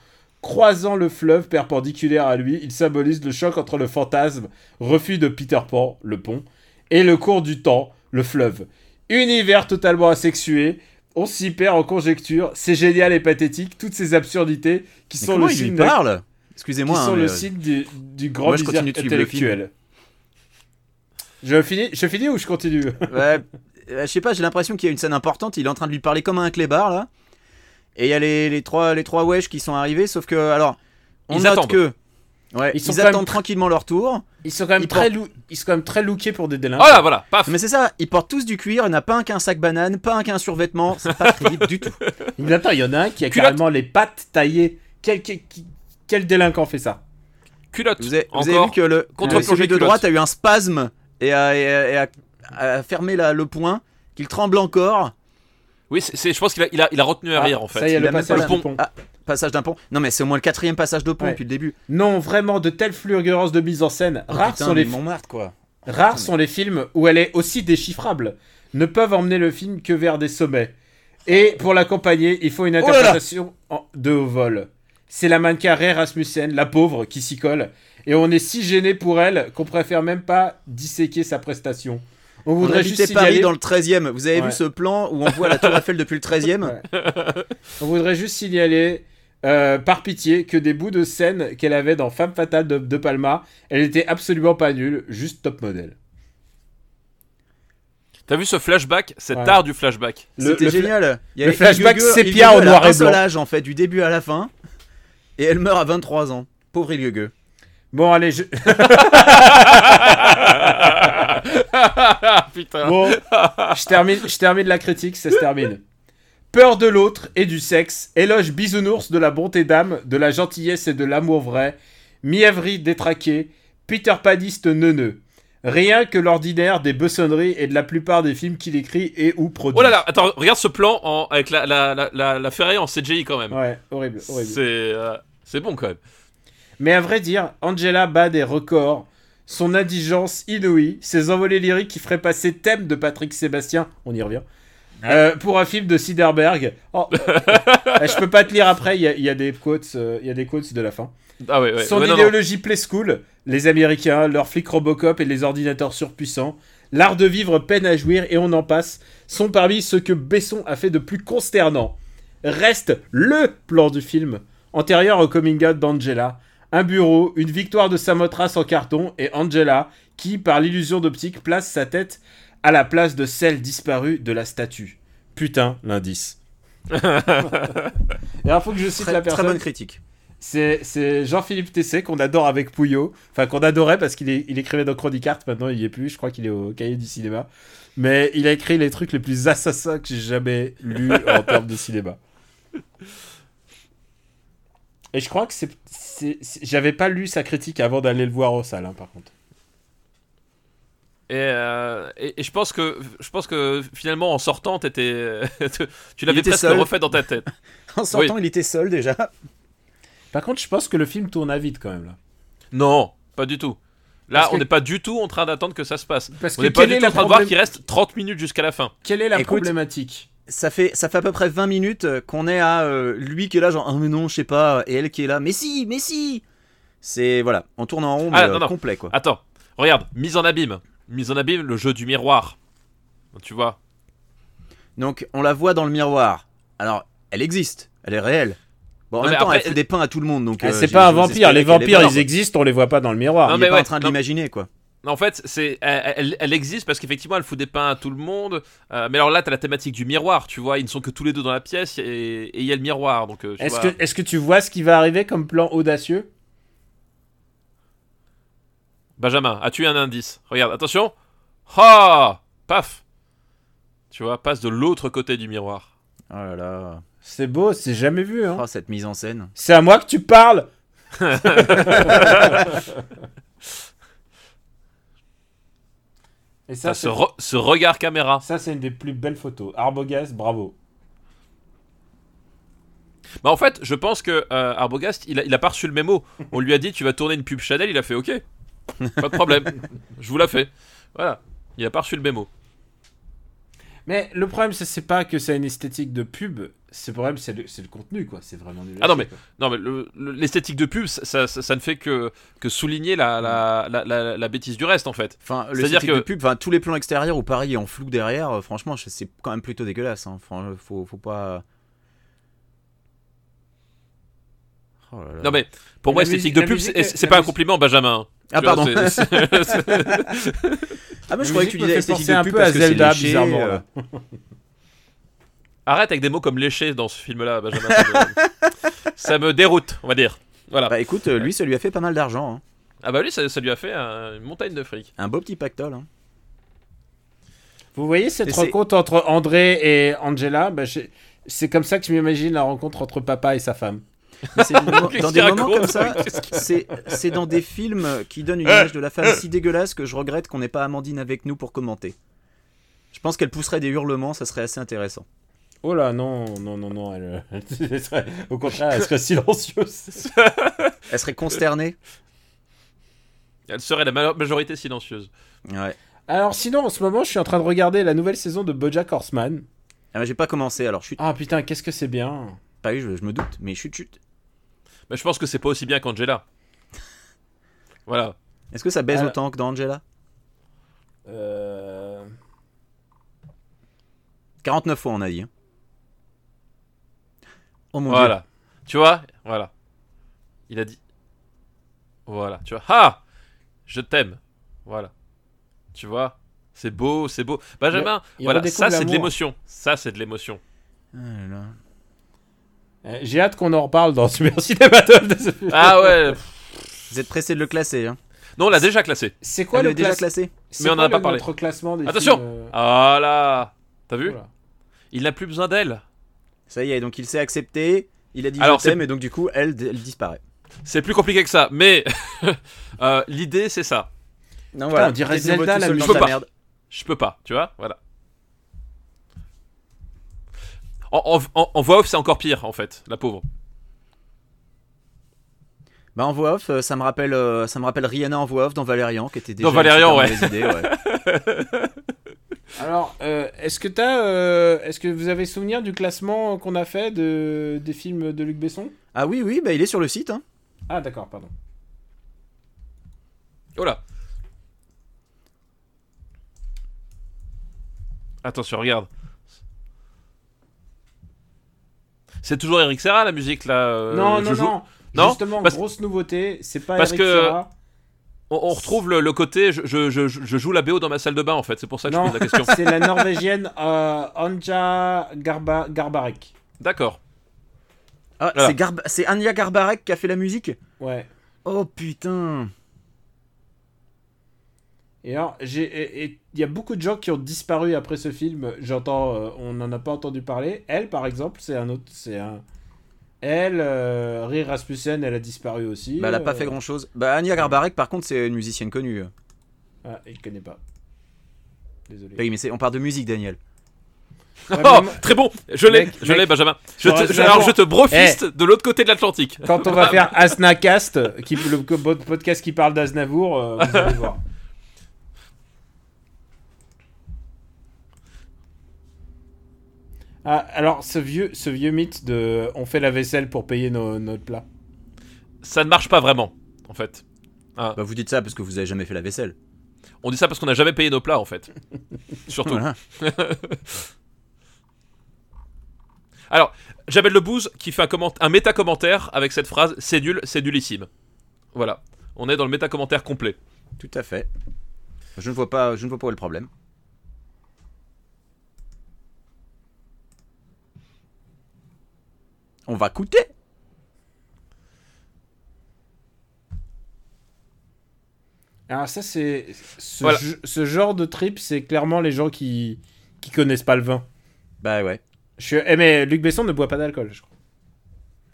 Speaker 2: Croisant le fleuve perpendiculaire à lui, il symbolise le choc entre le fantasme, refus de Peter Pan, le pont, et le cours du temps, le fleuve. Univers totalement asexué, on s'y perd en conjecture, c'est génial et pathétique, toutes ces absurdités qui
Speaker 1: Mais
Speaker 2: sont
Speaker 1: comment
Speaker 2: le
Speaker 1: il lui
Speaker 2: signe d'un-
Speaker 1: parle Excusez-moi.
Speaker 2: qui sont
Speaker 1: hein,
Speaker 2: le
Speaker 1: mais, euh,
Speaker 2: site du, du grand
Speaker 1: moi, je
Speaker 2: bizarre
Speaker 1: continue de suivre le film.
Speaker 2: intellectuel. Je finis, je finis ou je continue
Speaker 1: Ouais, euh, je sais pas, j'ai l'impression qu'il y a une scène importante. Il est en train de lui parler comme à un clébard là. Et il y a les, les trois les trois wesh qui sont arrivés, sauf que alors on
Speaker 3: Ils
Speaker 1: note
Speaker 3: attendent.
Speaker 1: que ouais,
Speaker 2: Ils
Speaker 1: ils,
Speaker 2: sont quand
Speaker 1: attendent
Speaker 2: même-
Speaker 1: tranquillement leur tour.
Speaker 2: Ils sont quand même
Speaker 1: Ils
Speaker 2: très, lou- ils sont quand même très lookés pour des délinquants.
Speaker 3: Voilà, Oh voilà, paf.
Speaker 1: Hein? Mais c'est ça, ils portent tous du cuir, il n'y en a pas un qu'un sac banane, pas un qu'un survêtement, c'est pas crédible du tout.
Speaker 2: Mais attends, il y en a un qui a
Speaker 3: Culotte.
Speaker 2: carrément les pattes taillées. Quel, quel, quel délinquant fait ça
Speaker 3: Culotte.
Speaker 1: Vous avez, vous avez
Speaker 3: Encore.
Speaker 1: vu que le
Speaker 3: Contre-plongée
Speaker 1: le sujet de
Speaker 3: culotte.
Speaker 1: droite a eu un spasme et a, et a- et a- a fermé la- le poing, qu'il tremble encore.
Speaker 3: Oui, c'est, c'est- je pense qu'il a, il a, il a retenu un
Speaker 2: Ah,
Speaker 3: rire en
Speaker 2: Ça y
Speaker 3: fait.
Speaker 2: est,
Speaker 1: Il
Speaker 2: le
Speaker 1: a même pas
Speaker 2: passage
Speaker 1: le
Speaker 2: du
Speaker 1: pont.
Speaker 2: pont.
Speaker 1: Ah, passage d'un pont. Non mais c'est au moins le quatrième passage de pont
Speaker 2: Ouais.
Speaker 1: depuis le début. Oh,
Speaker 2: Non, vraiment, de telles fulgurances de mise en scène. Rares
Speaker 1: Putain,
Speaker 2: sont
Speaker 1: mais
Speaker 2: les
Speaker 1: Montmartre quoi.
Speaker 2: Rares
Speaker 1: Putain,
Speaker 2: sont les films où elle est aussi déchiffrable. Ne peuvent emmener le film que vers des sommets. Et pour l'accompagner, il faut une
Speaker 1: Oh là là
Speaker 2: interprétation en- de haut vol. C'est la mannequin Ray Rasmussen, la pauvre, qui s'y colle. Et on est si gêné pour elle qu'on préfère même pas disséquer sa prestation. On
Speaker 1: On
Speaker 2: voudrait juste
Speaker 1: habitait Paris
Speaker 2: signaler,
Speaker 1: dans le 13e. Vous avez
Speaker 2: Ouais.
Speaker 1: vu ce plan où on voit la Tour Eiffel depuis le 13e
Speaker 2: on voudrait juste signaler euh, par pitié que des bouts de scène qu'elle avait dans Femme Fatale de, de Palma, elle était absolument pas nulle, juste top modèle.
Speaker 3: T'as vu ce flashback C'est
Speaker 2: Ouais.
Speaker 3: art du flashback. (laughs)
Speaker 2: Le-
Speaker 1: C'était
Speaker 2: le-
Speaker 1: génial. Il y
Speaker 2: le
Speaker 1: avait
Speaker 2: flashback
Speaker 1: Ilgueux-
Speaker 2: sépia
Speaker 1: Ilgueux,
Speaker 2: en
Speaker 1: elle a
Speaker 2: noir et
Speaker 1: un seul
Speaker 2: blanc.
Speaker 1: âge, en fait, du début à la fin. Et elle meurt à 23 ans. Pauvre Ilieu
Speaker 2: Bon, allez, je,
Speaker 3: Ah, Putain.
Speaker 2: Bon,
Speaker 3: (laughs)
Speaker 2: je termine, je termine la critique, ça se termine. Peur de l'autre et du sexe, éloge bisounours de la bonté d'âme, de la gentillesse et de l'amour vrai, mièvrerie détraquée, Peter Paniste neuneux. Rien que l'ordinaire des bessonneries et de la plupart des films qu'il écrit et ou produit.
Speaker 3: Oh là là, attends, regarde ce plan en, avec la, la, la, la, la ferraille en CGI quand même.
Speaker 2: Ouais, horrible, horrible.
Speaker 3: c'est, euh, c'est bon quand même.
Speaker 2: Mais à vrai dire, Angela bat des records. Son indigence inouïe, ses envolées lyriques qui feraient passer thème de Patrick Sébastien, on y revient, euh, pour un film de Siderbergh. Oh, euh, je peux pas te lire après, il y, a- il y a des quotes, euh, il y a des quotes de la fin.
Speaker 3: Ah ouais, ouais.
Speaker 2: Son
Speaker 3: Ouais, non, non.
Speaker 2: idéologie play school, les Américains, leurs flics Robocop et les ordinateurs surpuissants, l'art de vivre peine à jouir et on en passe, sont parmi ce que Besson a fait de plus consternant. Reste LE plan du film, antérieur au coming out d'Angela. Un bureau, une victoire de Samothrace en carton et Angela qui, par l'illusion d'optique, place sa tête à la place de celle disparue de la statue. Putain,
Speaker 3: (laughs)
Speaker 2: l'indice. Et alors, faut que je cite
Speaker 1: Très,
Speaker 2: la
Speaker 1: très
Speaker 2: personne.
Speaker 1: bonne critique.
Speaker 2: C'est, c'est Jean-Philippe Tessé qu'on adore avec Pouillot. Enfin, qu'on adorait parce qu'il est- il écrivait dans Chronicart. Maintenant, il y est plus. Je crois qu'il est au cahier du cinéma. Mais il a écrit les trucs les plus assassins que j'ai jamais
Speaker 3: (laughs)
Speaker 2: lus en termes de cinéma. Et je crois que c'est, c'est- c'est- J'avais pas lu sa critique avant d'aller le voir au salle, hein, par contre.
Speaker 3: Et, euh, et, et je pense que je pense que finalement en sortant t'étais (laughs) tu- tu l'avais
Speaker 1: était
Speaker 3: presque
Speaker 1: seul.
Speaker 3: refait dans ta tête.
Speaker 1: En sortant, il était seul déjà.
Speaker 2: Par contre, je pense que le film tourne à vide quand même. Là.
Speaker 3: Non, pas du tout. Là,
Speaker 2: Parce
Speaker 3: on
Speaker 2: que-
Speaker 3: n'est pas du tout en train d'attendre que ça se passe.
Speaker 2: Parce
Speaker 3: On
Speaker 2: que
Speaker 3: n'est pas
Speaker 2: quelle
Speaker 3: du
Speaker 2: est,
Speaker 3: tout en
Speaker 2: la
Speaker 3: train de voir
Speaker 2: problém-
Speaker 3: qu'il reste 30 minutes jusqu'à la fin.
Speaker 2: quelle est la
Speaker 1: Écoute.
Speaker 2: problématique
Speaker 1: Ça fait, ça fait à peu près 20 minutes euh, qu'on est à euh, lui qui est là, genre, ah mais non, je sais pas, et elle qui est là, mais si, mais si C'est, voilà, on tourne en rond, mais
Speaker 3: Ah, non,
Speaker 1: euh,
Speaker 3: non.
Speaker 1: complet quoi.
Speaker 3: Attends, regarde, mise en abîme. Mise en abîme, le jeu du miroir. Tu vois
Speaker 1: Donc, on la voit dans le miroir. Alors, elle existe, elle est réelle. Bon, en
Speaker 3: Non,
Speaker 1: même
Speaker 3: mais
Speaker 1: temps, elle
Speaker 3: après-
Speaker 1: fait des pains à tout le monde, donc.
Speaker 2: Ah,
Speaker 1: euh,
Speaker 2: c'est
Speaker 1: j'ai-
Speaker 2: pas un
Speaker 1: j'ai-
Speaker 2: vampire,
Speaker 1: j'espérais
Speaker 2: les
Speaker 1: qu'elle est
Speaker 2: vampires
Speaker 1: morte.
Speaker 2: ils existent, on les voit pas dans le miroir. hein.
Speaker 1: Il
Speaker 3: Non,
Speaker 1: est
Speaker 3: mais
Speaker 1: pas
Speaker 3: hein. ouais,
Speaker 1: en train de
Speaker 3: non.
Speaker 1: l'imaginer, quoi.
Speaker 3: En fait, c'est, elle, elle- elle existe parce qu'effectivement, elle fout des pains à tout le monde. Euh, mais alors là, t'as la thématique du miroir, tu vois. Ils ne sont que tous les deux dans la pièce et et il y a le miroir. Donc, euh, tu
Speaker 2: Est-ce que,
Speaker 3: vois.
Speaker 2: est-ce que tu vois ce qui va arriver comme plan audacieux
Speaker 3: Benjamin, as-tu un indice Regarde, attention. Ah Paf Tu vois, passe de l'autre côté du miroir.
Speaker 1: Oh là là.
Speaker 2: C'est beau, c'est jamais vu. Hein.
Speaker 1: Oh, cette mise en scène.
Speaker 2: C'est à moi que tu parles Et ça,
Speaker 3: Ça, ce,
Speaker 2: c'est-
Speaker 3: re- ce regard caméra.
Speaker 2: ça, c'est une des plus belles photos. Arbogast, bravo.
Speaker 3: Bah, en fait, je pense que euh, Arbogast, il a, il a pas reçu le mémo. On lui a dit, tu vas tourner une pub Chanel. Il a fait, ok, pas
Speaker 2: (laughs)
Speaker 3: de problème. je vous la fais. Voilà. Il a pas reçu le mémo.
Speaker 2: Mais le problème, c'est- c'est pas que c'est une esthétique de pub. C'est le problème, c'est le, c'est le contenu, quoi. C'est vraiment nul. à
Speaker 3: Ah non,
Speaker 2: chier,
Speaker 3: mais-
Speaker 2: quoi.
Speaker 3: Non, mais le- le- l'esthétique de pub, ça, ça- ça- ça ne fait que, que souligner la, la, la, la- la bêtise du reste, en fait.
Speaker 1: Enfin, le
Speaker 3: C'est-à-dire
Speaker 1: cest
Speaker 3: que-
Speaker 1: de pub, enfin, tous les plans extérieurs où Paris est en flou derrière, euh, franchement, je- c'est quand même plutôt dégueulasse. Hein. Enfin, faut, faut pas. Oh là là.
Speaker 3: Non, mais pour
Speaker 2: La
Speaker 3: moi,
Speaker 2: musique-
Speaker 3: esthétique de
Speaker 2: la
Speaker 3: pub,
Speaker 2: musique,
Speaker 3: c'est
Speaker 2: la
Speaker 3: c'est pas un
Speaker 2: musique-
Speaker 3: compliment, Benjamin.
Speaker 1: ah
Speaker 3: Tu vois,
Speaker 1: pardon.
Speaker 3: c'est- c'est- c'est-
Speaker 1: Ah mais je
Speaker 2: La
Speaker 1: croyais que tu
Speaker 2: musique me
Speaker 1: disais
Speaker 2: fait
Speaker 1: esthétique
Speaker 2: penser
Speaker 1: de
Speaker 2: un
Speaker 1: pub
Speaker 2: peu
Speaker 1: parce
Speaker 2: à
Speaker 1: que c'est
Speaker 2: Zelda,
Speaker 1: léché,
Speaker 2: bizarrement,
Speaker 1: euh,
Speaker 2: là.
Speaker 3: Arrête avec des mots comme léché dans ce film-là, Benjamin.
Speaker 2: (laughs)
Speaker 3: ça me déroute, on va dire. Voilà.
Speaker 1: Bah écoute, euh, lui, ça lui a fait pas mal d'argent. hein.
Speaker 3: Ah bah lui, ça, ça lui a fait un- une montagne de
Speaker 2: (laughs)
Speaker 3: fric.
Speaker 1: Un beau petit pactole. hein.
Speaker 2: Vous voyez cette
Speaker 1: Et c'est-
Speaker 2: rencontre entre André et Angela Bah, j'ai- C'est comme ça que je m'imagine la rencontre entre papa et sa femme.
Speaker 1: Mais c'est des moments-
Speaker 3: Qu'est-ce
Speaker 1: dans
Speaker 3: qu'il
Speaker 1: des moments
Speaker 3: raconte
Speaker 1: comme ça,
Speaker 3: Qu'est-ce qu'il- Euh.
Speaker 1: c'est c'est dans des films qui donnent une image de la femme si dégueulasse que je regrette qu'on n'ait pas Amandine avec nous pour commenter. Je pense qu'elle pousserait des hurlements, ça serait assez intéressant.
Speaker 2: Oh là, non, non, non, non. Elle, euh, (laughs) elle serait- au contraire,
Speaker 3: (laughs)
Speaker 2: elle serait silencieuse.
Speaker 1: Elle serait consternée.
Speaker 3: Elle serait la ma- majorité silencieuse.
Speaker 1: Ouais.
Speaker 2: Alors sinon, en ce moment, je suis en train de regarder la nouvelle saison de BoJack Horseman.
Speaker 1: Ah, mais j'ai pas commencé, alors chut,
Speaker 2: Ah putain, qu'est-ce que c'est bien.
Speaker 1: pas eu, je, je me doute, mais chut, chut.
Speaker 3: Mais je pense que c'est pas aussi bien qu'Angela. Voilà.
Speaker 1: Est-ce que ça baise
Speaker 2: Alors-
Speaker 1: autant que dans Angela
Speaker 2: Euh...
Speaker 1: 49 fois on a dit. hein. Oh mon
Speaker 3: Voilà. Tu vois Voilà. Il a dit. Voilà. Tu vois Ah Je t'aime. Voilà. Tu vois C'est beau, c'est beau. Benjamin,
Speaker 2: Il
Speaker 3: voilà,
Speaker 2: redécouvre
Speaker 3: ça c'est de
Speaker 2: l'amour.
Speaker 3: l'émotion. Ça c'est de l'émotion.
Speaker 1: dieu. Ah là là.
Speaker 2: Euh, J'ai hâte qu'on en reparle dans (laughs) Super Cinéma Top.
Speaker 3: Ah
Speaker 2: (laughs)
Speaker 3: ouais pff.
Speaker 1: Vous êtes pressé de le classer. Hein.
Speaker 3: Non, on l'a déjà classé.
Speaker 2: C'est
Speaker 1: Quoi,
Speaker 2: quoi
Speaker 1: Elle
Speaker 2: le
Speaker 1: est déjà
Speaker 2: classe-
Speaker 1: classé
Speaker 2: c'est
Speaker 3: Mais on en
Speaker 2: quoi
Speaker 3: a pas
Speaker 2: le-
Speaker 3: parlé.
Speaker 2: notre classement des
Speaker 3: Attention
Speaker 2: films, euh,
Speaker 3: Ah là T'as vu
Speaker 2: voilà.
Speaker 3: Il n'a plus besoin d'elle.
Speaker 1: Ça y est, donc il s'est accepté, il a dit
Speaker 3: Alors,
Speaker 1: je
Speaker 3: c'est-
Speaker 1: t'aime, et donc du coup, elle, elle disparaît.
Speaker 3: C'est plus compliqué que ça, mais (laughs) euh, l'idée c'est ça.
Speaker 1: Non,
Speaker 2: on dirait
Speaker 1: T'es de nouveau
Speaker 2: Zelda,
Speaker 1: tout
Speaker 2: la
Speaker 1: seul dans
Speaker 3: musique.
Speaker 1: ta
Speaker 3: Faut pas.
Speaker 1: merde.
Speaker 3: Je peux pas, tu vois Voilà. En, en- en- en voix off, c'est encore pire en fait, la pauvre.
Speaker 1: Bah en voix off, euh, ça me rappelle, euh, ça me rappelle Rihanna en voix off dans Valérian, qui était déjà
Speaker 3: Dans
Speaker 1: une super
Speaker 3: Valérian, ouais.
Speaker 1: mauvaise idée,
Speaker 3: (laughs)
Speaker 1: ouais.
Speaker 2: Alors, euh, est-ce que t'as, euh, est-ce que vous avez souvenir du classement qu'on a fait de des films de Luc Besson
Speaker 1: Ah oui, oui, bah il est sur le site. Hein.
Speaker 2: Ah d'accord, pardon.
Speaker 3: Oh là Attention, regarde. C'est toujours Eric Serra la musique là euh,
Speaker 2: non, non,
Speaker 3: Jojo
Speaker 2: non,
Speaker 3: Non,
Speaker 2: Justement,
Speaker 3: parce-
Speaker 2: grosse nouveauté, c'est pas
Speaker 3: parce
Speaker 2: Eric
Speaker 3: que-
Speaker 2: Serra.
Speaker 3: On, on retrouve le, le côté je, je- je- je joue la BO dans ma salle de bain en fait, c'est pour ça que
Speaker 2: Non.
Speaker 3: je pose la
Speaker 2: (laughs)
Speaker 3: question.
Speaker 2: c'est la Norvégienne euh, Anja Garba Garbarek.
Speaker 3: D'accord.
Speaker 1: Ah,
Speaker 3: Voilà.
Speaker 1: c'est Garb- c'est Anya Garbarek qui a fait la musique
Speaker 2: Ouais.
Speaker 1: Oh putain
Speaker 2: Et alors, j'ai- et- et il y a beaucoup de gens qui ont disparu après ce film. J'entends, euh, on n'en a pas entendu parler. Elle, par exemple, c'est un autre, c'est un. Elle, euh, Rire Rasmussen, elle a disparu aussi.
Speaker 1: Bah elle a pas
Speaker 2: Euh,
Speaker 1: fait grand chose. Bah Anya Garbarek par contre c'est une musicienne connue.
Speaker 2: Ah, il connaît pas. Désolé.
Speaker 1: Oui mais c'est- on parle de musique Daniel.
Speaker 2: Ouais, Ah, mais
Speaker 1: (laughs)
Speaker 3: Oh,
Speaker 2: moi,
Speaker 3: très bon. Je l'ai,
Speaker 2: Mec,
Speaker 3: je l'ai,
Speaker 2: mec.
Speaker 3: Benjamin. Je
Speaker 2: Faudra
Speaker 3: te,
Speaker 2: se
Speaker 3: je- alors
Speaker 2: l'avoir.
Speaker 3: je te brofiste de l'autre côté de l'Atlantique.
Speaker 2: quand on va faire Asnacast, qui, le co- bo- podcast qui parle d'Aznavour, euh, vous
Speaker 3: (laughs)
Speaker 2: allez voir. Ah, alors, ce vieux, ce vieux mythe de on fait la vaisselle pour payer nos, notre plat.
Speaker 3: Ça ne marche pas vraiment, en fait.
Speaker 1: Bah vous dites ça parce que vous avez jamais fait la vaisselle.
Speaker 3: On dit ça parce qu'on n'a jamais payé nos plats, en fait. Surtout.
Speaker 1: Voilà.
Speaker 3: Alors, Jabel Lebouze qui fait un, comment- un méta-commentaire avec cette phrase C'est nul, c'est nullissime. Voilà. On est dans le méta-commentaire complet. Eh
Speaker 1: Tout à fait. Je ne vois pas, je ne vois pas où est le problème. On va coûter.
Speaker 2: Alors Ah, ça, c'est... Ce,
Speaker 3: Voilà.
Speaker 2: ge- ce genre de trip, c'est clairement les gens qui, qui connaissent pas le vin.
Speaker 1: Bah ouais.
Speaker 2: Je suis- eh, mais Luc Besson ne boit pas d'alcool, je crois.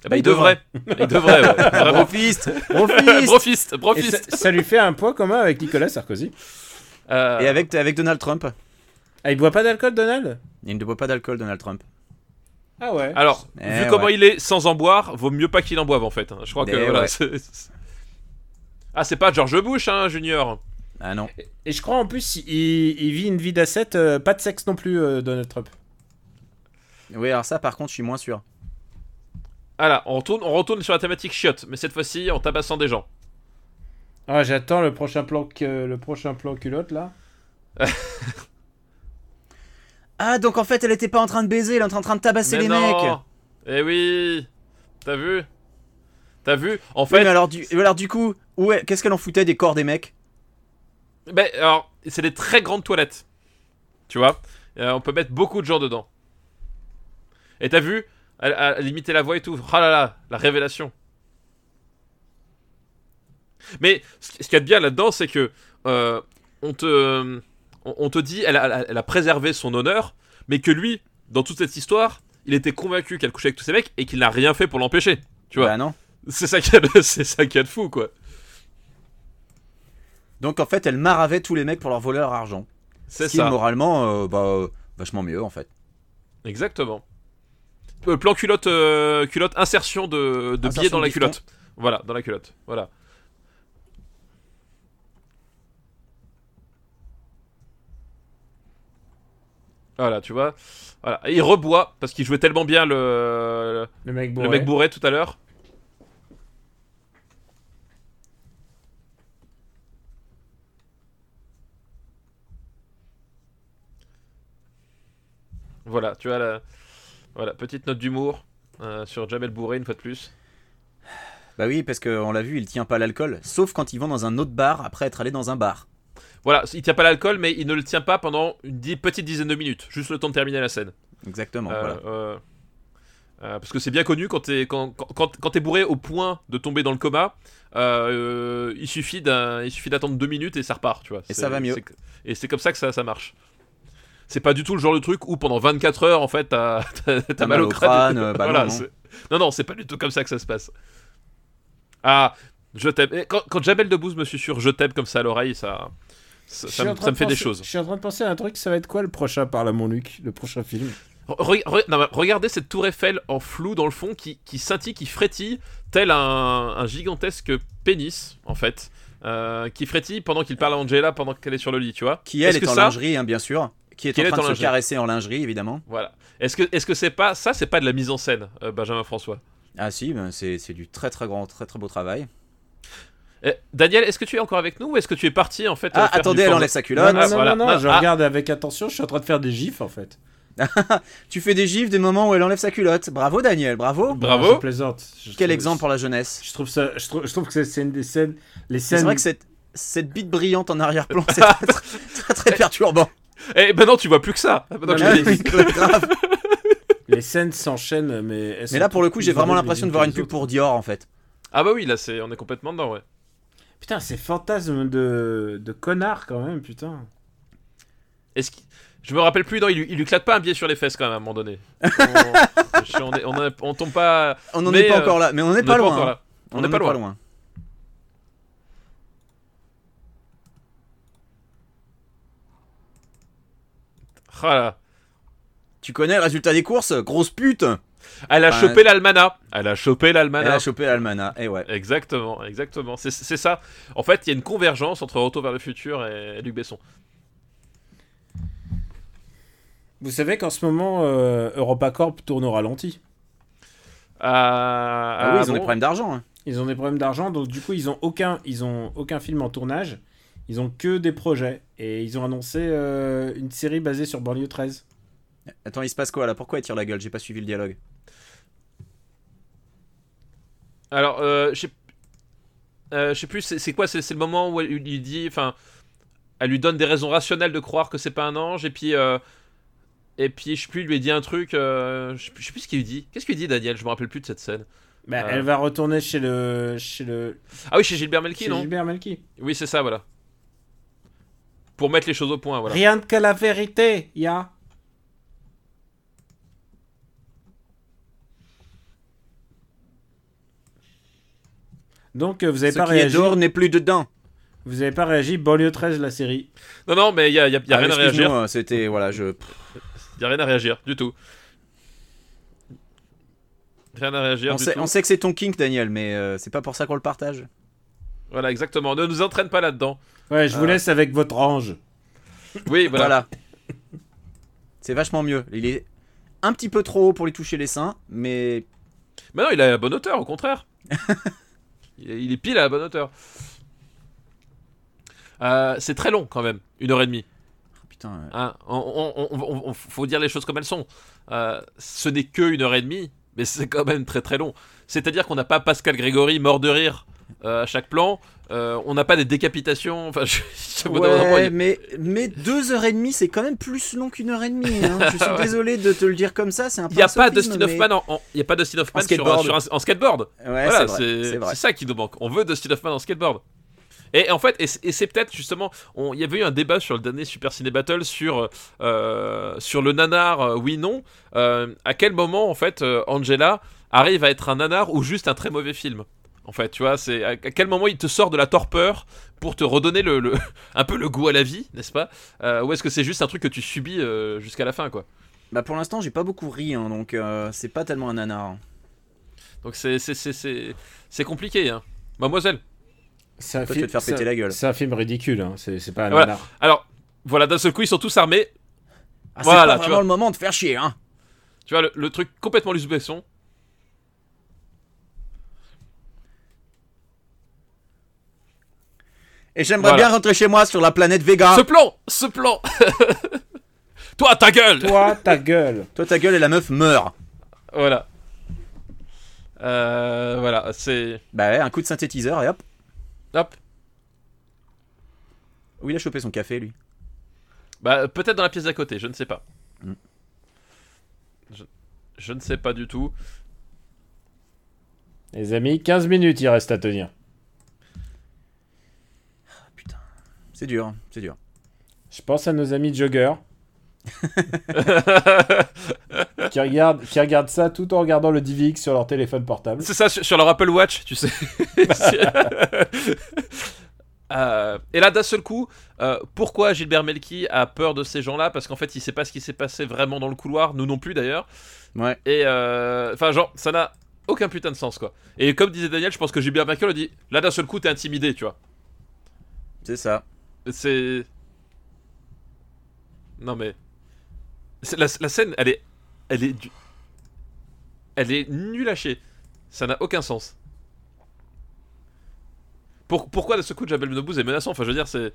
Speaker 3: Eh ben, il devrait. (laughs) Il devrait, ouais. Ah,
Speaker 1: Ah,
Speaker 3: Vraiment.
Speaker 1: Brofist,
Speaker 3: (laughs)
Speaker 1: brofist.
Speaker 3: Brofist,
Speaker 2: Et ça,
Speaker 3: brofist.
Speaker 2: ça lui fait un point commun avec Nicolas Sarkozy.
Speaker 3: Euh,
Speaker 1: Et avec, avec Donald Trump.
Speaker 2: Ah, il boit pas d'alcool, Donald
Speaker 1: Il ne boit pas d'alcool, Donald Trump.
Speaker 2: Ah ouais.
Speaker 3: Alors,
Speaker 1: Eh
Speaker 3: vu
Speaker 1: ouais.
Speaker 3: comment il est sans en boire, vaut mieux pas qu'il en boive en fait. hein. Je crois que
Speaker 1: Eh
Speaker 3: voilà.
Speaker 1: ouais.
Speaker 3: c'est- c'est- Ah, c'est pas George Bush, hein, Junior.
Speaker 1: Ah non.
Speaker 2: Et je crois en plus, il, il vit une vie d'asset, euh, pas de sexe non plus, euh, Donald Trump.
Speaker 1: Oui, alors ça, par contre, je suis moins sûr.
Speaker 3: Ah là, on retourne, on retourne sur la thématique chiotte, mais cette fois-ci en tabassant des gens.
Speaker 2: Ah, j'attends le prochain plan que- le prochain plan culotte là.
Speaker 1: Ah, donc en fait, elle était pas en train de baiser, elle était en train de tabasser
Speaker 3: Mais
Speaker 1: les
Speaker 3: non.
Speaker 1: mecs.
Speaker 3: Eh oui. T'as vu T'as vu En
Speaker 1: Oui,
Speaker 3: fait,
Speaker 1: mais alors du, alors du coup, ouais, qu'est-ce qu'elle en foutait des corps des mecs
Speaker 3: ben, alors, c'est des très grandes toilettes. Tu vois Euh, On peut mettre beaucoup de gens dedans. Et t'as vu elle, a limité la voix et tout. Ah là là, la révélation. Mais ce ce qu'il y a de bien là-dedans, c'est que euh, on te, on, on te dit, elle a, elle a préservé son honneur, mais que lui, dans toute cette histoire, il était convaincu qu'elle couchait avec tous ces mecs et qu'il n'a rien fait pour l'empêcher. Tu vois
Speaker 1: Bah non.
Speaker 3: C'est ça qu'il y a de- (laughs) c'est ça qu'il y a de fou, quoi.
Speaker 1: Donc en fait, elle maravait tous les mecs pour leur voler leur argent.
Speaker 3: C'est
Speaker 1: Ce qui est
Speaker 3: ça.
Speaker 1: moralement, euh, bah, euh, vachement mieux en fait.
Speaker 3: Exactement. Euh, plan culotte, euh, culotte, insertion de, de
Speaker 1: Insertion
Speaker 3: billets dans
Speaker 1: de
Speaker 3: la
Speaker 1: bifton.
Speaker 3: culotte. Voilà, dans la culotte. Voilà. Voilà, tu vois. Voilà. Et il reboit parce qu'il jouait tellement bien le,
Speaker 2: Le mec
Speaker 3: le
Speaker 2: bourré.
Speaker 3: mec bourré tout à l'heure. Voilà, tu as la voilà, petite note d'humour euh, sur Jamel Bourré une fois de plus.
Speaker 1: Bah oui, parce qu'on l'a vu, il tient pas l'alcool, sauf quand ils vont dans un autre bar après être allé dans un bar.
Speaker 3: Voilà, il tient pas l'alcool, mais il ne le tient pas pendant une dix- petite dizaine de minutes, juste le temps de terminer la scène.
Speaker 1: Exactement.
Speaker 3: Euh,
Speaker 1: Voilà.
Speaker 3: euh, euh, parce que c'est bien connu quand t'es quand, quand, quand- quand t'es bourré au point de tomber dans le coma, euh, euh, il suffit d'un il suffit d'attendre deux minutes et ça repart, tu vois.
Speaker 1: Et ça
Speaker 3: C'est-
Speaker 1: va mieux.
Speaker 3: c'est que- Et c'est comme ça que ça, ça marche. C'est pas du tout le genre de truc où pendant 24 heures en fait t'as (laughs) t'as- t'as mal au crâne.
Speaker 1: euh, bah
Speaker 3: Voilà,
Speaker 1: non, non.
Speaker 3: c'est- non non, c'est pas du tout comme ça que ça se passe. Ah, je t'aime. Et Quand, quand Jabel Debbouze me susurre je t'aime comme ça à l'oreille, ça ça,
Speaker 2: Je
Speaker 3: ça
Speaker 2: suis en
Speaker 3: me-
Speaker 2: train
Speaker 3: ça me
Speaker 2: de
Speaker 3: fait des
Speaker 2: penser-
Speaker 3: choses.
Speaker 2: Je suis en train de penser à un truc, ça va être quoi le prochain par là, mon Luc Le prochain film
Speaker 3: Re- re- non, mais regardez cette tour Eiffel en flou dans le fond qui, qui scintille, qui frétille, tel un, un gigantesque pénis, en fait, euh, qui frétille pendant qu'il parle à Angela, pendant qu'elle est sur le lit, tu vois.
Speaker 1: Qui elle
Speaker 3: Est-ce
Speaker 1: est,
Speaker 3: que
Speaker 1: en
Speaker 3: ça-
Speaker 1: lingerie, hein, bien sûr. Qui est
Speaker 3: Qui
Speaker 1: en
Speaker 3: elle
Speaker 1: train
Speaker 3: est en
Speaker 1: de se
Speaker 3: lingerie.
Speaker 1: caresser en lingerie, évidemment.
Speaker 3: Voilà. Est-ce que est-ce que c'est pas ça, c'est pas de la mise en scène, euh, Benjamin François
Speaker 1: Ah si, ben, c'est c'est du très très grand, très très beau travail.
Speaker 3: Eh, Daniel, est-ce que tu es encore avec nous ou est-ce que tu es parti en fait euh,
Speaker 1: Ah,
Speaker 3: faire
Speaker 1: attendez,
Speaker 3: du
Speaker 1: elle
Speaker 3: porno
Speaker 1: enlève sa culotte.
Speaker 2: Non, non, non,
Speaker 3: voilà.
Speaker 2: non, non,
Speaker 3: Ah,
Speaker 2: je
Speaker 3: ah.
Speaker 2: regarde avec attention, je suis en train de faire des gifs en fait.
Speaker 3: ah.
Speaker 1: Tu fais des gifs des moments où elle enlève sa culotte. Bravo Daniel, Oh. bravo.
Speaker 3: Bravo.
Speaker 2: Non, Bah, Je plaisante. Je
Speaker 1: Quel
Speaker 2: trouve-
Speaker 1: exemple pour la jeunesse.
Speaker 2: Je trouve ça, je trouve, je trouve que c'est- c'est une des scènes, les
Speaker 1: C'est
Speaker 2: scènes.
Speaker 1: vrai que cette, cette bite brillante en arrière-plan, c'est très, très, très perturbant.
Speaker 3: Eh, maintenant tu vois plus que
Speaker 1: Ah,
Speaker 3: ça. Maintenant
Speaker 1: bah
Speaker 3: que
Speaker 2: Non,
Speaker 3: je
Speaker 2: mais-
Speaker 3: l'ai dit.
Speaker 1: (laughs) Grave.
Speaker 2: Les scènes s'enchaînent, mais. elles
Speaker 1: Mais
Speaker 2: sont
Speaker 1: là, pour le
Speaker 2: toutes
Speaker 1: coup,
Speaker 2: plus
Speaker 1: j'ai vraiment
Speaker 2: horribles
Speaker 1: l'impression
Speaker 2: les
Speaker 1: de voir
Speaker 2: unes
Speaker 1: une
Speaker 2: que les
Speaker 1: pub pour Dior en fait.
Speaker 3: Ah bah oui, là c'est on est complètement dedans, ouais.
Speaker 2: autres. Putain, ces fantasmes de, de connard quand même, putain.
Speaker 3: Est-ce qu'il- Je me rappelle plus, non, il lui, il lui claque pas un biais sur les fesses quand même à un
Speaker 1: (laughs)
Speaker 3: moment donné. On, je suis- on est- on est- on tombe pas.
Speaker 1: On n'en
Speaker 3: Mais,
Speaker 1: est pas
Speaker 3: euh,
Speaker 1: encore là, mais on n'en est
Speaker 3: on
Speaker 1: pas
Speaker 3: n'est
Speaker 1: loin.
Speaker 3: encore
Speaker 1: hein.
Speaker 3: là. On n'est
Speaker 1: en
Speaker 3: pas
Speaker 1: est
Speaker 3: loin. Ah là.
Speaker 1: Tu connais le résultat des courses Grosse pute
Speaker 3: Elle a
Speaker 1: Enfin,
Speaker 3: chopé l'almanach. Elle a chopé
Speaker 1: Elle a
Speaker 3: l'almanach.
Speaker 1: chopé Almana, et ouais.
Speaker 3: Exactement, exactement. C'est- C'est ça. En fait, il y a une convergence entre Retour vers le futur et Luc Besson.
Speaker 2: Vous savez qu'en ce moment, euh, EuropaCorp tourne au ralenti.
Speaker 3: Euh, Ah,
Speaker 1: Ah, oui, ils
Speaker 3: ah
Speaker 1: ont
Speaker 3: bon
Speaker 1: des problèmes d'argent. hein.
Speaker 2: Ils ont des problèmes d'argent, donc du coup, ils ont aucun, ils ont aucun film en tournage. Ils ont que des projets. Et ils ont annoncé euh, une série basée sur Banlieue 13.
Speaker 1: Attends, il se passe quoi là Pourquoi elle tire la gueule J'ai pas suivi le dialogue.
Speaker 3: Alors, euh, je sais- euh, je sais plus, c'est c'est quoi C'est c'est le moment où il lui dit. Enfin, elle lui donne des raisons rationnelles de croire que c'est pas un ange, et puis. euh, et puis, je sais plus, il lui dit un truc. euh, je, sais plus, je sais plus ce qu'il lui dit. Qu'est-ce qu'il dit, Daniel Je me rappelle plus de cette scène.
Speaker 2: Bah,
Speaker 1: Ah.
Speaker 3: Euh.
Speaker 2: Elle va retourner chez le. Chez le.
Speaker 3: Ah oui, chez Gilbert Melki,
Speaker 2: chez
Speaker 3: non
Speaker 2: Gilbert Melki.
Speaker 3: Oui, c'est ça, voilà. Pour mettre les choses au point, voilà.
Speaker 2: Rien que la vérité, ya. Donc euh, vous avez
Speaker 1: Ce
Speaker 2: pas
Speaker 1: qui est
Speaker 2: réagi.
Speaker 1: dehors n'est plus dedans.
Speaker 2: Vous avez pas réagi. Banlieue 13 la série.
Speaker 3: Non, non, mais il y a, y a- y a
Speaker 1: Ah,
Speaker 3: rien à réagir.
Speaker 1: excuse-moi, C'était voilà, je
Speaker 3: Il a rien à réagir, du tout. Rien à réagir.
Speaker 1: On
Speaker 3: du
Speaker 1: sait,
Speaker 3: tout.
Speaker 1: on sait que c'est ton kink, Daniel, mais euh, c'est pas pour ça qu'on le partage.
Speaker 3: Voilà, exactement. Ne nous entraîne pas là-dedans.
Speaker 2: Ouais, je vous
Speaker 3: Ah.
Speaker 2: laisse avec votre ange.
Speaker 3: Oui,
Speaker 1: Voilà.
Speaker 3: voilà.
Speaker 1: C'est vachement mieux. Il est un petit peu trop haut pour lui toucher les seins, mais
Speaker 3: Mais non, il est à la bonne hauteur, au contraire. il, est, il est pile à la bonne hauteur. Euh, c'est très long quand même, une heure et demie.
Speaker 1: putain. euh,
Speaker 3: hein. On- on- on- on- on- faut dire les choses comme elles sont. Euh, ce n'est que une heure et demie, mais c'est quand même très très long. C'est-à-dire qu'on n'a pas Pascal Grégory mort de rire euh, à chaque plan. Euh, on n'a pas des décapitations. Enfin, je, je- au bout d'un moment, il y
Speaker 1: Ouais,
Speaker 3: a-
Speaker 1: mais, mais deux heures et demie, c'est quand même plus long qu'une heure et demie.
Speaker 3: (laughs)
Speaker 1: hein. Je suis
Speaker 3: Ouais.
Speaker 1: désolé de te le dire comme ça, c'est un peu.
Speaker 3: il n'y a
Speaker 1: un
Speaker 3: pas
Speaker 1: sophisme,
Speaker 3: Dustin
Speaker 1: mais-
Speaker 3: Hoffman en, en- il y a pas Dustin Hoffman sur un-
Speaker 1: skateboard.
Speaker 3: sur un- en skateboard.
Speaker 1: Ouais,
Speaker 3: Voilà,
Speaker 1: Eh, c'est vrai. c'est
Speaker 3: c'est
Speaker 1: vrai.
Speaker 3: c'est ça qui nous manque. On veut Dustin Hoffman en skateboard. Et en fait, et c'est- et c'est peut-être justement, on- il y avait eu un débat sur le dernier Super Ciné Battle sur, euh, sur le nanar, euh, oui, non. Euh, à quel moment, en fait, euh, Angela arrive à être un nanar ou juste un très mauvais film En fait, tu vois, c'est à, à quel moment il te sort de la torpeur pour te redonner le, (laughs) le- un peu le goût à la vie, n'est-ce pas Euh, Ou est-ce que c'est juste un truc que tu subis euh, jusqu'à la fin, quoi
Speaker 1: Bah, pour l'instant, j'ai pas beaucoup ri, hein, donc euh, c'est pas tellement un nanar. hein.
Speaker 3: Donc c'est- c'est- c'est c'est- c'est compliqué, hein. Mademoiselle
Speaker 2: Ça
Speaker 1: Toi, tu vas te faire péter la gueule.
Speaker 2: C'est un film ridicule. hein. C'est c'est pas un
Speaker 3: Voilà.
Speaker 2: nanar.
Speaker 3: Alors, voilà, d'un seul coup, ils sont tous armés.
Speaker 1: Ah, c'est
Speaker 3: Voilà,
Speaker 1: pas
Speaker 3: tu
Speaker 1: vraiment
Speaker 3: vois.
Speaker 1: le moment de faire chier, hein.
Speaker 3: Tu vois, le, le truc complètement Luc Besson.
Speaker 1: Et j'aimerais
Speaker 3: Voilà.
Speaker 1: bien rentrer chez moi sur la planète Vega.
Speaker 3: Ce plan Ce plan (laughs) Toi, ta gueule
Speaker 2: Toi, ta gueule.
Speaker 1: Toi, ta gueule et la meuf meurt.
Speaker 3: Voilà. Euh, voilà, c'est.
Speaker 1: Bah, ouais, un coup de synthétiseur et hop.
Speaker 3: Hop.
Speaker 1: Où il a chopé son café, lui.
Speaker 3: Bah, peut-être dans la pièce d'à côté, je ne sais pas.
Speaker 1: Mm.
Speaker 3: Je, je ne sais pas du tout. (laughs)
Speaker 2: Les amis, 15 minutes il reste à tenir.
Speaker 1: Putain. C'est dur, c'est dur.
Speaker 2: Je pense à nos amis joggers qui regardent, qui regardent ça tout en regardant le DivX sur leur téléphone portable.
Speaker 3: C'est ça, sur, sur leur Apple Watch, tu sais. (laughs) Euh, et là, d'un seul coup, euh, pourquoi Gilbert Melki a peur de ces gens-là Parce qu'en fait, il sait pas ce qui s'est passé vraiment dans le couloir, nous non plus d'ailleurs.
Speaker 1: Ouais.
Speaker 3: Et euh, enfin, genre, ça n'a aucun putain de sens, quoi. Et comme disait Daniel, je pense que Gilbert Melki le dit là, d'un seul coup, t'es intimidé, tu vois.
Speaker 1: C'est ça.
Speaker 3: C'est. Non, mais. c'est- La, la scène, elle est. Elle est. du- Elle est nulle à chier. Ça n'a aucun sens. Pour- pourquoi de ce coup Jabel Menobouz est menaçant Enfin, je veux dire, c'est.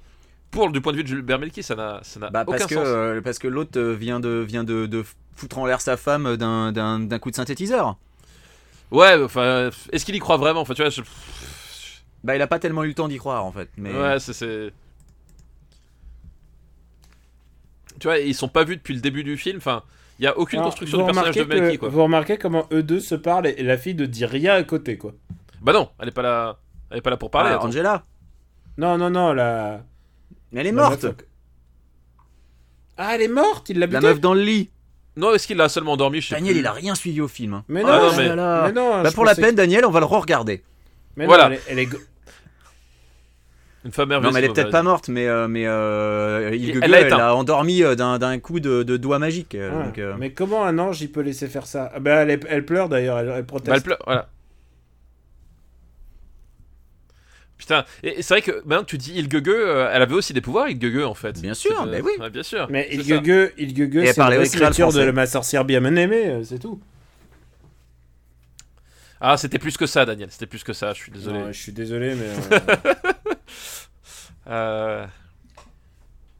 Speaker 3: Pour du point de vue de Gilbert Melki, ça n'a ça n'a
Speaker 1: Bah,
Speaker 3: aucun
Speaker 1: parce que,
Speaker 3: sens.
Speaker 1: euh, parce que l'autre euh, vient de, vient de, de foutre en l'air sa femme d'un- d'un d'un coup de synthétiseur.
Speaker 3: Ouais, enfin, est-ce qu'il y croit vraiment Enfin, tu vois, je-
Speaker 1: Bah, il a pas tellement eu le temps d'y croire en fait. Mais...
Speaker 3: Ouais, c'est- c'est. Tu vois, ils sont pas vus depuis le début du film. Enfin, il y a aucune
Speaker 2: Alors,
Speaker 3: construction
Speaker 2: vous
Speaker 3: du personnage de
Speaker 2: remarquez que-
Speaker 3: Melki, quoi.
Speaker 2: Vous remarquez comment eux deux se parlent et, et la fille ne dit rien à côté, quoi.
Speaker 3: Bah non, elle est pas là, elle est pas là pour
Speaker 1: Ah,
Speaker 3: parler. attends.
Speaker 1: Angela,
Speaker 2: Non, non, non, la.
Speaker 1: mais elle est
Speaker 2: la
Speaker 1: morte.
Speaker 2: meuf- euh, Ah, elle est morte, il l'a
Speaker 1: La
Speaker 2: butée.
Speaker 1: meuf dans le lit.
Speaker 3: non, est-ce qu'il l'a seulement endormi je sais
Speaker 1: Daniel,
Speaker 3: plus.
Speaker 1: il a rien suivi au film. hein.
Speaker 2: Mais
Speaker 3: Ah
Speaker 2: non,
Speaker 3: non,
Speaker 2: je-
Speaker 3: mais-
Speaker 1: Oh là là.
Speaker 2: mais non,
Speaker 1: Bah,
Speaker 2: je
Speaker 1: pour la
Speaker 2: pensais-
Speaker 1: peine, Daniel, on va le re-regarder.
Speaker 2: mais non,
Speaker 3: Voilà.
Speaker 2: elle est- elle est go-
Speaker 3: Une femme merveilleuse.
Speaker 1: Non, mais elle est peut-être pas
Speaker 3: mauvaise.
Speaker 1: morte, mais, euh, mais euh, il
Speaker 3: Elle
Speaker 1: gueule,
Speaker 3: l'a
Speaker 1: elle
Speaker 3: éteint.
Speaker 1: l'a endormi euh, d'un d'un coup de, de doigt magique. euh,
Speaker 2: Ah,
Speaker 1: donc, euh,
Speaker 2: Mais comment un ange il peut laisser faire ça Ah, bah, elle, est- elle pleure d'ailleurs, elle, elle proteste.
Speaker 3: Bah, elle pleure, voilà. Putain, et, et c'est vrai que maintenant que tu dis Ilgege, euh, elle avait aussi des pouvoirs Ilgege en fait.
Speaker 1: Bien sûr,
Speaker 3: C'est euh, de-
Speaker 1: mais oui.
Speaker 3: Ouais, bien sûr.
Speaker 2: Mais
Speaker 3: c'est
Speaker 2: il
Speaker 3: ça.
Speaker 2: gueugue, il gueugue,
Speaker 1: Et elle
Speaker 2: c'est
Speaker 1: parlait
Speaker 2: la
Speaker 1: aussi mal
Speaker 2: écriture de
Speaker 1: français.
Speaker 2: ma sorcière bien aimée, euh, c'est tout.
Speaker 3: Ah, c'était plus que ça, Daniel. C'était plus que ça. Je suis désolé.
Speaker 2: Non, je suis désolé, mais
Speaker 3: (laughs)
Speaker 2: euh,
Speaker 3: Euh,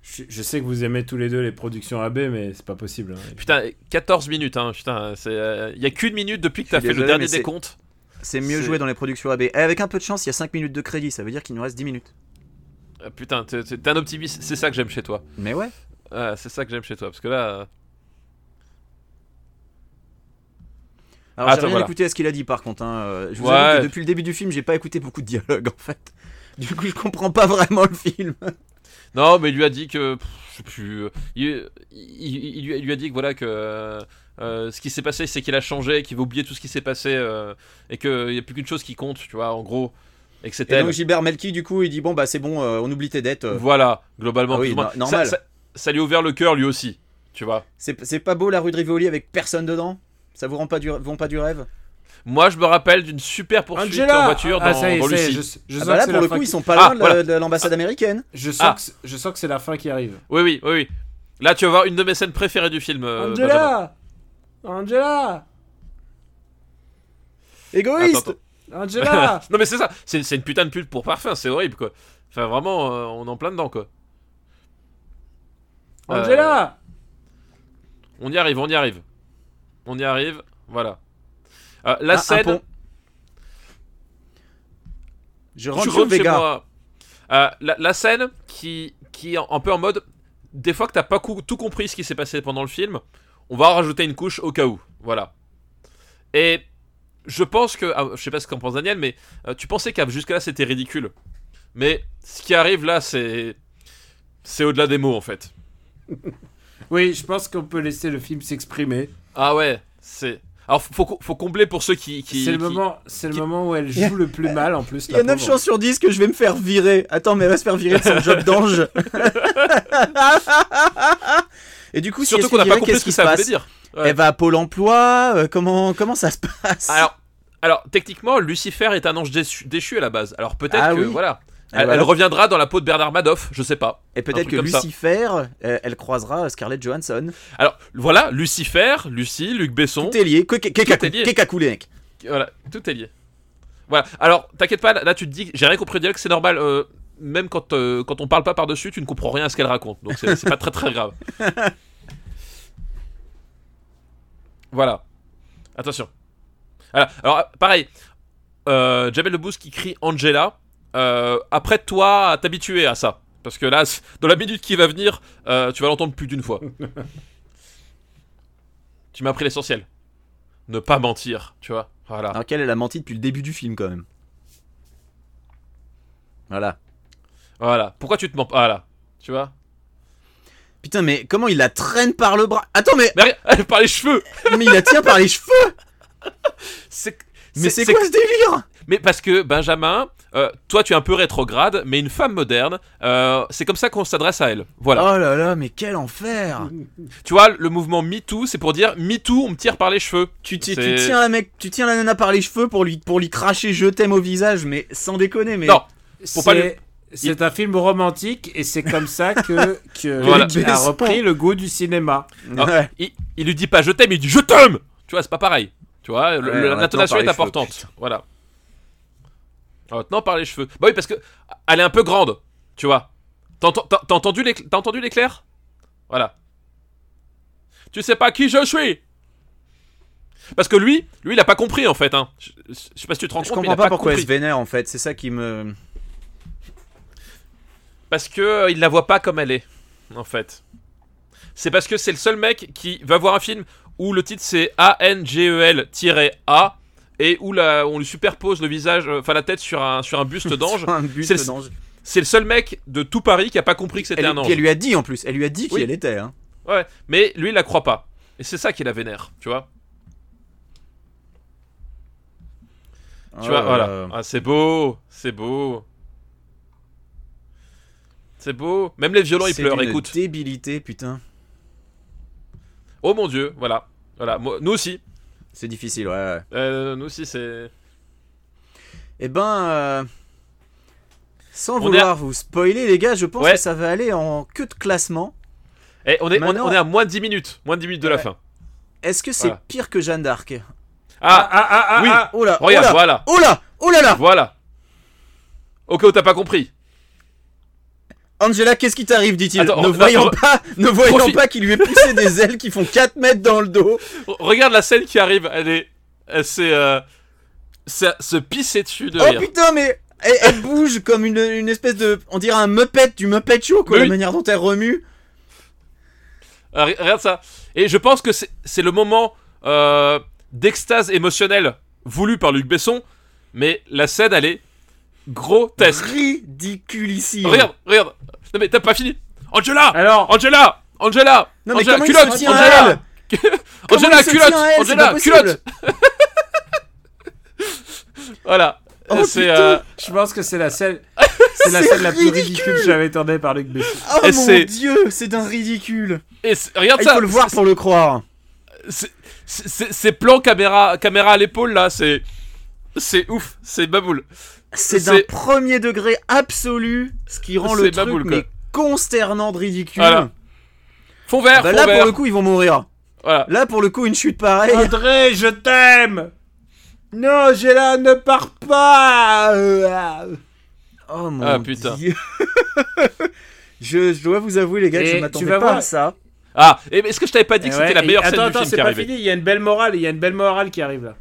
Speaker 2: je, je sais que vous aimez tous les deux les productions AB, mais c'est pas possible. hein.
Speaker 3: Putain, 14 minutes. Hein, putain, c'est. Il y a qu'une minute depuis que t'as
Speaker 1: suis
Speaker 3: fait le
Speaker 1: désolé,
Speaker 3: dernier
Speaker 1: mais c'est-
Speaker 3: décompte.
Speaker 1: C'est mieux
Speaker 3: C'est-
Speaker 1: joué dans les productions AB. Et avec un peu de chance, il y a 5 minutes de crédit, ça veut dire qu'il nous reste 10 minutes.
Speaker 3: Ah, Putain, t'es- t'es t'es un optimiste, c'est ça que j'aime chez toi.
Speaker 1: Mais ouais.
Speaker 3: Ah, c'est ça que j'aime chez toi, parce que là. euh,
Speaker 1: Alors
Speaker 3: Attends,
Speaker 1: j'ai rien
Speaker 3: voilà.
Speaker 1: écouté à ce qu'il a dit par contre. hein. Euh, Je vous
Speaker 3: Ouais.
Speaker 1: avoue que depuis le début du film, j'ai pas écouté beaucoup de dialogues (laughs) en fait. Du coup, je comprends pas vraiment le film.
Speaker 3: Non, mais il lui a dit que. pff, je sais plus. euh, Il, il- il- il lui, il lui a dit que voilà, que. euh, euh, ce qui s'est passé, c'est qu'il a changé, qu'il va oublier tout ce qui s'est passé, euh, et qu'il n'y a plus qu'une chose qui compte, tu vois, en gros. Et que c'est
Speaker 1: Et
Speaker 3: elle.
Speaker 1: donc Gilbert Melki, du coup, il dit bon bah c'est bon, euh, on oublie tes dettes. euh.
Speaker 3: Voilà, globalement.
Speaker 1: Ah oui,
Speaker 3: plus ou moins.
Speaker 1: no- normal.
Speaker 3: Ça, ça- ça lui a ouvert le cœur, lui aussi, tu vois.
Speaker 1: C'est c'est pas beau la rue de Rivoli avec personne dedans. Ça vous rend pas du, vend pas du rêve
Speaker 3: Moi, je me rappelle d'une super poursuite en voiture dans,
Speaker 4: Ah, ça y est,
Speaker 3: dans
Speaker 4: ça y est,
Speaker 3: Lucie.
Speaker 4: je, je
Speaker 1: Ah
Speaker 4: sens
Speaker 1: bah
Speaker 4: que
Speaker 1: là
Speaker 4: c'est
Speaker 1: pour
Speaker 4: la
Speaker 1: le
Speaker 4: fin
Speaker 1: coup
Speaker 4: qui-
Speaker 1: ils sont pas
Speaker 3: Ah,
Speaker 1: loin de la-
Speaker 3: voilà.
Speaker 1: de l'ambassade américaine.
Speaker 4: Je sens,
Speaker 3: Ah.
Speaker 4: que, c'est- je sens que c'est la fin qui arrive.
Speaker 3: Oui, oui, oui, oui. Là, tu vas voir une de mes scènes préférées du film. euh, Benjamin.
Speaker 4: Angela Angela
Speaker 1: Égoïste.
Speaker 3: Attends, attends.
Speaker 4: Angela
Speaker 3: (laughs) non, mais c'est ça. C'est c'est une putain de pute pour parfum, c'est horrible, quoi. Enfin, vraiment, euh, on est en plein dedans, quoi. Euh,
Speaker 4: Angela
Speaker 3: On y arrive, on y arrive. On y arrive, voilà. Euh,
Speaker 4: Ah,
Speaker 3: la
Speaker 1: Ah, Un- un
Speaker 3: scène.
Speaker 1: pont. Je
Speaker 3: je
Speaker 1: rentre
Speaker 3: rentre
Speaker 1: sur
Speaker 3: chez
Speaker 1: Vega.
Speaker 3: moi. Euh, la, la scène qui, qui est un peu en mode. Des fois que t'as pas cou- tout compris ce qui s'est passé pendant le film, on va en rajouter une couche au cas où. Voilà. Et je pense que. ah, je sais pas ce qu'en pense Daniel, mais euh, tu pensais qu'à jusqu'à là c'était ridicule. Mais ce qui arrive là, c'est. C'est au-delà des mots en fait.
Speaker 4: Oui, je pense qu'on peut laisser le film s'exprimer.
Speaker 3: Ah ouais, c'est. Alors faut, co- faut combler pour ceux qui. qui-
Speaker 4: C'est le,
Speaker 3: qui-
Speaker 4: moment, c'est le
Speaker 3: qui-
Speaker 4: moment où elle joue le
Speaker 3: (laughs)
Speaker 4: plus mal en plus.
Speaker 1: Il y a
Speaker 4: la
Speaker 1: 9
Speaker 4: pauvre.
Speaker 1: chances sur 10 que je vais me faire virer. Attends, mais elle va se faire virer de son
Speaker 3: (laughs)
Speaker 1: job d'ange. (laughs) Et du coup, si elle
Speaker 3: Surtout
Speaker 1: se fait
Speaker 3: qu'on n'a pas
Speaker 1: virer,
Speaker 3: compris
Speaker 1: qu'est-ce
Speaker 3: ce que
Speaker 1: qui
Speaker 3: ça
Speaker 1: se
Speaker 3: voulait
Speaker 1: passe
Speaker 3: dire. Ouais.
Speaker 1: Elle va à Pôle emploi euh, comment, comment ça se passe
Speaker 3: Alors, alors techniquement, Lucifer est un ange déchu, déchu à la base. Alors peut-être
Speaker 1: Ah
Speaker 3: que
Speaker 1: oui.
Speaker 3: voilà,
Speaker 1: Et
Speaker 3: elle,
Speaker 1: voilà.
Speaker 3: elle reviendra dans la peau de Bernard Madoff, je sais pas.
Speaker 1: Et
Speaker 3: un
Speaker 1: peut-être
Speaker 3: truc
Speaker 1: que
Speaker 3: comme ça.
Speaker 1: Lucifer, euh, elle croisera Scarlett Johansson.
Speaker 3: Alors voilà, Lucifer, Lucie, Luc Besson,
Speaker 1: Tout est lié. Que- que- que-
Speaker 3: Tout est Ah.
Speaker 1: que-
Speaker 3: lié.
Speaker 1: que- que- mec.
Speaker 3: voilà, tout est lié. Voilà. Alors t'inquiète pas, là, là, tu te dis, j'ai rien compris au dialogue, c'est normal. euh, même quand euh, quand on parle pas par dessus, tu ne comprends rien à ce qu'elle raconte. Donc c'est c'est pas très très grave. Voilà. Attention. Voilà. Alors, pareil. Euh, Jamel Debbouze qui crie Angela. Euh, après toi, à t'habituer à ça. Parce que là, (laughs) c'est- dans la minute qui va venir, euh, tu vas l'entendre plus d'une fois. tu m'as appris l'essentiel. Ne pas mentir, tu vois. Voilà.
Speaker 1: Alors qu'elle, elle a menti depuis le début du film, quand même. Voilà.
Speaker 3: Voilà. Pourquoi tu te mens pas Voilà. Tu vois
Speaker 1: Putain, mais comment il la traîne par le bras Attends, mais,
Speaker 3: Mais regarde, (laughs) par les cheveux
Speaker 1: mais il la tient par les (laughs) cheveux
Speaker 3: C'est.
Speaker 1: Mais c'est quoi ce délire
Speaker 3: Mais parce que Benjamin, euh, toi tu es un peu rétrograde, mais une femme moderne, euh, c'est comme ça qu'on s'adresse à elle. Voilà.
Speaker 1: Oh là là, mais quel enfer
Speaker 3: Tu vois, le mouvement MeToo, c'est pour dire MeToo, on me tire par les cheveux.
Speaker 1: Tu, tu- tu
Speaker 3: C'est-
Speaker 1: tiens la mec, tu tiens la nana par les cheveux pour lui pour lui cracher je t'aime au visage, mais sans déconner, mais (laughs)
Speaker 3: Non,
Speaker 4: C'est,
Speaker 3: Pour pas lui-
Speaker 4: c'est un film romantique et c'est comme ça
Speaker 3: (laughs)
Speaker 4: que, que
Speaker 3: Voilà.
Speaker 4: qu'il a repris le goût du cinéma.
Speaker 1: Ouais.
Speaker 3: Il, il lui dit pas je t'aime, il dit je t'aime Tu vois, c'est pas pareil. Tu vois, le-
Speaker 1: Ouais,
Speaker 3: le-
Speaker 1: maintenant,
Speaker 3: l'intonation
Speaker 1: par
Speaker 3: est
Speaker 1: les cheveux,
Speaker 3: importante. voilà. Alors, Maintenant par les cheveux. Bah oui, parce que elle est un peu grande, tu vois. T'entends- T'as t'as entendu l'écl- t'as entendu l'éclair Voilà. Tu sais pas qui je suis Parce que lui, lui, il a pas compris en fait. Hein. Je, je sais pas si tu te rends
Speaker 1: je
Speaker 3: compte, mais
Speaker 1: comprends
Speaker 3: il a
Speaker 1: pas
Speaker 3: pas,
Speaker 1: pourquoi elle
Speaker 3: compris.
Speaker 1: se vénère en fait, c'est ça qui me.
Speaker 3: Parce que euh, il la voit pas comme elle est, en fait. C'est parce que c'est le seul mec qui va voir un film où le titre c'est A-N-G-E-L-A E et où la- on lui superpose le visage, euh, enfin la tête sur un, sur
Speaker 1: (laughs)
Speaker 3: un buste d'ange.
Speaker 1: Un but
Speaker 3: C'est le-
Speaker 1: d'ange.
Speaker 3: C'est le seul mec de tout Paris qui a pas compris que c'était
Speaker 1: Elle,
Speaker 3: un
Speaker 1: puis
Speaker 3: ange.
Speaker 1: elle lui a dit en plus, elle lui a dit qui
Speaker 3: Oui.
Speaker 1: elle était. Hein.
Speaker 3: Ouais, mais lui il la croit pas. Et c'est ça qui la vénère, tu vois. Tu vois,
Speaker 1: Oh,
Speaker 3: voilà.
Speaker 1: euh,
Speaker 3: Ah, c'est beau, c'est beau. C'est beau. Même les violons ils
Speaker 1: c'est
Speaker 3: pleurent,
Speaker 1: d'une
Speaker 3: écoute.
Speaker 1: Débilité, putain.
Speaker 3: Oh mon dieu, voilà. Voilà, moi- nous aussi.
Speaker 1: C'est difficile, ouais. ouais.
Speaker 3: Euh, nous aussi c'est...
Speaker 1: Eh ben, euh, sans
Speaker 3: On est
Speaker 1: vouloir vous spoiler, les gars, je pense
Speaker 3: Ouais.
Speaker 1: que ça va aller en queue de classement.
Speaker 3: Eh, on, est, on,
Speaker 1: Maintenant-
Speaker 3: on est à moins de 10 minutes. Moins de 10 minutes de la
Speaker 1: Ouais.
Speaker 3: fin.
Speaker 1: Est-ce que c'est
Speaker 3: Voilà.
Speaker 1: pire que Jeanne d'Arc
Speaker 3: Ah,
Speaker 4: ah, ah, ah,
Speaker 3: oui.
Speaker 4: ah.
Speaker 1: Oh là, oh
Speaker 3: regarde,
Speaker 1: là,
Speaker 3: voilà.
Speaker 1: oh là, oh là là.
Speaker 3: Voilà. Au cas où t'as pas compris.
Speaker 1: Angela, qu'est-ce qui t'arrive dit-il.
Speaker 3: Attends,
Speaker 1: Ne
Speaker 3: on-
Speaker 1: voyant
Speaker 3: attends,
Speaker 1: pas, ne voyant
Speaker 3: Profite.
Speaker 1: pas qu'il lui est poussé
Speaker 3: (laughs)
Speaker 1: des ailes qui font 4 mètres dans le dos.
Speaker 3: R- Regarde la scène qui arrive. Elle est. elle- C'est. euh, ça se pisser dessus de
Speaker 1: Oh
Speaker 3: rire.
Speaker 1: putain, mais elle, elle bouge comme une, une espèce de. On dirait un Muppet du Muppet Show, quoi,
Speaker 3: Mais
Speaker 1: la
Speaker 3: oui.
Speaker 1: manière dont elle remue.
Speaker 3: Ah, re- Regarde ça. Et je pense que c'est c'est le moment euh, d'extase émotionnelle voulu par Luc Besson, mais la scène, elle est grotesque.
Speaker 1: Ridiculissime.
Speaker 3: Regarde, regarde. Non mais t'as pas fini. Angela
Speaker 2: Alors,
Speaker 3: Ah, Angela Angela
Speaker 1: Non, mais
Speaker 3: Angela,
Speaker 1: comment il
Speaker 3: culotte
Speaker 1: se tient à
Speaker 3: Angela
Speaker 1: elle
Speaker 3: (laughs)
Speaker 1: Comment
Speaker 3: Angela,
Speaker 1: il se tient
Speaker 3: culotte
Speaker 1: à elle, c'est
Speaker 3: Angela,
Speaker 1: pas
Speaker 3: culotte
Speaker 1: possible.
Speaker 3: Voilà.
Speaker 1: Oh,
Speaker 3: c'est
Speaker 1: putain.
Speaker 3: euh,
Speaker 2: je pense que c'est la scène,
Speaker 3: (laughs)
Speaker 2: c'est la
Speaker 1: C'est
Speaker 2: scène la plus
Speaker 1: ridicule.
Speaker 2: ridicule que j'avais tournée par Luc Besson.
Speaker 1: Oh
Speaker 3: Et
Speaker 1: mon
Speaker 3: c'est-
Speaker 1: dieu, c'est d'un ridicule.
Speaker 3: et c'est- regarde
Speaker 1: Ah, il
Speaker 3: ça.
Speaker 1: faut le voir pour le croire.
Speaker 3: C'est- c'est- c'est- Ces plans caméra caméra à l'épaule là, c'est c'est ouf, c'est baboule.
Speaker 1: C'est
Speaker 3: c'est-
Speaker 1: d'un premier degré absolu, ce qui rend le
Speaker 3: C'est
Speaker 1: truc
Speaker 3: baboule, quoi.
Speaker 1: mais consternant de ridicule.
Speaker 3: Voilà. Fond vert,
Speaker 1: Bah
Speaker 3: fond
Speaker 1: là,
Speaker 3: vert.
Speaker 1: pour le coup, ils vont mourir.
Speaker 3: Voilà.
Speaker 1: Là, pour le coup, une chute pareille.
Speaker 3: Ah,
Speaker 2: André, je t'aime. Non, j'ai là, ne pars pas. Euh, ah.
Speaker 1: Oh mon
Speaker 3: Ah, putain.
Speaker 1: dieu. (laughs) je, je dois vous avouer, les gars, que
Speaker 2: Et
Speaker 1: je
Speaker 2: tu
Speaker 1: m'attendais
Speaker 2: vas
Speaker 1: pas
Speaker 2: voir.
Speaker 1: à ça.
Speaker 3: Ah, et est-ce que je t'avais pas dit
Speaker 2: Eh
Speaker 3: que
Speaker 2: ouais,
Speaker 3: c'était la
Speaker 2: et-
Speaker 3: meilleure scène
Speaker 2: attends,
Speaker 3: du
Speaker 2: attends,
Speaker 3: film
Speaker 2: c'est
Speaker 3: qui
Speaker 2: pas
Speaker 3: arrivait
Speaker 2: fini. Il y a une belle morale, il y a une belle morale qui arrive là.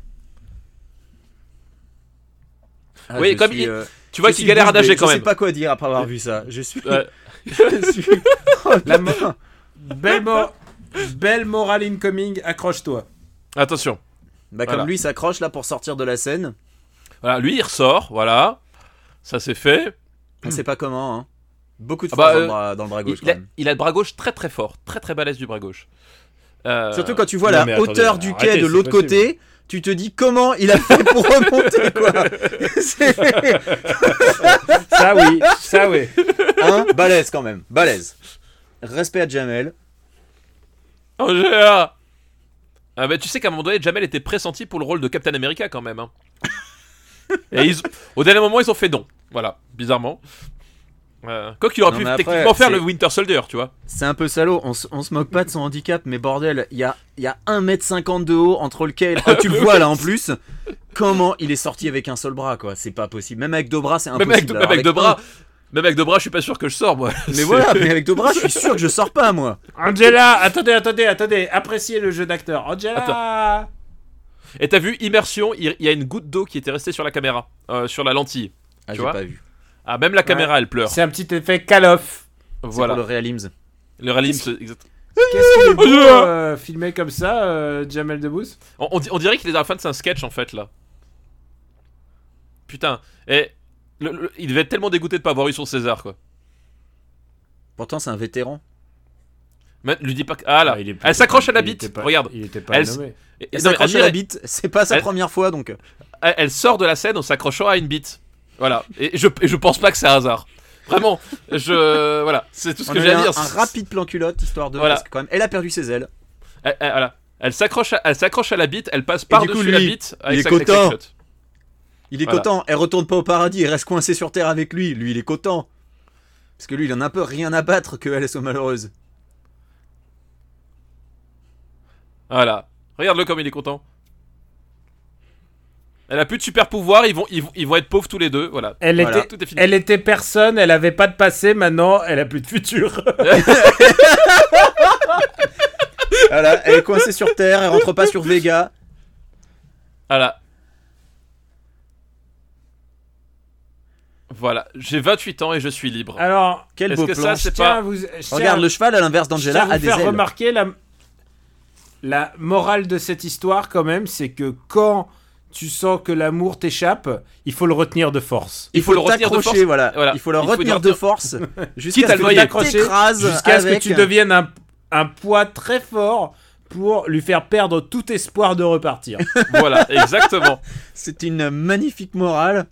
Speaker 1: Ah,
Speaker 3: Oui,
Speaker 1: je
Speaker 3: comme
Speaker 1: suis,
Speaker 3: il-
Speaker 1: euh,
Speaker 3: Tu vois
Speaker 1: je
Speaker 3: qu'il
Speaker 1: suis
Speaker 3: galère à
Speaker 1: bouche bée.
Speaker 3: nager quand
Speaker 1: Je
Speaker 3: même.
Speaker 1: sais pas quoi dire après avoir vu ça. Je suis.
Speaker 3: Ouais.
Speaker 1: (laughs) je suis...
Speaker 3: (laughs)
Speaker 1: Oh,
Speaker 2: La
Speaker 1: putain.
Speaker 2: Belle, mo- belle morale incoming, accroche-toi.
Speaker 3: Attention.
Speaker 1: Bah, comme
Speaker 3: Voilà.
Speaker 1: lui, il s'accroche là pour sortir de la scène.
Speaker 3: Voilà, lui il ressort, voilà. Ça c'est fait.
Speaker 1: On sait pas comment. hein. Beaucoup de
Speaker 3: Hmm. Ah bah,
Speaker 1: phrases dans,
Speaker 3: euh,
Speaker 1: le bras, dans le bras
Speaker 3: Il,
Speaker 1: gauche.
Speaker 3: il a,
Speaker 1: quand même.
Speaker 3: il a le bras gauche très très fort, très très balèze du bras gauche. Euh,
Speaker 1: Surtout quand tu vois
Speaker 5: non, mais
Speaker 1: la
Speaker 5: attendez,
Speaker 1: hauteur du quai
Speaker 5: arrêtez,
Speaker 1: de
Speaker 5: c'est
Speaker 1: l'autre
Speaker 5: possible.
Speaker 1: côté. Tu te dis comment il a fait
Speaker 3: (laughs)
Speaker 1: pour remonter quoi (laughs) C'est-
Speaker 2: Ça oui, ça oui.
Speaker 1: hein Balèze quand même, balèze. Respect à Jamel.
Speaker 3: Angela ah bah, tu sais qu'à un moment donné, Jamel était pressenti pour le rôle de Captain America quand même.
Speaker 1: (laughs)
Speaker 3: hein. Et ils- au dernier moment, ils ont fait non. Voilà, bizarrement. Euh, quoi qu'il aurait
Speaker 1: Non,
Speaker 3: pu
Speaker 1: mais après,
Speaker 3: techniquement faire
Speaker 1: c'est-
Speaker 3: le Winter Soldier, tu vois.
Speaker 1: C'est un peu salaud, on, se- on se moque pas de son handicap, mais bordel, il y a, il y a 1m50 de haut entre lequel. Oh, tu le vois là en plus. Comment il est sorti avec un seul bras, quoi. C'est pas possible. Même avec deux bras, c'est impossible.
Speaker 3: même avec, deux-
Speaker 1: alors
Speaker 3: même avec deux
Speaker 1: un-
Speaker 3: bras, même avec deux bras, je suis pas sûr que je sors moi.
Speaker 1: (laughs) Mais
Speaker 3: (laughs) C'est-
Speaker 1: voilà, mais avec deux bras, je suis sûr que je sors pas, moi.
Speaker 2: Angela, attendez, attendez, attendez, appréciez le jeu d'acteur. Angela
Speaker 3: Et t'as vu immersion, il il y a une goutte d'eau qui était restée sur la caméra, euh, sur la lentille.
Speaker 1: Ah,
Speaker 3: Tu
Speaker 1: j'ai
Speaker 3: vois
Speaker 1: pas vu.
Speaker 3: Ah, même la caméra, elle pleure.
Speaker 2: C'est un petit effet call-off.
Speaker 1: Voilà.
Speaker 3: Voilà.
Speaker 1: Pour le réalisme.
Speaker 3: Le rallye, c'est- exact.
Speaker 2: Qu'est-ce qu'il est beau,
Speaker 3: Angela
Speaker 2: euh, filmé comme ça, euh, Jamel Debbouze
Speaker 3: On, on di- on dirait qu'il est dans la fin de un sketch en fait là. Putain. Et le- le- il devait être tellement dégoûté de pas avoir eu son César quoi.
Speaker 1: Pourtant, c'est un vétéran.
Speaker 3: Mais lui dis pas que. Ah là.
Speaker 2: Ah, il est pas-
Speaker 3: elle s'accroche à la
Speaker 2: il était
Speaker 3: bite.
Speaker 2: pas-
Speaker 3: Regarde.
Speaker 2: Il était pas
Speaker 3: Elle-
Speaker 2: nommé.
Speaker 3: Et-
Speaker 1: Il
Speaker 3: non, mais
Speaker 1: s'accroche à
Speaker 3: elle-
Speaker 1: la bite. C'est pas sa
Speaker 3: Elle-
Speaker 1: première fois, donc.
Speaker 3: Elle, elle sort de la scène en s'accrochant à une bite. Voilà. Et je, et je pense pas que c'est un hasard. Vraiment. Je. Voilà. C'est tout ce
Speaker 1: On
Speaker 3: que
Speaker 1: a
Speaker 3: j'ai
Speaker 1: eu
Speaker 3: à
Speaker 1: un,
Speaker 3: dire.
Speaker 1: un rapide plan culotte, histoire de.
Speaker 3: Voilà.
Speaker 1: parce que quand même, elle a perdu ses ailes.
Speaker 3: Elle, elle- voilà. Elle s'accroche à, elle s'accroche à la bite. Elle passe
Speaker 1: du
Speaker 3: par dessus
Speaker 1: coup,
Speaker 3: la
Speaker 1: lui,
Speaker 3: bite. Avec
Speaker 1: est
Speaker 3: sa- avec sa
Speaker 1: content.
Speaker 3: culotte.
Speaker 1: Il est
Speaker 3: Voilà.
Speaker 1: content, elle retourne pas au paradis, elle reste coincée sur terre avec lui, lui il est content. Parce que lui il en a un peu rien à battre qu'elle soit malheureuse.
Speaker 3: Voilà. Regarde-le comme il est content. Elle a plus de super pouvoir, ils vont, ils, vont- ils vont être pauvres tous les deux, voilà. Ah,
Speaker 2: Elle,
Speaker 1: Voilà.
Speaker 2: était,
Speaker 3: Tout est fini.
Speaker 2: elle était personne, elle avait pas de passé, maintenant elle a plus de futur.
Speaker 3: (laughs)
Speaker 1: Voilà, elle est coincée sur terre, elle rentre pas sur Vega.
Speaker 3: Voilà. Voilà, j'ai 28 ans et je suis libre.
Speaker 1: Ah.
Speaker 2: Alors,
Speaker 1: Quel
Speaker 3: Est-ce
Speaker 1: beau
Speaker 3: que
Speaker 1: plan.
Speaker 3: ça
Speaker 2: je
Speaker 3: c'est
Speaker 2: tiens à
Speaker 3: pas
Speaker 2: vous, je tiens à-
Speaker 1: Regarde le cheval à l'inverse
Speaker 2: je tiens à
Speaker 1: d'Angela
Speaker 2: vous
Speaker 1: a des
Speaker 2: faire
Speaker 1: ailes.
Speaker 2: remarquer la, la morale de cette histoire quand même, c'est que quand tu sens que l'amour t'échappe, il faut le retenir de force.
Speaker 1: Il faut, le retenir
Speaker 3: de force.
Speaker 1: voilà.
Speaker 3: Voilà,
Speaker 1: Il faut le
Speaker 3: il faut
Speaker 1: retenir
Speaker 3: le
Speaker 1: de force (laughs) jusqu'à
Speaker 3: Quitte
Speaker 1: ce
Speaker 3: à le
Speaker 1: que
Speaker 3: noyer.
Speaker 1: tu t'écrases
Speaker 2: Jusqu'à ce que
Speaker 1: avec-
Speaker 2: tu deviennes un, un poids très fort pour lui faire perdre tout espoir de repartir.
Speaker 3: Voilà,
Speaker 1: (laughs)
Speaker 3: exactement.
Speaker 1: C'est une magnifique morale.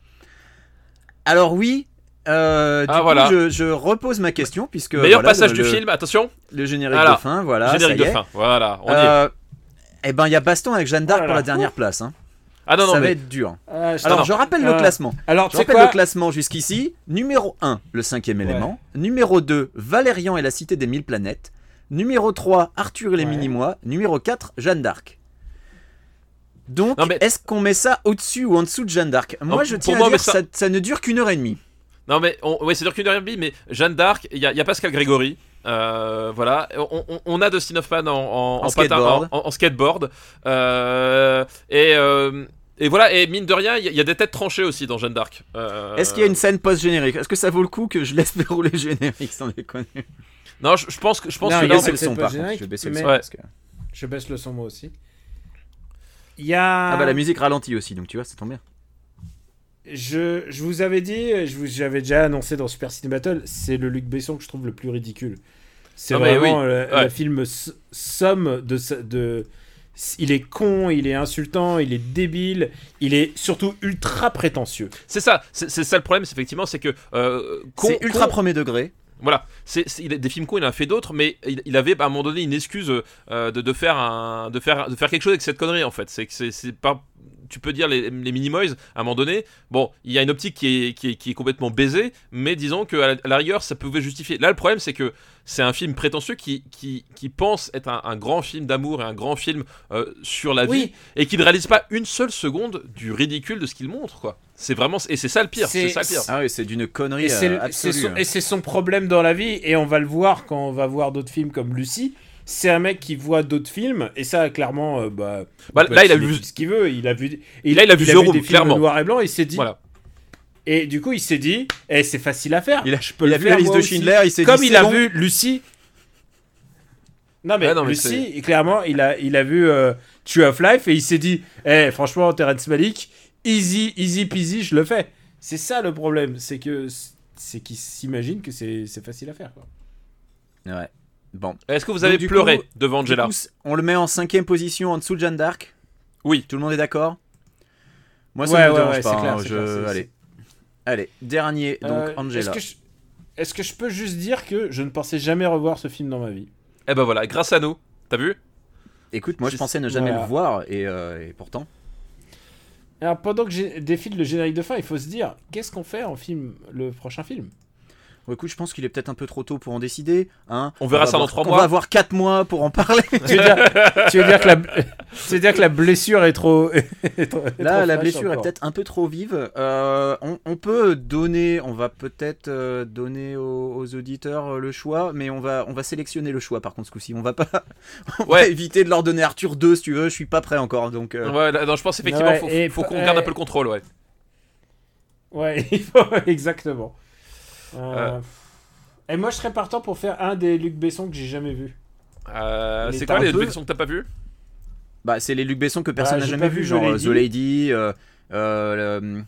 Speaker 1: Alors oui, euh, du
Speaker 3: Ah,
Speaker 1: coup,
Speaker 3: voilà.
Speaker 1: je, je repose ma question puisque
Speaker 3: Meilleur
Speaker 1: voilà,
Speaker 3: passage
Speaker 1: le-
Speaker 3: du
Speaker 1: le-
Speaker 3: film, attention,
Speaker 1: le générique
Speaker 3: Voilà.
Speaker 1: de fin, voilà, ça
Speaker 3: générique
Speaker 1: y
Speaker 3: de
Speaker 1: est.
Speaker 3: fin. Voilà, on y est.
Speaker 1: Euh, eh ben, il y a baston avec Jeanne d'Arc
Speaker 2: Oh là
Speaker 1: pour la
Speaker 2: là.
Speaker 1: dernière place. hein.
Speaker 3: Ah non, non,
Speaker 1: ça va
Speaker 3: mais.
Speaker 1: être dur.
Speaker 2: Ah, je-
Speaker 1: Alors,
Speaker 3: non.
Speaker 1: je rappelle le
Speaker 2: (laughs) Euh,
Speaker 1: classement.
Speaker 2: Alors,
Speaker 1: Je
Speaker 2: tu sais
Speaker 1: rappelle
Speaker 2: quoi
Speaker 1: le classement jusqu'ici. Numéro 1, le cinquième élément. Numéro 2, Valérian et la cité des mille planètes. Numéro 3, Arthur et les
Speaker 2: Ouais.
Speaker 1: mini-mois. Numéro 4, Jeanne d'Arc. Donc,
Speaker 3: Non, mais-
Speaker 1: est-ce qu'on met ça au-dessus ou en dessous de Jeanne d'Arc Moi,
Speaker 3: Non,
Speaker 1: je
Speaker 3: pour
Speaker 1: tiens
Speaker 3: moi,
Speaker 1: à
Speaker 3: mais
Speaker 1: dire
Speaker 3: ça-
Speaker 1: ça... ça ne dure qu'une heure et demie.
Speaker 3: Non, mais. on- Ouais, c'est dur qu'une heure et demie, mais Jeanne d'Arc, il y, a- il y a Pascal Grégory. euh, voilà, on, on- on a Dustin Hoffman en, en,
Speaker 1: En skateboard.
Speaker 3: patin- en- en- en skateboard. Euh, et. euh, Et voilà, et mine de rien, il y, y a des têtes tranchées aussi dans Jeanne d'Arc. Euh,
Speaker 1: Est-ce qu'il y a une scène post-générique Est-ce que ça vaut le coup que je laisse (laughs) dérouler le générique sans déconner
Speaker 3: Non, je, je pense que je pense
Speaker 6: Non,
Speaker 3: que
Speaker 6: il y a Non,
Speaker 3: là, on-
Speaker 6: cette-
Speaker 1: Baisser le
Speaker 6: c'est
Speaker 1: son,
Speaker 6: pas
Speaker 1: par
Speaker 6: générique,
Speaker 1: contre, Je vais baisser le
Speaker 6: mais-
Speaker 1: son parce que-
Speaker 2: Je baisse le son moi aussi. Il y a.
Speaker 1: Ah bah la musique ralentit aussi, donc tu vois, ça tombe bien.
Speaker 2: je, je vous avais dit, je vous j'avais déjà annoncé dans Super Ciné Battle, c'est le Luc Besson que je trouve le plus ridicule. C'est
Speaker 3: Non, mais
Speaker 2: vraiment le, le
Speaker 3: ouais.
Speaker 2: film s- somme de, sa- de. Il est con, il est insultant, il est débile, il est surtout ultra prétentieux.
Speaker 3: C'est ça, c'est c'est ça le problème, c'est effectivement, c'est que euh, con-
Speaker 1: C'est ultra
Speaker 3: con-
Speaker 1: premier degré.
Speaker 3: Voilà, c'est c'est- il a- des films cons, il en a fait d'autres, mais il, il avait à un moment donné une excuse euh, de, de faire un, de faire, de faire quelque chose avec cette connerie en fait. C'est que c'est- c'est pas, tu peux dire les, les Minimoys à un moment donné. Bon, il y a une optique qui est, qui est, qui est complètement baisée, mais disons que à la, à la rigueur, ça pouvait justifier. Là, le problème, c'est que c'est un film prétentieux qui, qui, qui pense être un, un grand film d'amour et un grand film euh, sur la vie, et qui ne réalise pas une seule seconde du ridicule de ce qu'il montre, quoi. C'est vraiment, et c'est ça le pire. C'est
Speaker 2: C'est-
Speaker 3: ça le pire.
Speaker 1: Ah oui, c'est d'une connerie
Speaker 2: Et c'est
Speaker 1: euh,
Speaker 2: le- c'est
Speaker 1: absolue.
Speaker 2: son,
Speaker 1: hein.
Speaker 2: et c'est son problème dans la vie, et on va le voir quand on va voir d'autres films comme Lucie. C'est un mec qui voit d'autres films, et ça, clairement, euh, bah,
Speaker 3: Bah,
Speaker 2: peut
Speaker 3: là, il a
Speaker 2: filmer
Speaker 3: vu-
Speaker 2: tout ce qu'il veut. Il a vu,
Speaker 3: Là, il a vu The Room,
Speaker 2: des films
Speaker 3: clairement.
Speaker 2: noir et blanc, et il s'est dit,
Speaker 3: Voilà.
Speaker 2: Et du coup, il s'est dit, eh, c'est facile à faire.
Speaker 1: Il a,
Speaker 2: peux
Speaker 1: il
Speaker 2: le
Speaker 1: a vu
Speaker 2: faire,
Speaker 1: la liste
Speaker 2: moi
Speaker 1: de
Speaker 2: aussi.
Speaker 1: Schindler, il s'est dit.
Speaker 2: Comme il
Speaker 1: c'est
Speaker 2: a
Speaker 1: bon.
Speaker 2: vu Lucie. Non mais,
Speaker 1: Ah
Speaker 3: Ouais, non, mais
Speaker 2: Lucie, clairement, il a, il a vu euh, Tree of Life et il s'est dit, eh, franchement, Terrence Malick, easy, easy peasy, je le fais. C'est ça le problème, c'est que c'est qu'il s'imagine que c'est c'est facile à faire. Quoi.
Speaker 1: Ouais. Bon.
Speaker 3: Est-ce que vous
Speaker 1: Donc,
Speaker 3: avez
Speaker 1: du
Speaker 3: pleuré
Speaker 1: coup-
Speaker 3: devant
Speaker 1: Du
Speaker 3: Angela
Speaker 1: coup, c- on le met en cinquième position en dessous de Jeanne d'Arc.
Speaker 3: Oui.
Speaker 1: Tout le monde est d'accord Moi, ça
Speaker 2: Ouais,
Speaker 1: me
Speaker 2: ouais,
Speaker 1: dérange
Speaker 2: ouais,
Speaker 1: pas.
Speaker 2: c'est clair,
Speaker 1: hein,
Speaker 2: c'est
Speaker 1: je-
Speaker 2: clair, c'est-
Speaker 1: Allez. Allez, dernier, donc
Speaker 2: Euh, Est-ce
Speaker 1: Angela.
Speaker 2: que, je- est-ce que je peux juste dire que je ne pensais jamais revoir ce film dans ma vie
Speaker 3: Eh ben voilà, grâce à nous, t'as vu
Speaker 1: Écoute, moi, je
Speaker 3: je-
Speaker 1: pensais ne jamais
Speaker 2: voilà.
Speaker 1: le voir, et, euh, et pourtant.
Speaker 2: Alors pendant que j'ai- défile le générique de fin, il faut se dire, qu'est-ce qu'on fait en film, le prochain film
Speaker 1: Bon, écoute, je pense qu'il est peut-être un peu trop tôt pour en décider. Hein.
Speaker 3: On
Speaker 1: va
Speaker 3: verra ça dans
Speaker 1: avoir-
Speaker 3: trois
Speaker 1: On
Speaker 3: mois.
Speaker 1: va avoir 4 mois pour en parler.
Speaker 2: (laughs) tu veux dire, tu veux dire que la, tu veux dire que la blessure est trop. (laughs) est trop- est
Speaker 1: Là, la
Speaker 2: trop fraîche
Speaker 1: blessure est
Speaker 2: encore.
Speaker 1: peut-être un peu trop vive. Euh, on, on peut donner, on va peut-être euh, donner aux, aux auditeurs euh, le choix, mais on va, on va sélectionner le choix par contre ce coup-ci. On va pas, (laughs) on va
Speaker 3: Ouais.
Speaker 1: éviter de leur donner Arthur 2 si tu veux. Je suis pas prêt encore, donc. euh,
Speaker 3: Ouais, là, non, je pense effectivement
Speaker 2: Ouais,
Speaker 3: faut,
Speaker 2: et
Speaker 3: faut
Speaker 2: pa-
Speaker 3: qu'on garde
Speaker 1: eh.
Speaker 3: un
Speaker 2: euh,
Speaker 3: peu le contrôle, ouais.
Speaker 2: Ouais, (laughs) il faut- exactement. Euh, Et moi, je serais partant pour faire un des Luc Besson que j'ai jamais vu.
Speaker 3: Euh,
Speaker 2: mais
Speaker 3: c'est
Speaker 2: t'as
Speaker 3: quoi
Speaker 2: un
Speaker 3: les
Speaker 2: peu-
Speaker 3: élections que t'as pas vu
Speaker 1: Bah, c'est les Luc Besson que personne
Speaker 2: Bah,
Speaker 1: n'a
Speaker 2: j'ai
Speaker 1: jamais
Speaker 2: pas
Speaker 1: vu,
Speaker 2: vu The
Speaker 1: genre euh,
Speaker 2: Lady.
Speaker 1: The Lady, euh, euh, le, hum,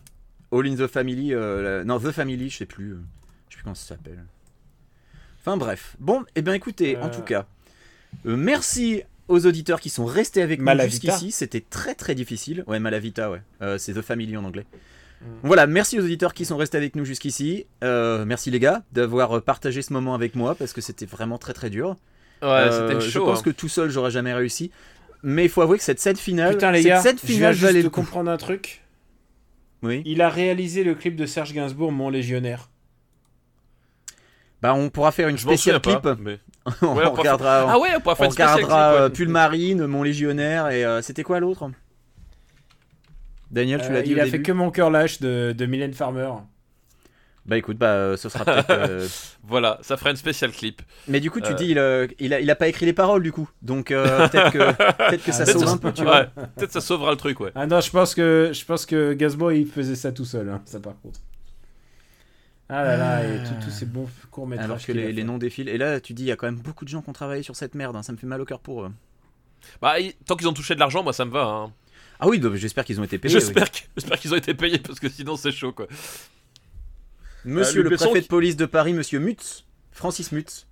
Speaker 1: All in the Family, euh, la- non The Family, je sais plus, euh, je sais plus comment ça s'appelle. Enfin bref. Bon, eh bien écoutez, en
Speaker 2: Euh.
Speaker 1: tout cas, euh, merci aux auditeurs qui sont restés avec nous
Speaker 2: Malavita.
Speaker 1: jusqu'ici. C'était très très difficile. Ouais, Malavita, ouais. Euh, c'est The Family en anglais.
Speaker 2: Mm.
Speaker 1: Voilà, merci aux auditeurs qui sont restés avec nous jusqu'ici. Euh, merci les gars d'avoir euh, partagé ce moment avec moi parce que c'était vraiment très très dur.
Speaker 3: Ouais,
Speaker 1: Euh,
Speaker 3: c'était
Speaker 1: Je
Speaker 3: chaud.
Speaker 1: pense
Speaker 3: hein.
Speaker 1: que tout seul, j'aurais jamais réussi. Mais il faut avouer que cette scène finale,
Speaker 2: Putain, les
Speaker 1: Ah cette
Speaker 2: gars,
Speaker 1: scène
Speaker 2: je viens
Speaker 1: finale
Speaker 2: juste
Speaker 1: valait
Speaker 2: de
Speaker 1: le coup.
Speaker 2: comprendre un truc.
Speaker 1: Oui.
Speaker 2: Il a réalisé le clip de Serge Gainsbourg, Mon Légionnaire.
Speaker 1: Bah, on pourra faire une
Speaker 3: Je m'en souviens
Speaker 1: spéciale clip. (laughs)
Speaker 3: pas. mais-
Speaker 1: on
Speaker 3: Ouais, on pourra faire-
Speaker 1: regardera,
Speaker 3: Ah ouais, on pourra
Speaker 1: on
Speaker 3: faire une spéciale
Speaker 1: regardera,
Speaker 3: clip, ouais.
Speaker 1: euh, Pulmarine, Mon Légionnaire et euh, c'était quoi l'autre Daniel, tu
Speaker 2: Euh,
Speaker 1: l'as dit
Speaker 2: il
Speaker 1: au
Speaker 2: a fait
Speaker 1: début.
Speaker 2: que Mon cœur lâche de, de Mylène Farmer.
Speaker 1: Bah écoute, bah euh, ce sera peut-être.
Speaker 3: (laughs)
Speaker 1: euh,
Speaker 3: Voilà, ça fera une spéciale clip.
Speaker 1: Mais du coup, tu
Speaker 3: Euh.
Speaker 1: dis, il, euh, il, a, il a pas écrit les paroles du coup, donc
Speaker 3: (laughs)
Speaker 1: euh, peut-être que, peut-être que ça
Speaker 2: Peut-être
Speaker 1: sauve
Speaker 2: ça-
Speaker 1: un peu, tu vois.
Speaker 3: Ouais, (laughs) peut-être ça sauvera le truc, ouais.
Speaker 2: Ah non, je pense que je pense que Gainsbourg il faisait ça tout seul, hein, ça par contre. Ah là là, et tout- tous ces bons courts métrages.
Speaker 1: Euh. Alors que les, les noms défilent. Et là, tu dis, il y a quand même beaucoup de gens qui ont travaillé sur cette merde. hein, Ça me fait mal au cœur pour eux.
Speaker 3: Bah, ils- tant qu'ils ont touché de l'argent, moi ça me va. hein.
Speaker 1: Ah oui, donc, j'espère qu'ils ont été payés. oui.
Speaker 3: J'espère que- j'espère qu'ils ont été payés parce que sinon c'est chaud, quoi.
Speaker 1: Monsieur
Speaker 3: Euh,
Speaker 1: le
Speaker 3: Luc Besson
Speaker 1: préfet
Speaker 3: qui-
Speaker 1: de police de Paris, Monsieur Mutz, Francis Mutz.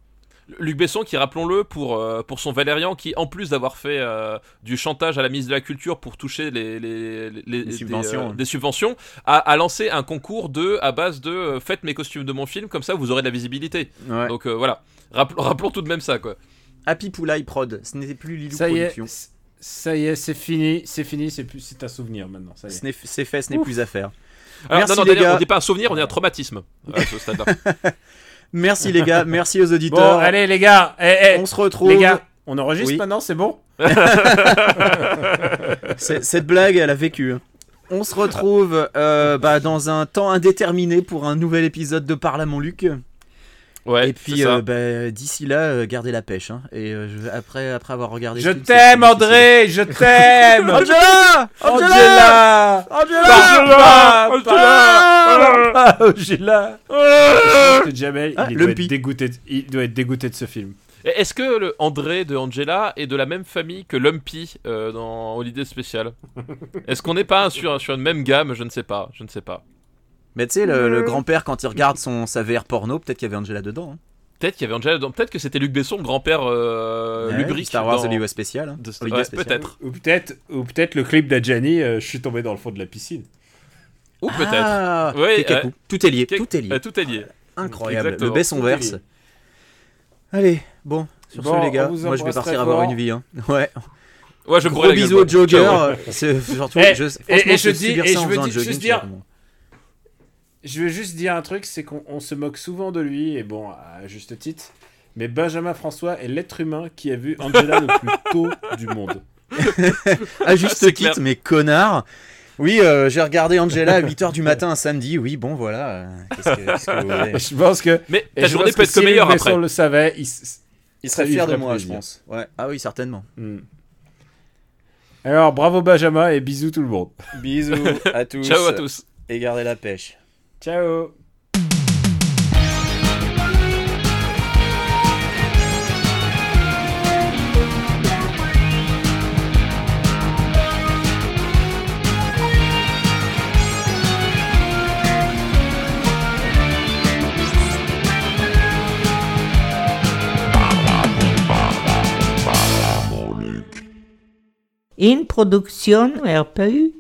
Speaker 3: Luc Besson, qui rappelons-le, pour, euh, pour son Valérian, qui en plus d'avoir fait euh, du chantage à la ministre de la Culture pour toucher les, les, les- des,
Speaker 1: subventions.
Speaker 3: euh, des subventions, a, a lancé un concours de à base de euh, faites mes costumes de mon film, comme ça vous aurez de la visibilité.
Speaker 1: Ouais.
Speaker 3: Donc euh, voilà, Rappel- rappelons tout de même ça quoi.
Speaker 1: Happy Poulaille Prod, ce n'était plus Lilou
Speaker 2: Ça y est,
Speaker 1: Production.
Speaker 2: c- ça y est, c'est fini, c'est fini, c'est plus, c'est un souvenir maintenant. Ça y est.
Speaker 1: Ce n'est- C'est fait, ce n'est plus à faire.
Speaker 3: Alors,
Speaker 1: Merci,
Speaker 3: non, non,
Speaker 1: les
Speaker 3: d'ailleurs,
Speaker 1: gars.
Speaker 3: on dit pas un souvenir, on dit un traumatisme euh,
Speaker 1: (laughs)
Speaker 3: à ce stade-là.
Speaker 1: Merci les gars, merci aux
Speaker 2: Bon,
Speaker 1: auditeurs.
Speaker 2: allez les gars, eh, eh,
Speaker 1: On se retrouve.
Speaker 2: les gars, on enregistre
Speaker 1: Oui.
Speaker 2: maintenant, c'est bon.
Speaker 1: C'est- Cette blague, elle a vécu. hein. On se retrouve euh, bah, dans un temps indéterminé pour un nouvel épisode de Parle à mon Luc.
Speaker 3: Ouais,
Speaker 1: et
Speaker 3: c'est
Speaker 1: puis
Speaker 3: ça.
Speaker 1: euh, bah, d'ici là, euh, gardez la pêche. hein. Et euh, je- après, après avoir regardé.
Speaker 2: Je
Speaker 1: le film, c'est-
Speaker 2: t'aime,
Speaker 1: c'est-
Speaker 2: André Je t'aime
Speaker 1: (laughs) Angela Angela
Speaker 2: Angela
Speaker 3: Angela
Speaker 2: Angela Angela Angela Jamel,
Speaker 1: Ah,
Speaker 2: il,
Speaker 1: le
Speaker 2: doit être
Speaker 1: pi.
Speaker 2: dégoûté de- il doit être dégoûté de ce film.
Speaker 3: Et Est-ce que le André de Angela est de la même famille que Lumpy euh, dans Holiday Special Est-ce qu'on n'est pas sur, sur une même gamme Je ne sais pas, je ne sais pas.
Speaker 1: Mais tu sais, le, le grand-père, quand il regarde son, sa VR porno, peut-être qu'il y avait Angela dedans. hein.
Speaker 3: Peut-être qu'il y avait Angela dedans. Peut-être que c'était Luc Besson, le grand-père euh,
Speaker 1: Ouais,
Speaker 3: lubrique.
Speaker 1: Eh, Star Wars
Speaker 3: dans-
Speaker 1: de l'US spécial. hein.
Speaker 3: de-
Speaker 1: Holiday
Speaker 3: ouais,
Speaker 1: spécial.
Speaker 3: peut-être.
Speaker 2: Ou peut-être ou peut le clip d'Adjani, euh, je suis tombé dans le fond de la piscine.
Speaker 3: Ou peut-être.
Speaker 1: Ah,
Speaker 3: Ouais,
Speaker 1: Kekaku.
Speaker 3: ouais.
Speaker 1: Tout est lié,
Speaker 3: Quelque-
Speaker 1: tout est lié.
Speaker 3: euh, tout est lié.
Speaker 1: Incroyable.
Speaker 3: Exactement.
Speaker 1: Le baisse on
Speaker 2: Tout est
Speaker 1: verse.
Speaker 2: lié.
Speaker 1: Allez, bon, sur
Speaker 2: Bon,
Speaker 1: ce les gars,
Speaker 2: on vous
Speaker 1: moi je vais
Speaker 2: embrasse
Speaker 1: partir
Speaker 2: très
Speaker 1: avoir
Speaker 2: fort.
Speaker 1: une vie. Hein. (laughs) Ouais.
Speaker 3: Ouais, je me
Speaker 1: Gros bisous au Jogger. euh, (laughs) c'est- surtout,
Speaker 2: Et-
Speaker 1: je,
Speaker 2: et-
Speaker 1: franchement,
Speaker 2: et Eh, je
Speaker 1: je
Speaker 2: dis-
Speaker 1: subir
Speaker 2: et
Speaker 1: ça en
Speaker 2: je veux
Speaker 1: faisant un
Speaker 2: di- juste
Speaker 1: jogging,
Speaker 2: dire-
Speaker 1: c'est vraiment-
Speaker 2: Je veux juste dire un truc, c'est qu'on on se moque souvent de lui, et bon, à juste titre, mais Benjamin François est l'être humain qui a vu Angela le plus tôt du monde.
Speaker 1: Ah, juste
Speaker 3: (laughs) C'est
Speaker 1: quitte,
Speaker 3: clair.
Speaker 1: mais connard. Oui, euh, j'ai regardé Angela à 8h du matin un samedi. Oui, bon, voilà. euh, Qu'est-ce que, qu'est-ce que vous voulez
Speaker 2: Je pense que...
Speaker 3: Mais
Speaker 2: et
Speaker 3: ta
Speaker 2: je
Speaker 3: journée
Speaker 2: pense
Speaker 3: peut être que
Speaker 2: si
Speaker 3: meilleure
Speaker 2: Luc Besson
Speaker 3: après.
Speaker 2: le savait, il, s-
Speaker 1: Il serait
Speaker 2: Ça lui
Speaker 1: fier de
Speaker 2: ferait
Speaker 1: moi, je
Speaker 2: plaisir.
Speaker 1: pense. Ouais. Ah oui, certainement.
Speaker 2: Hmm. Alors, bravo Benjamin, et bisous tout le monde.
Speaker 1: Bisous à tous.
Speaker 3: (laughs) Ciao à tous.
Speaker 1: Et gardez la pêche.
Speaker 2: Ciao
Speaker 7: In production RPU.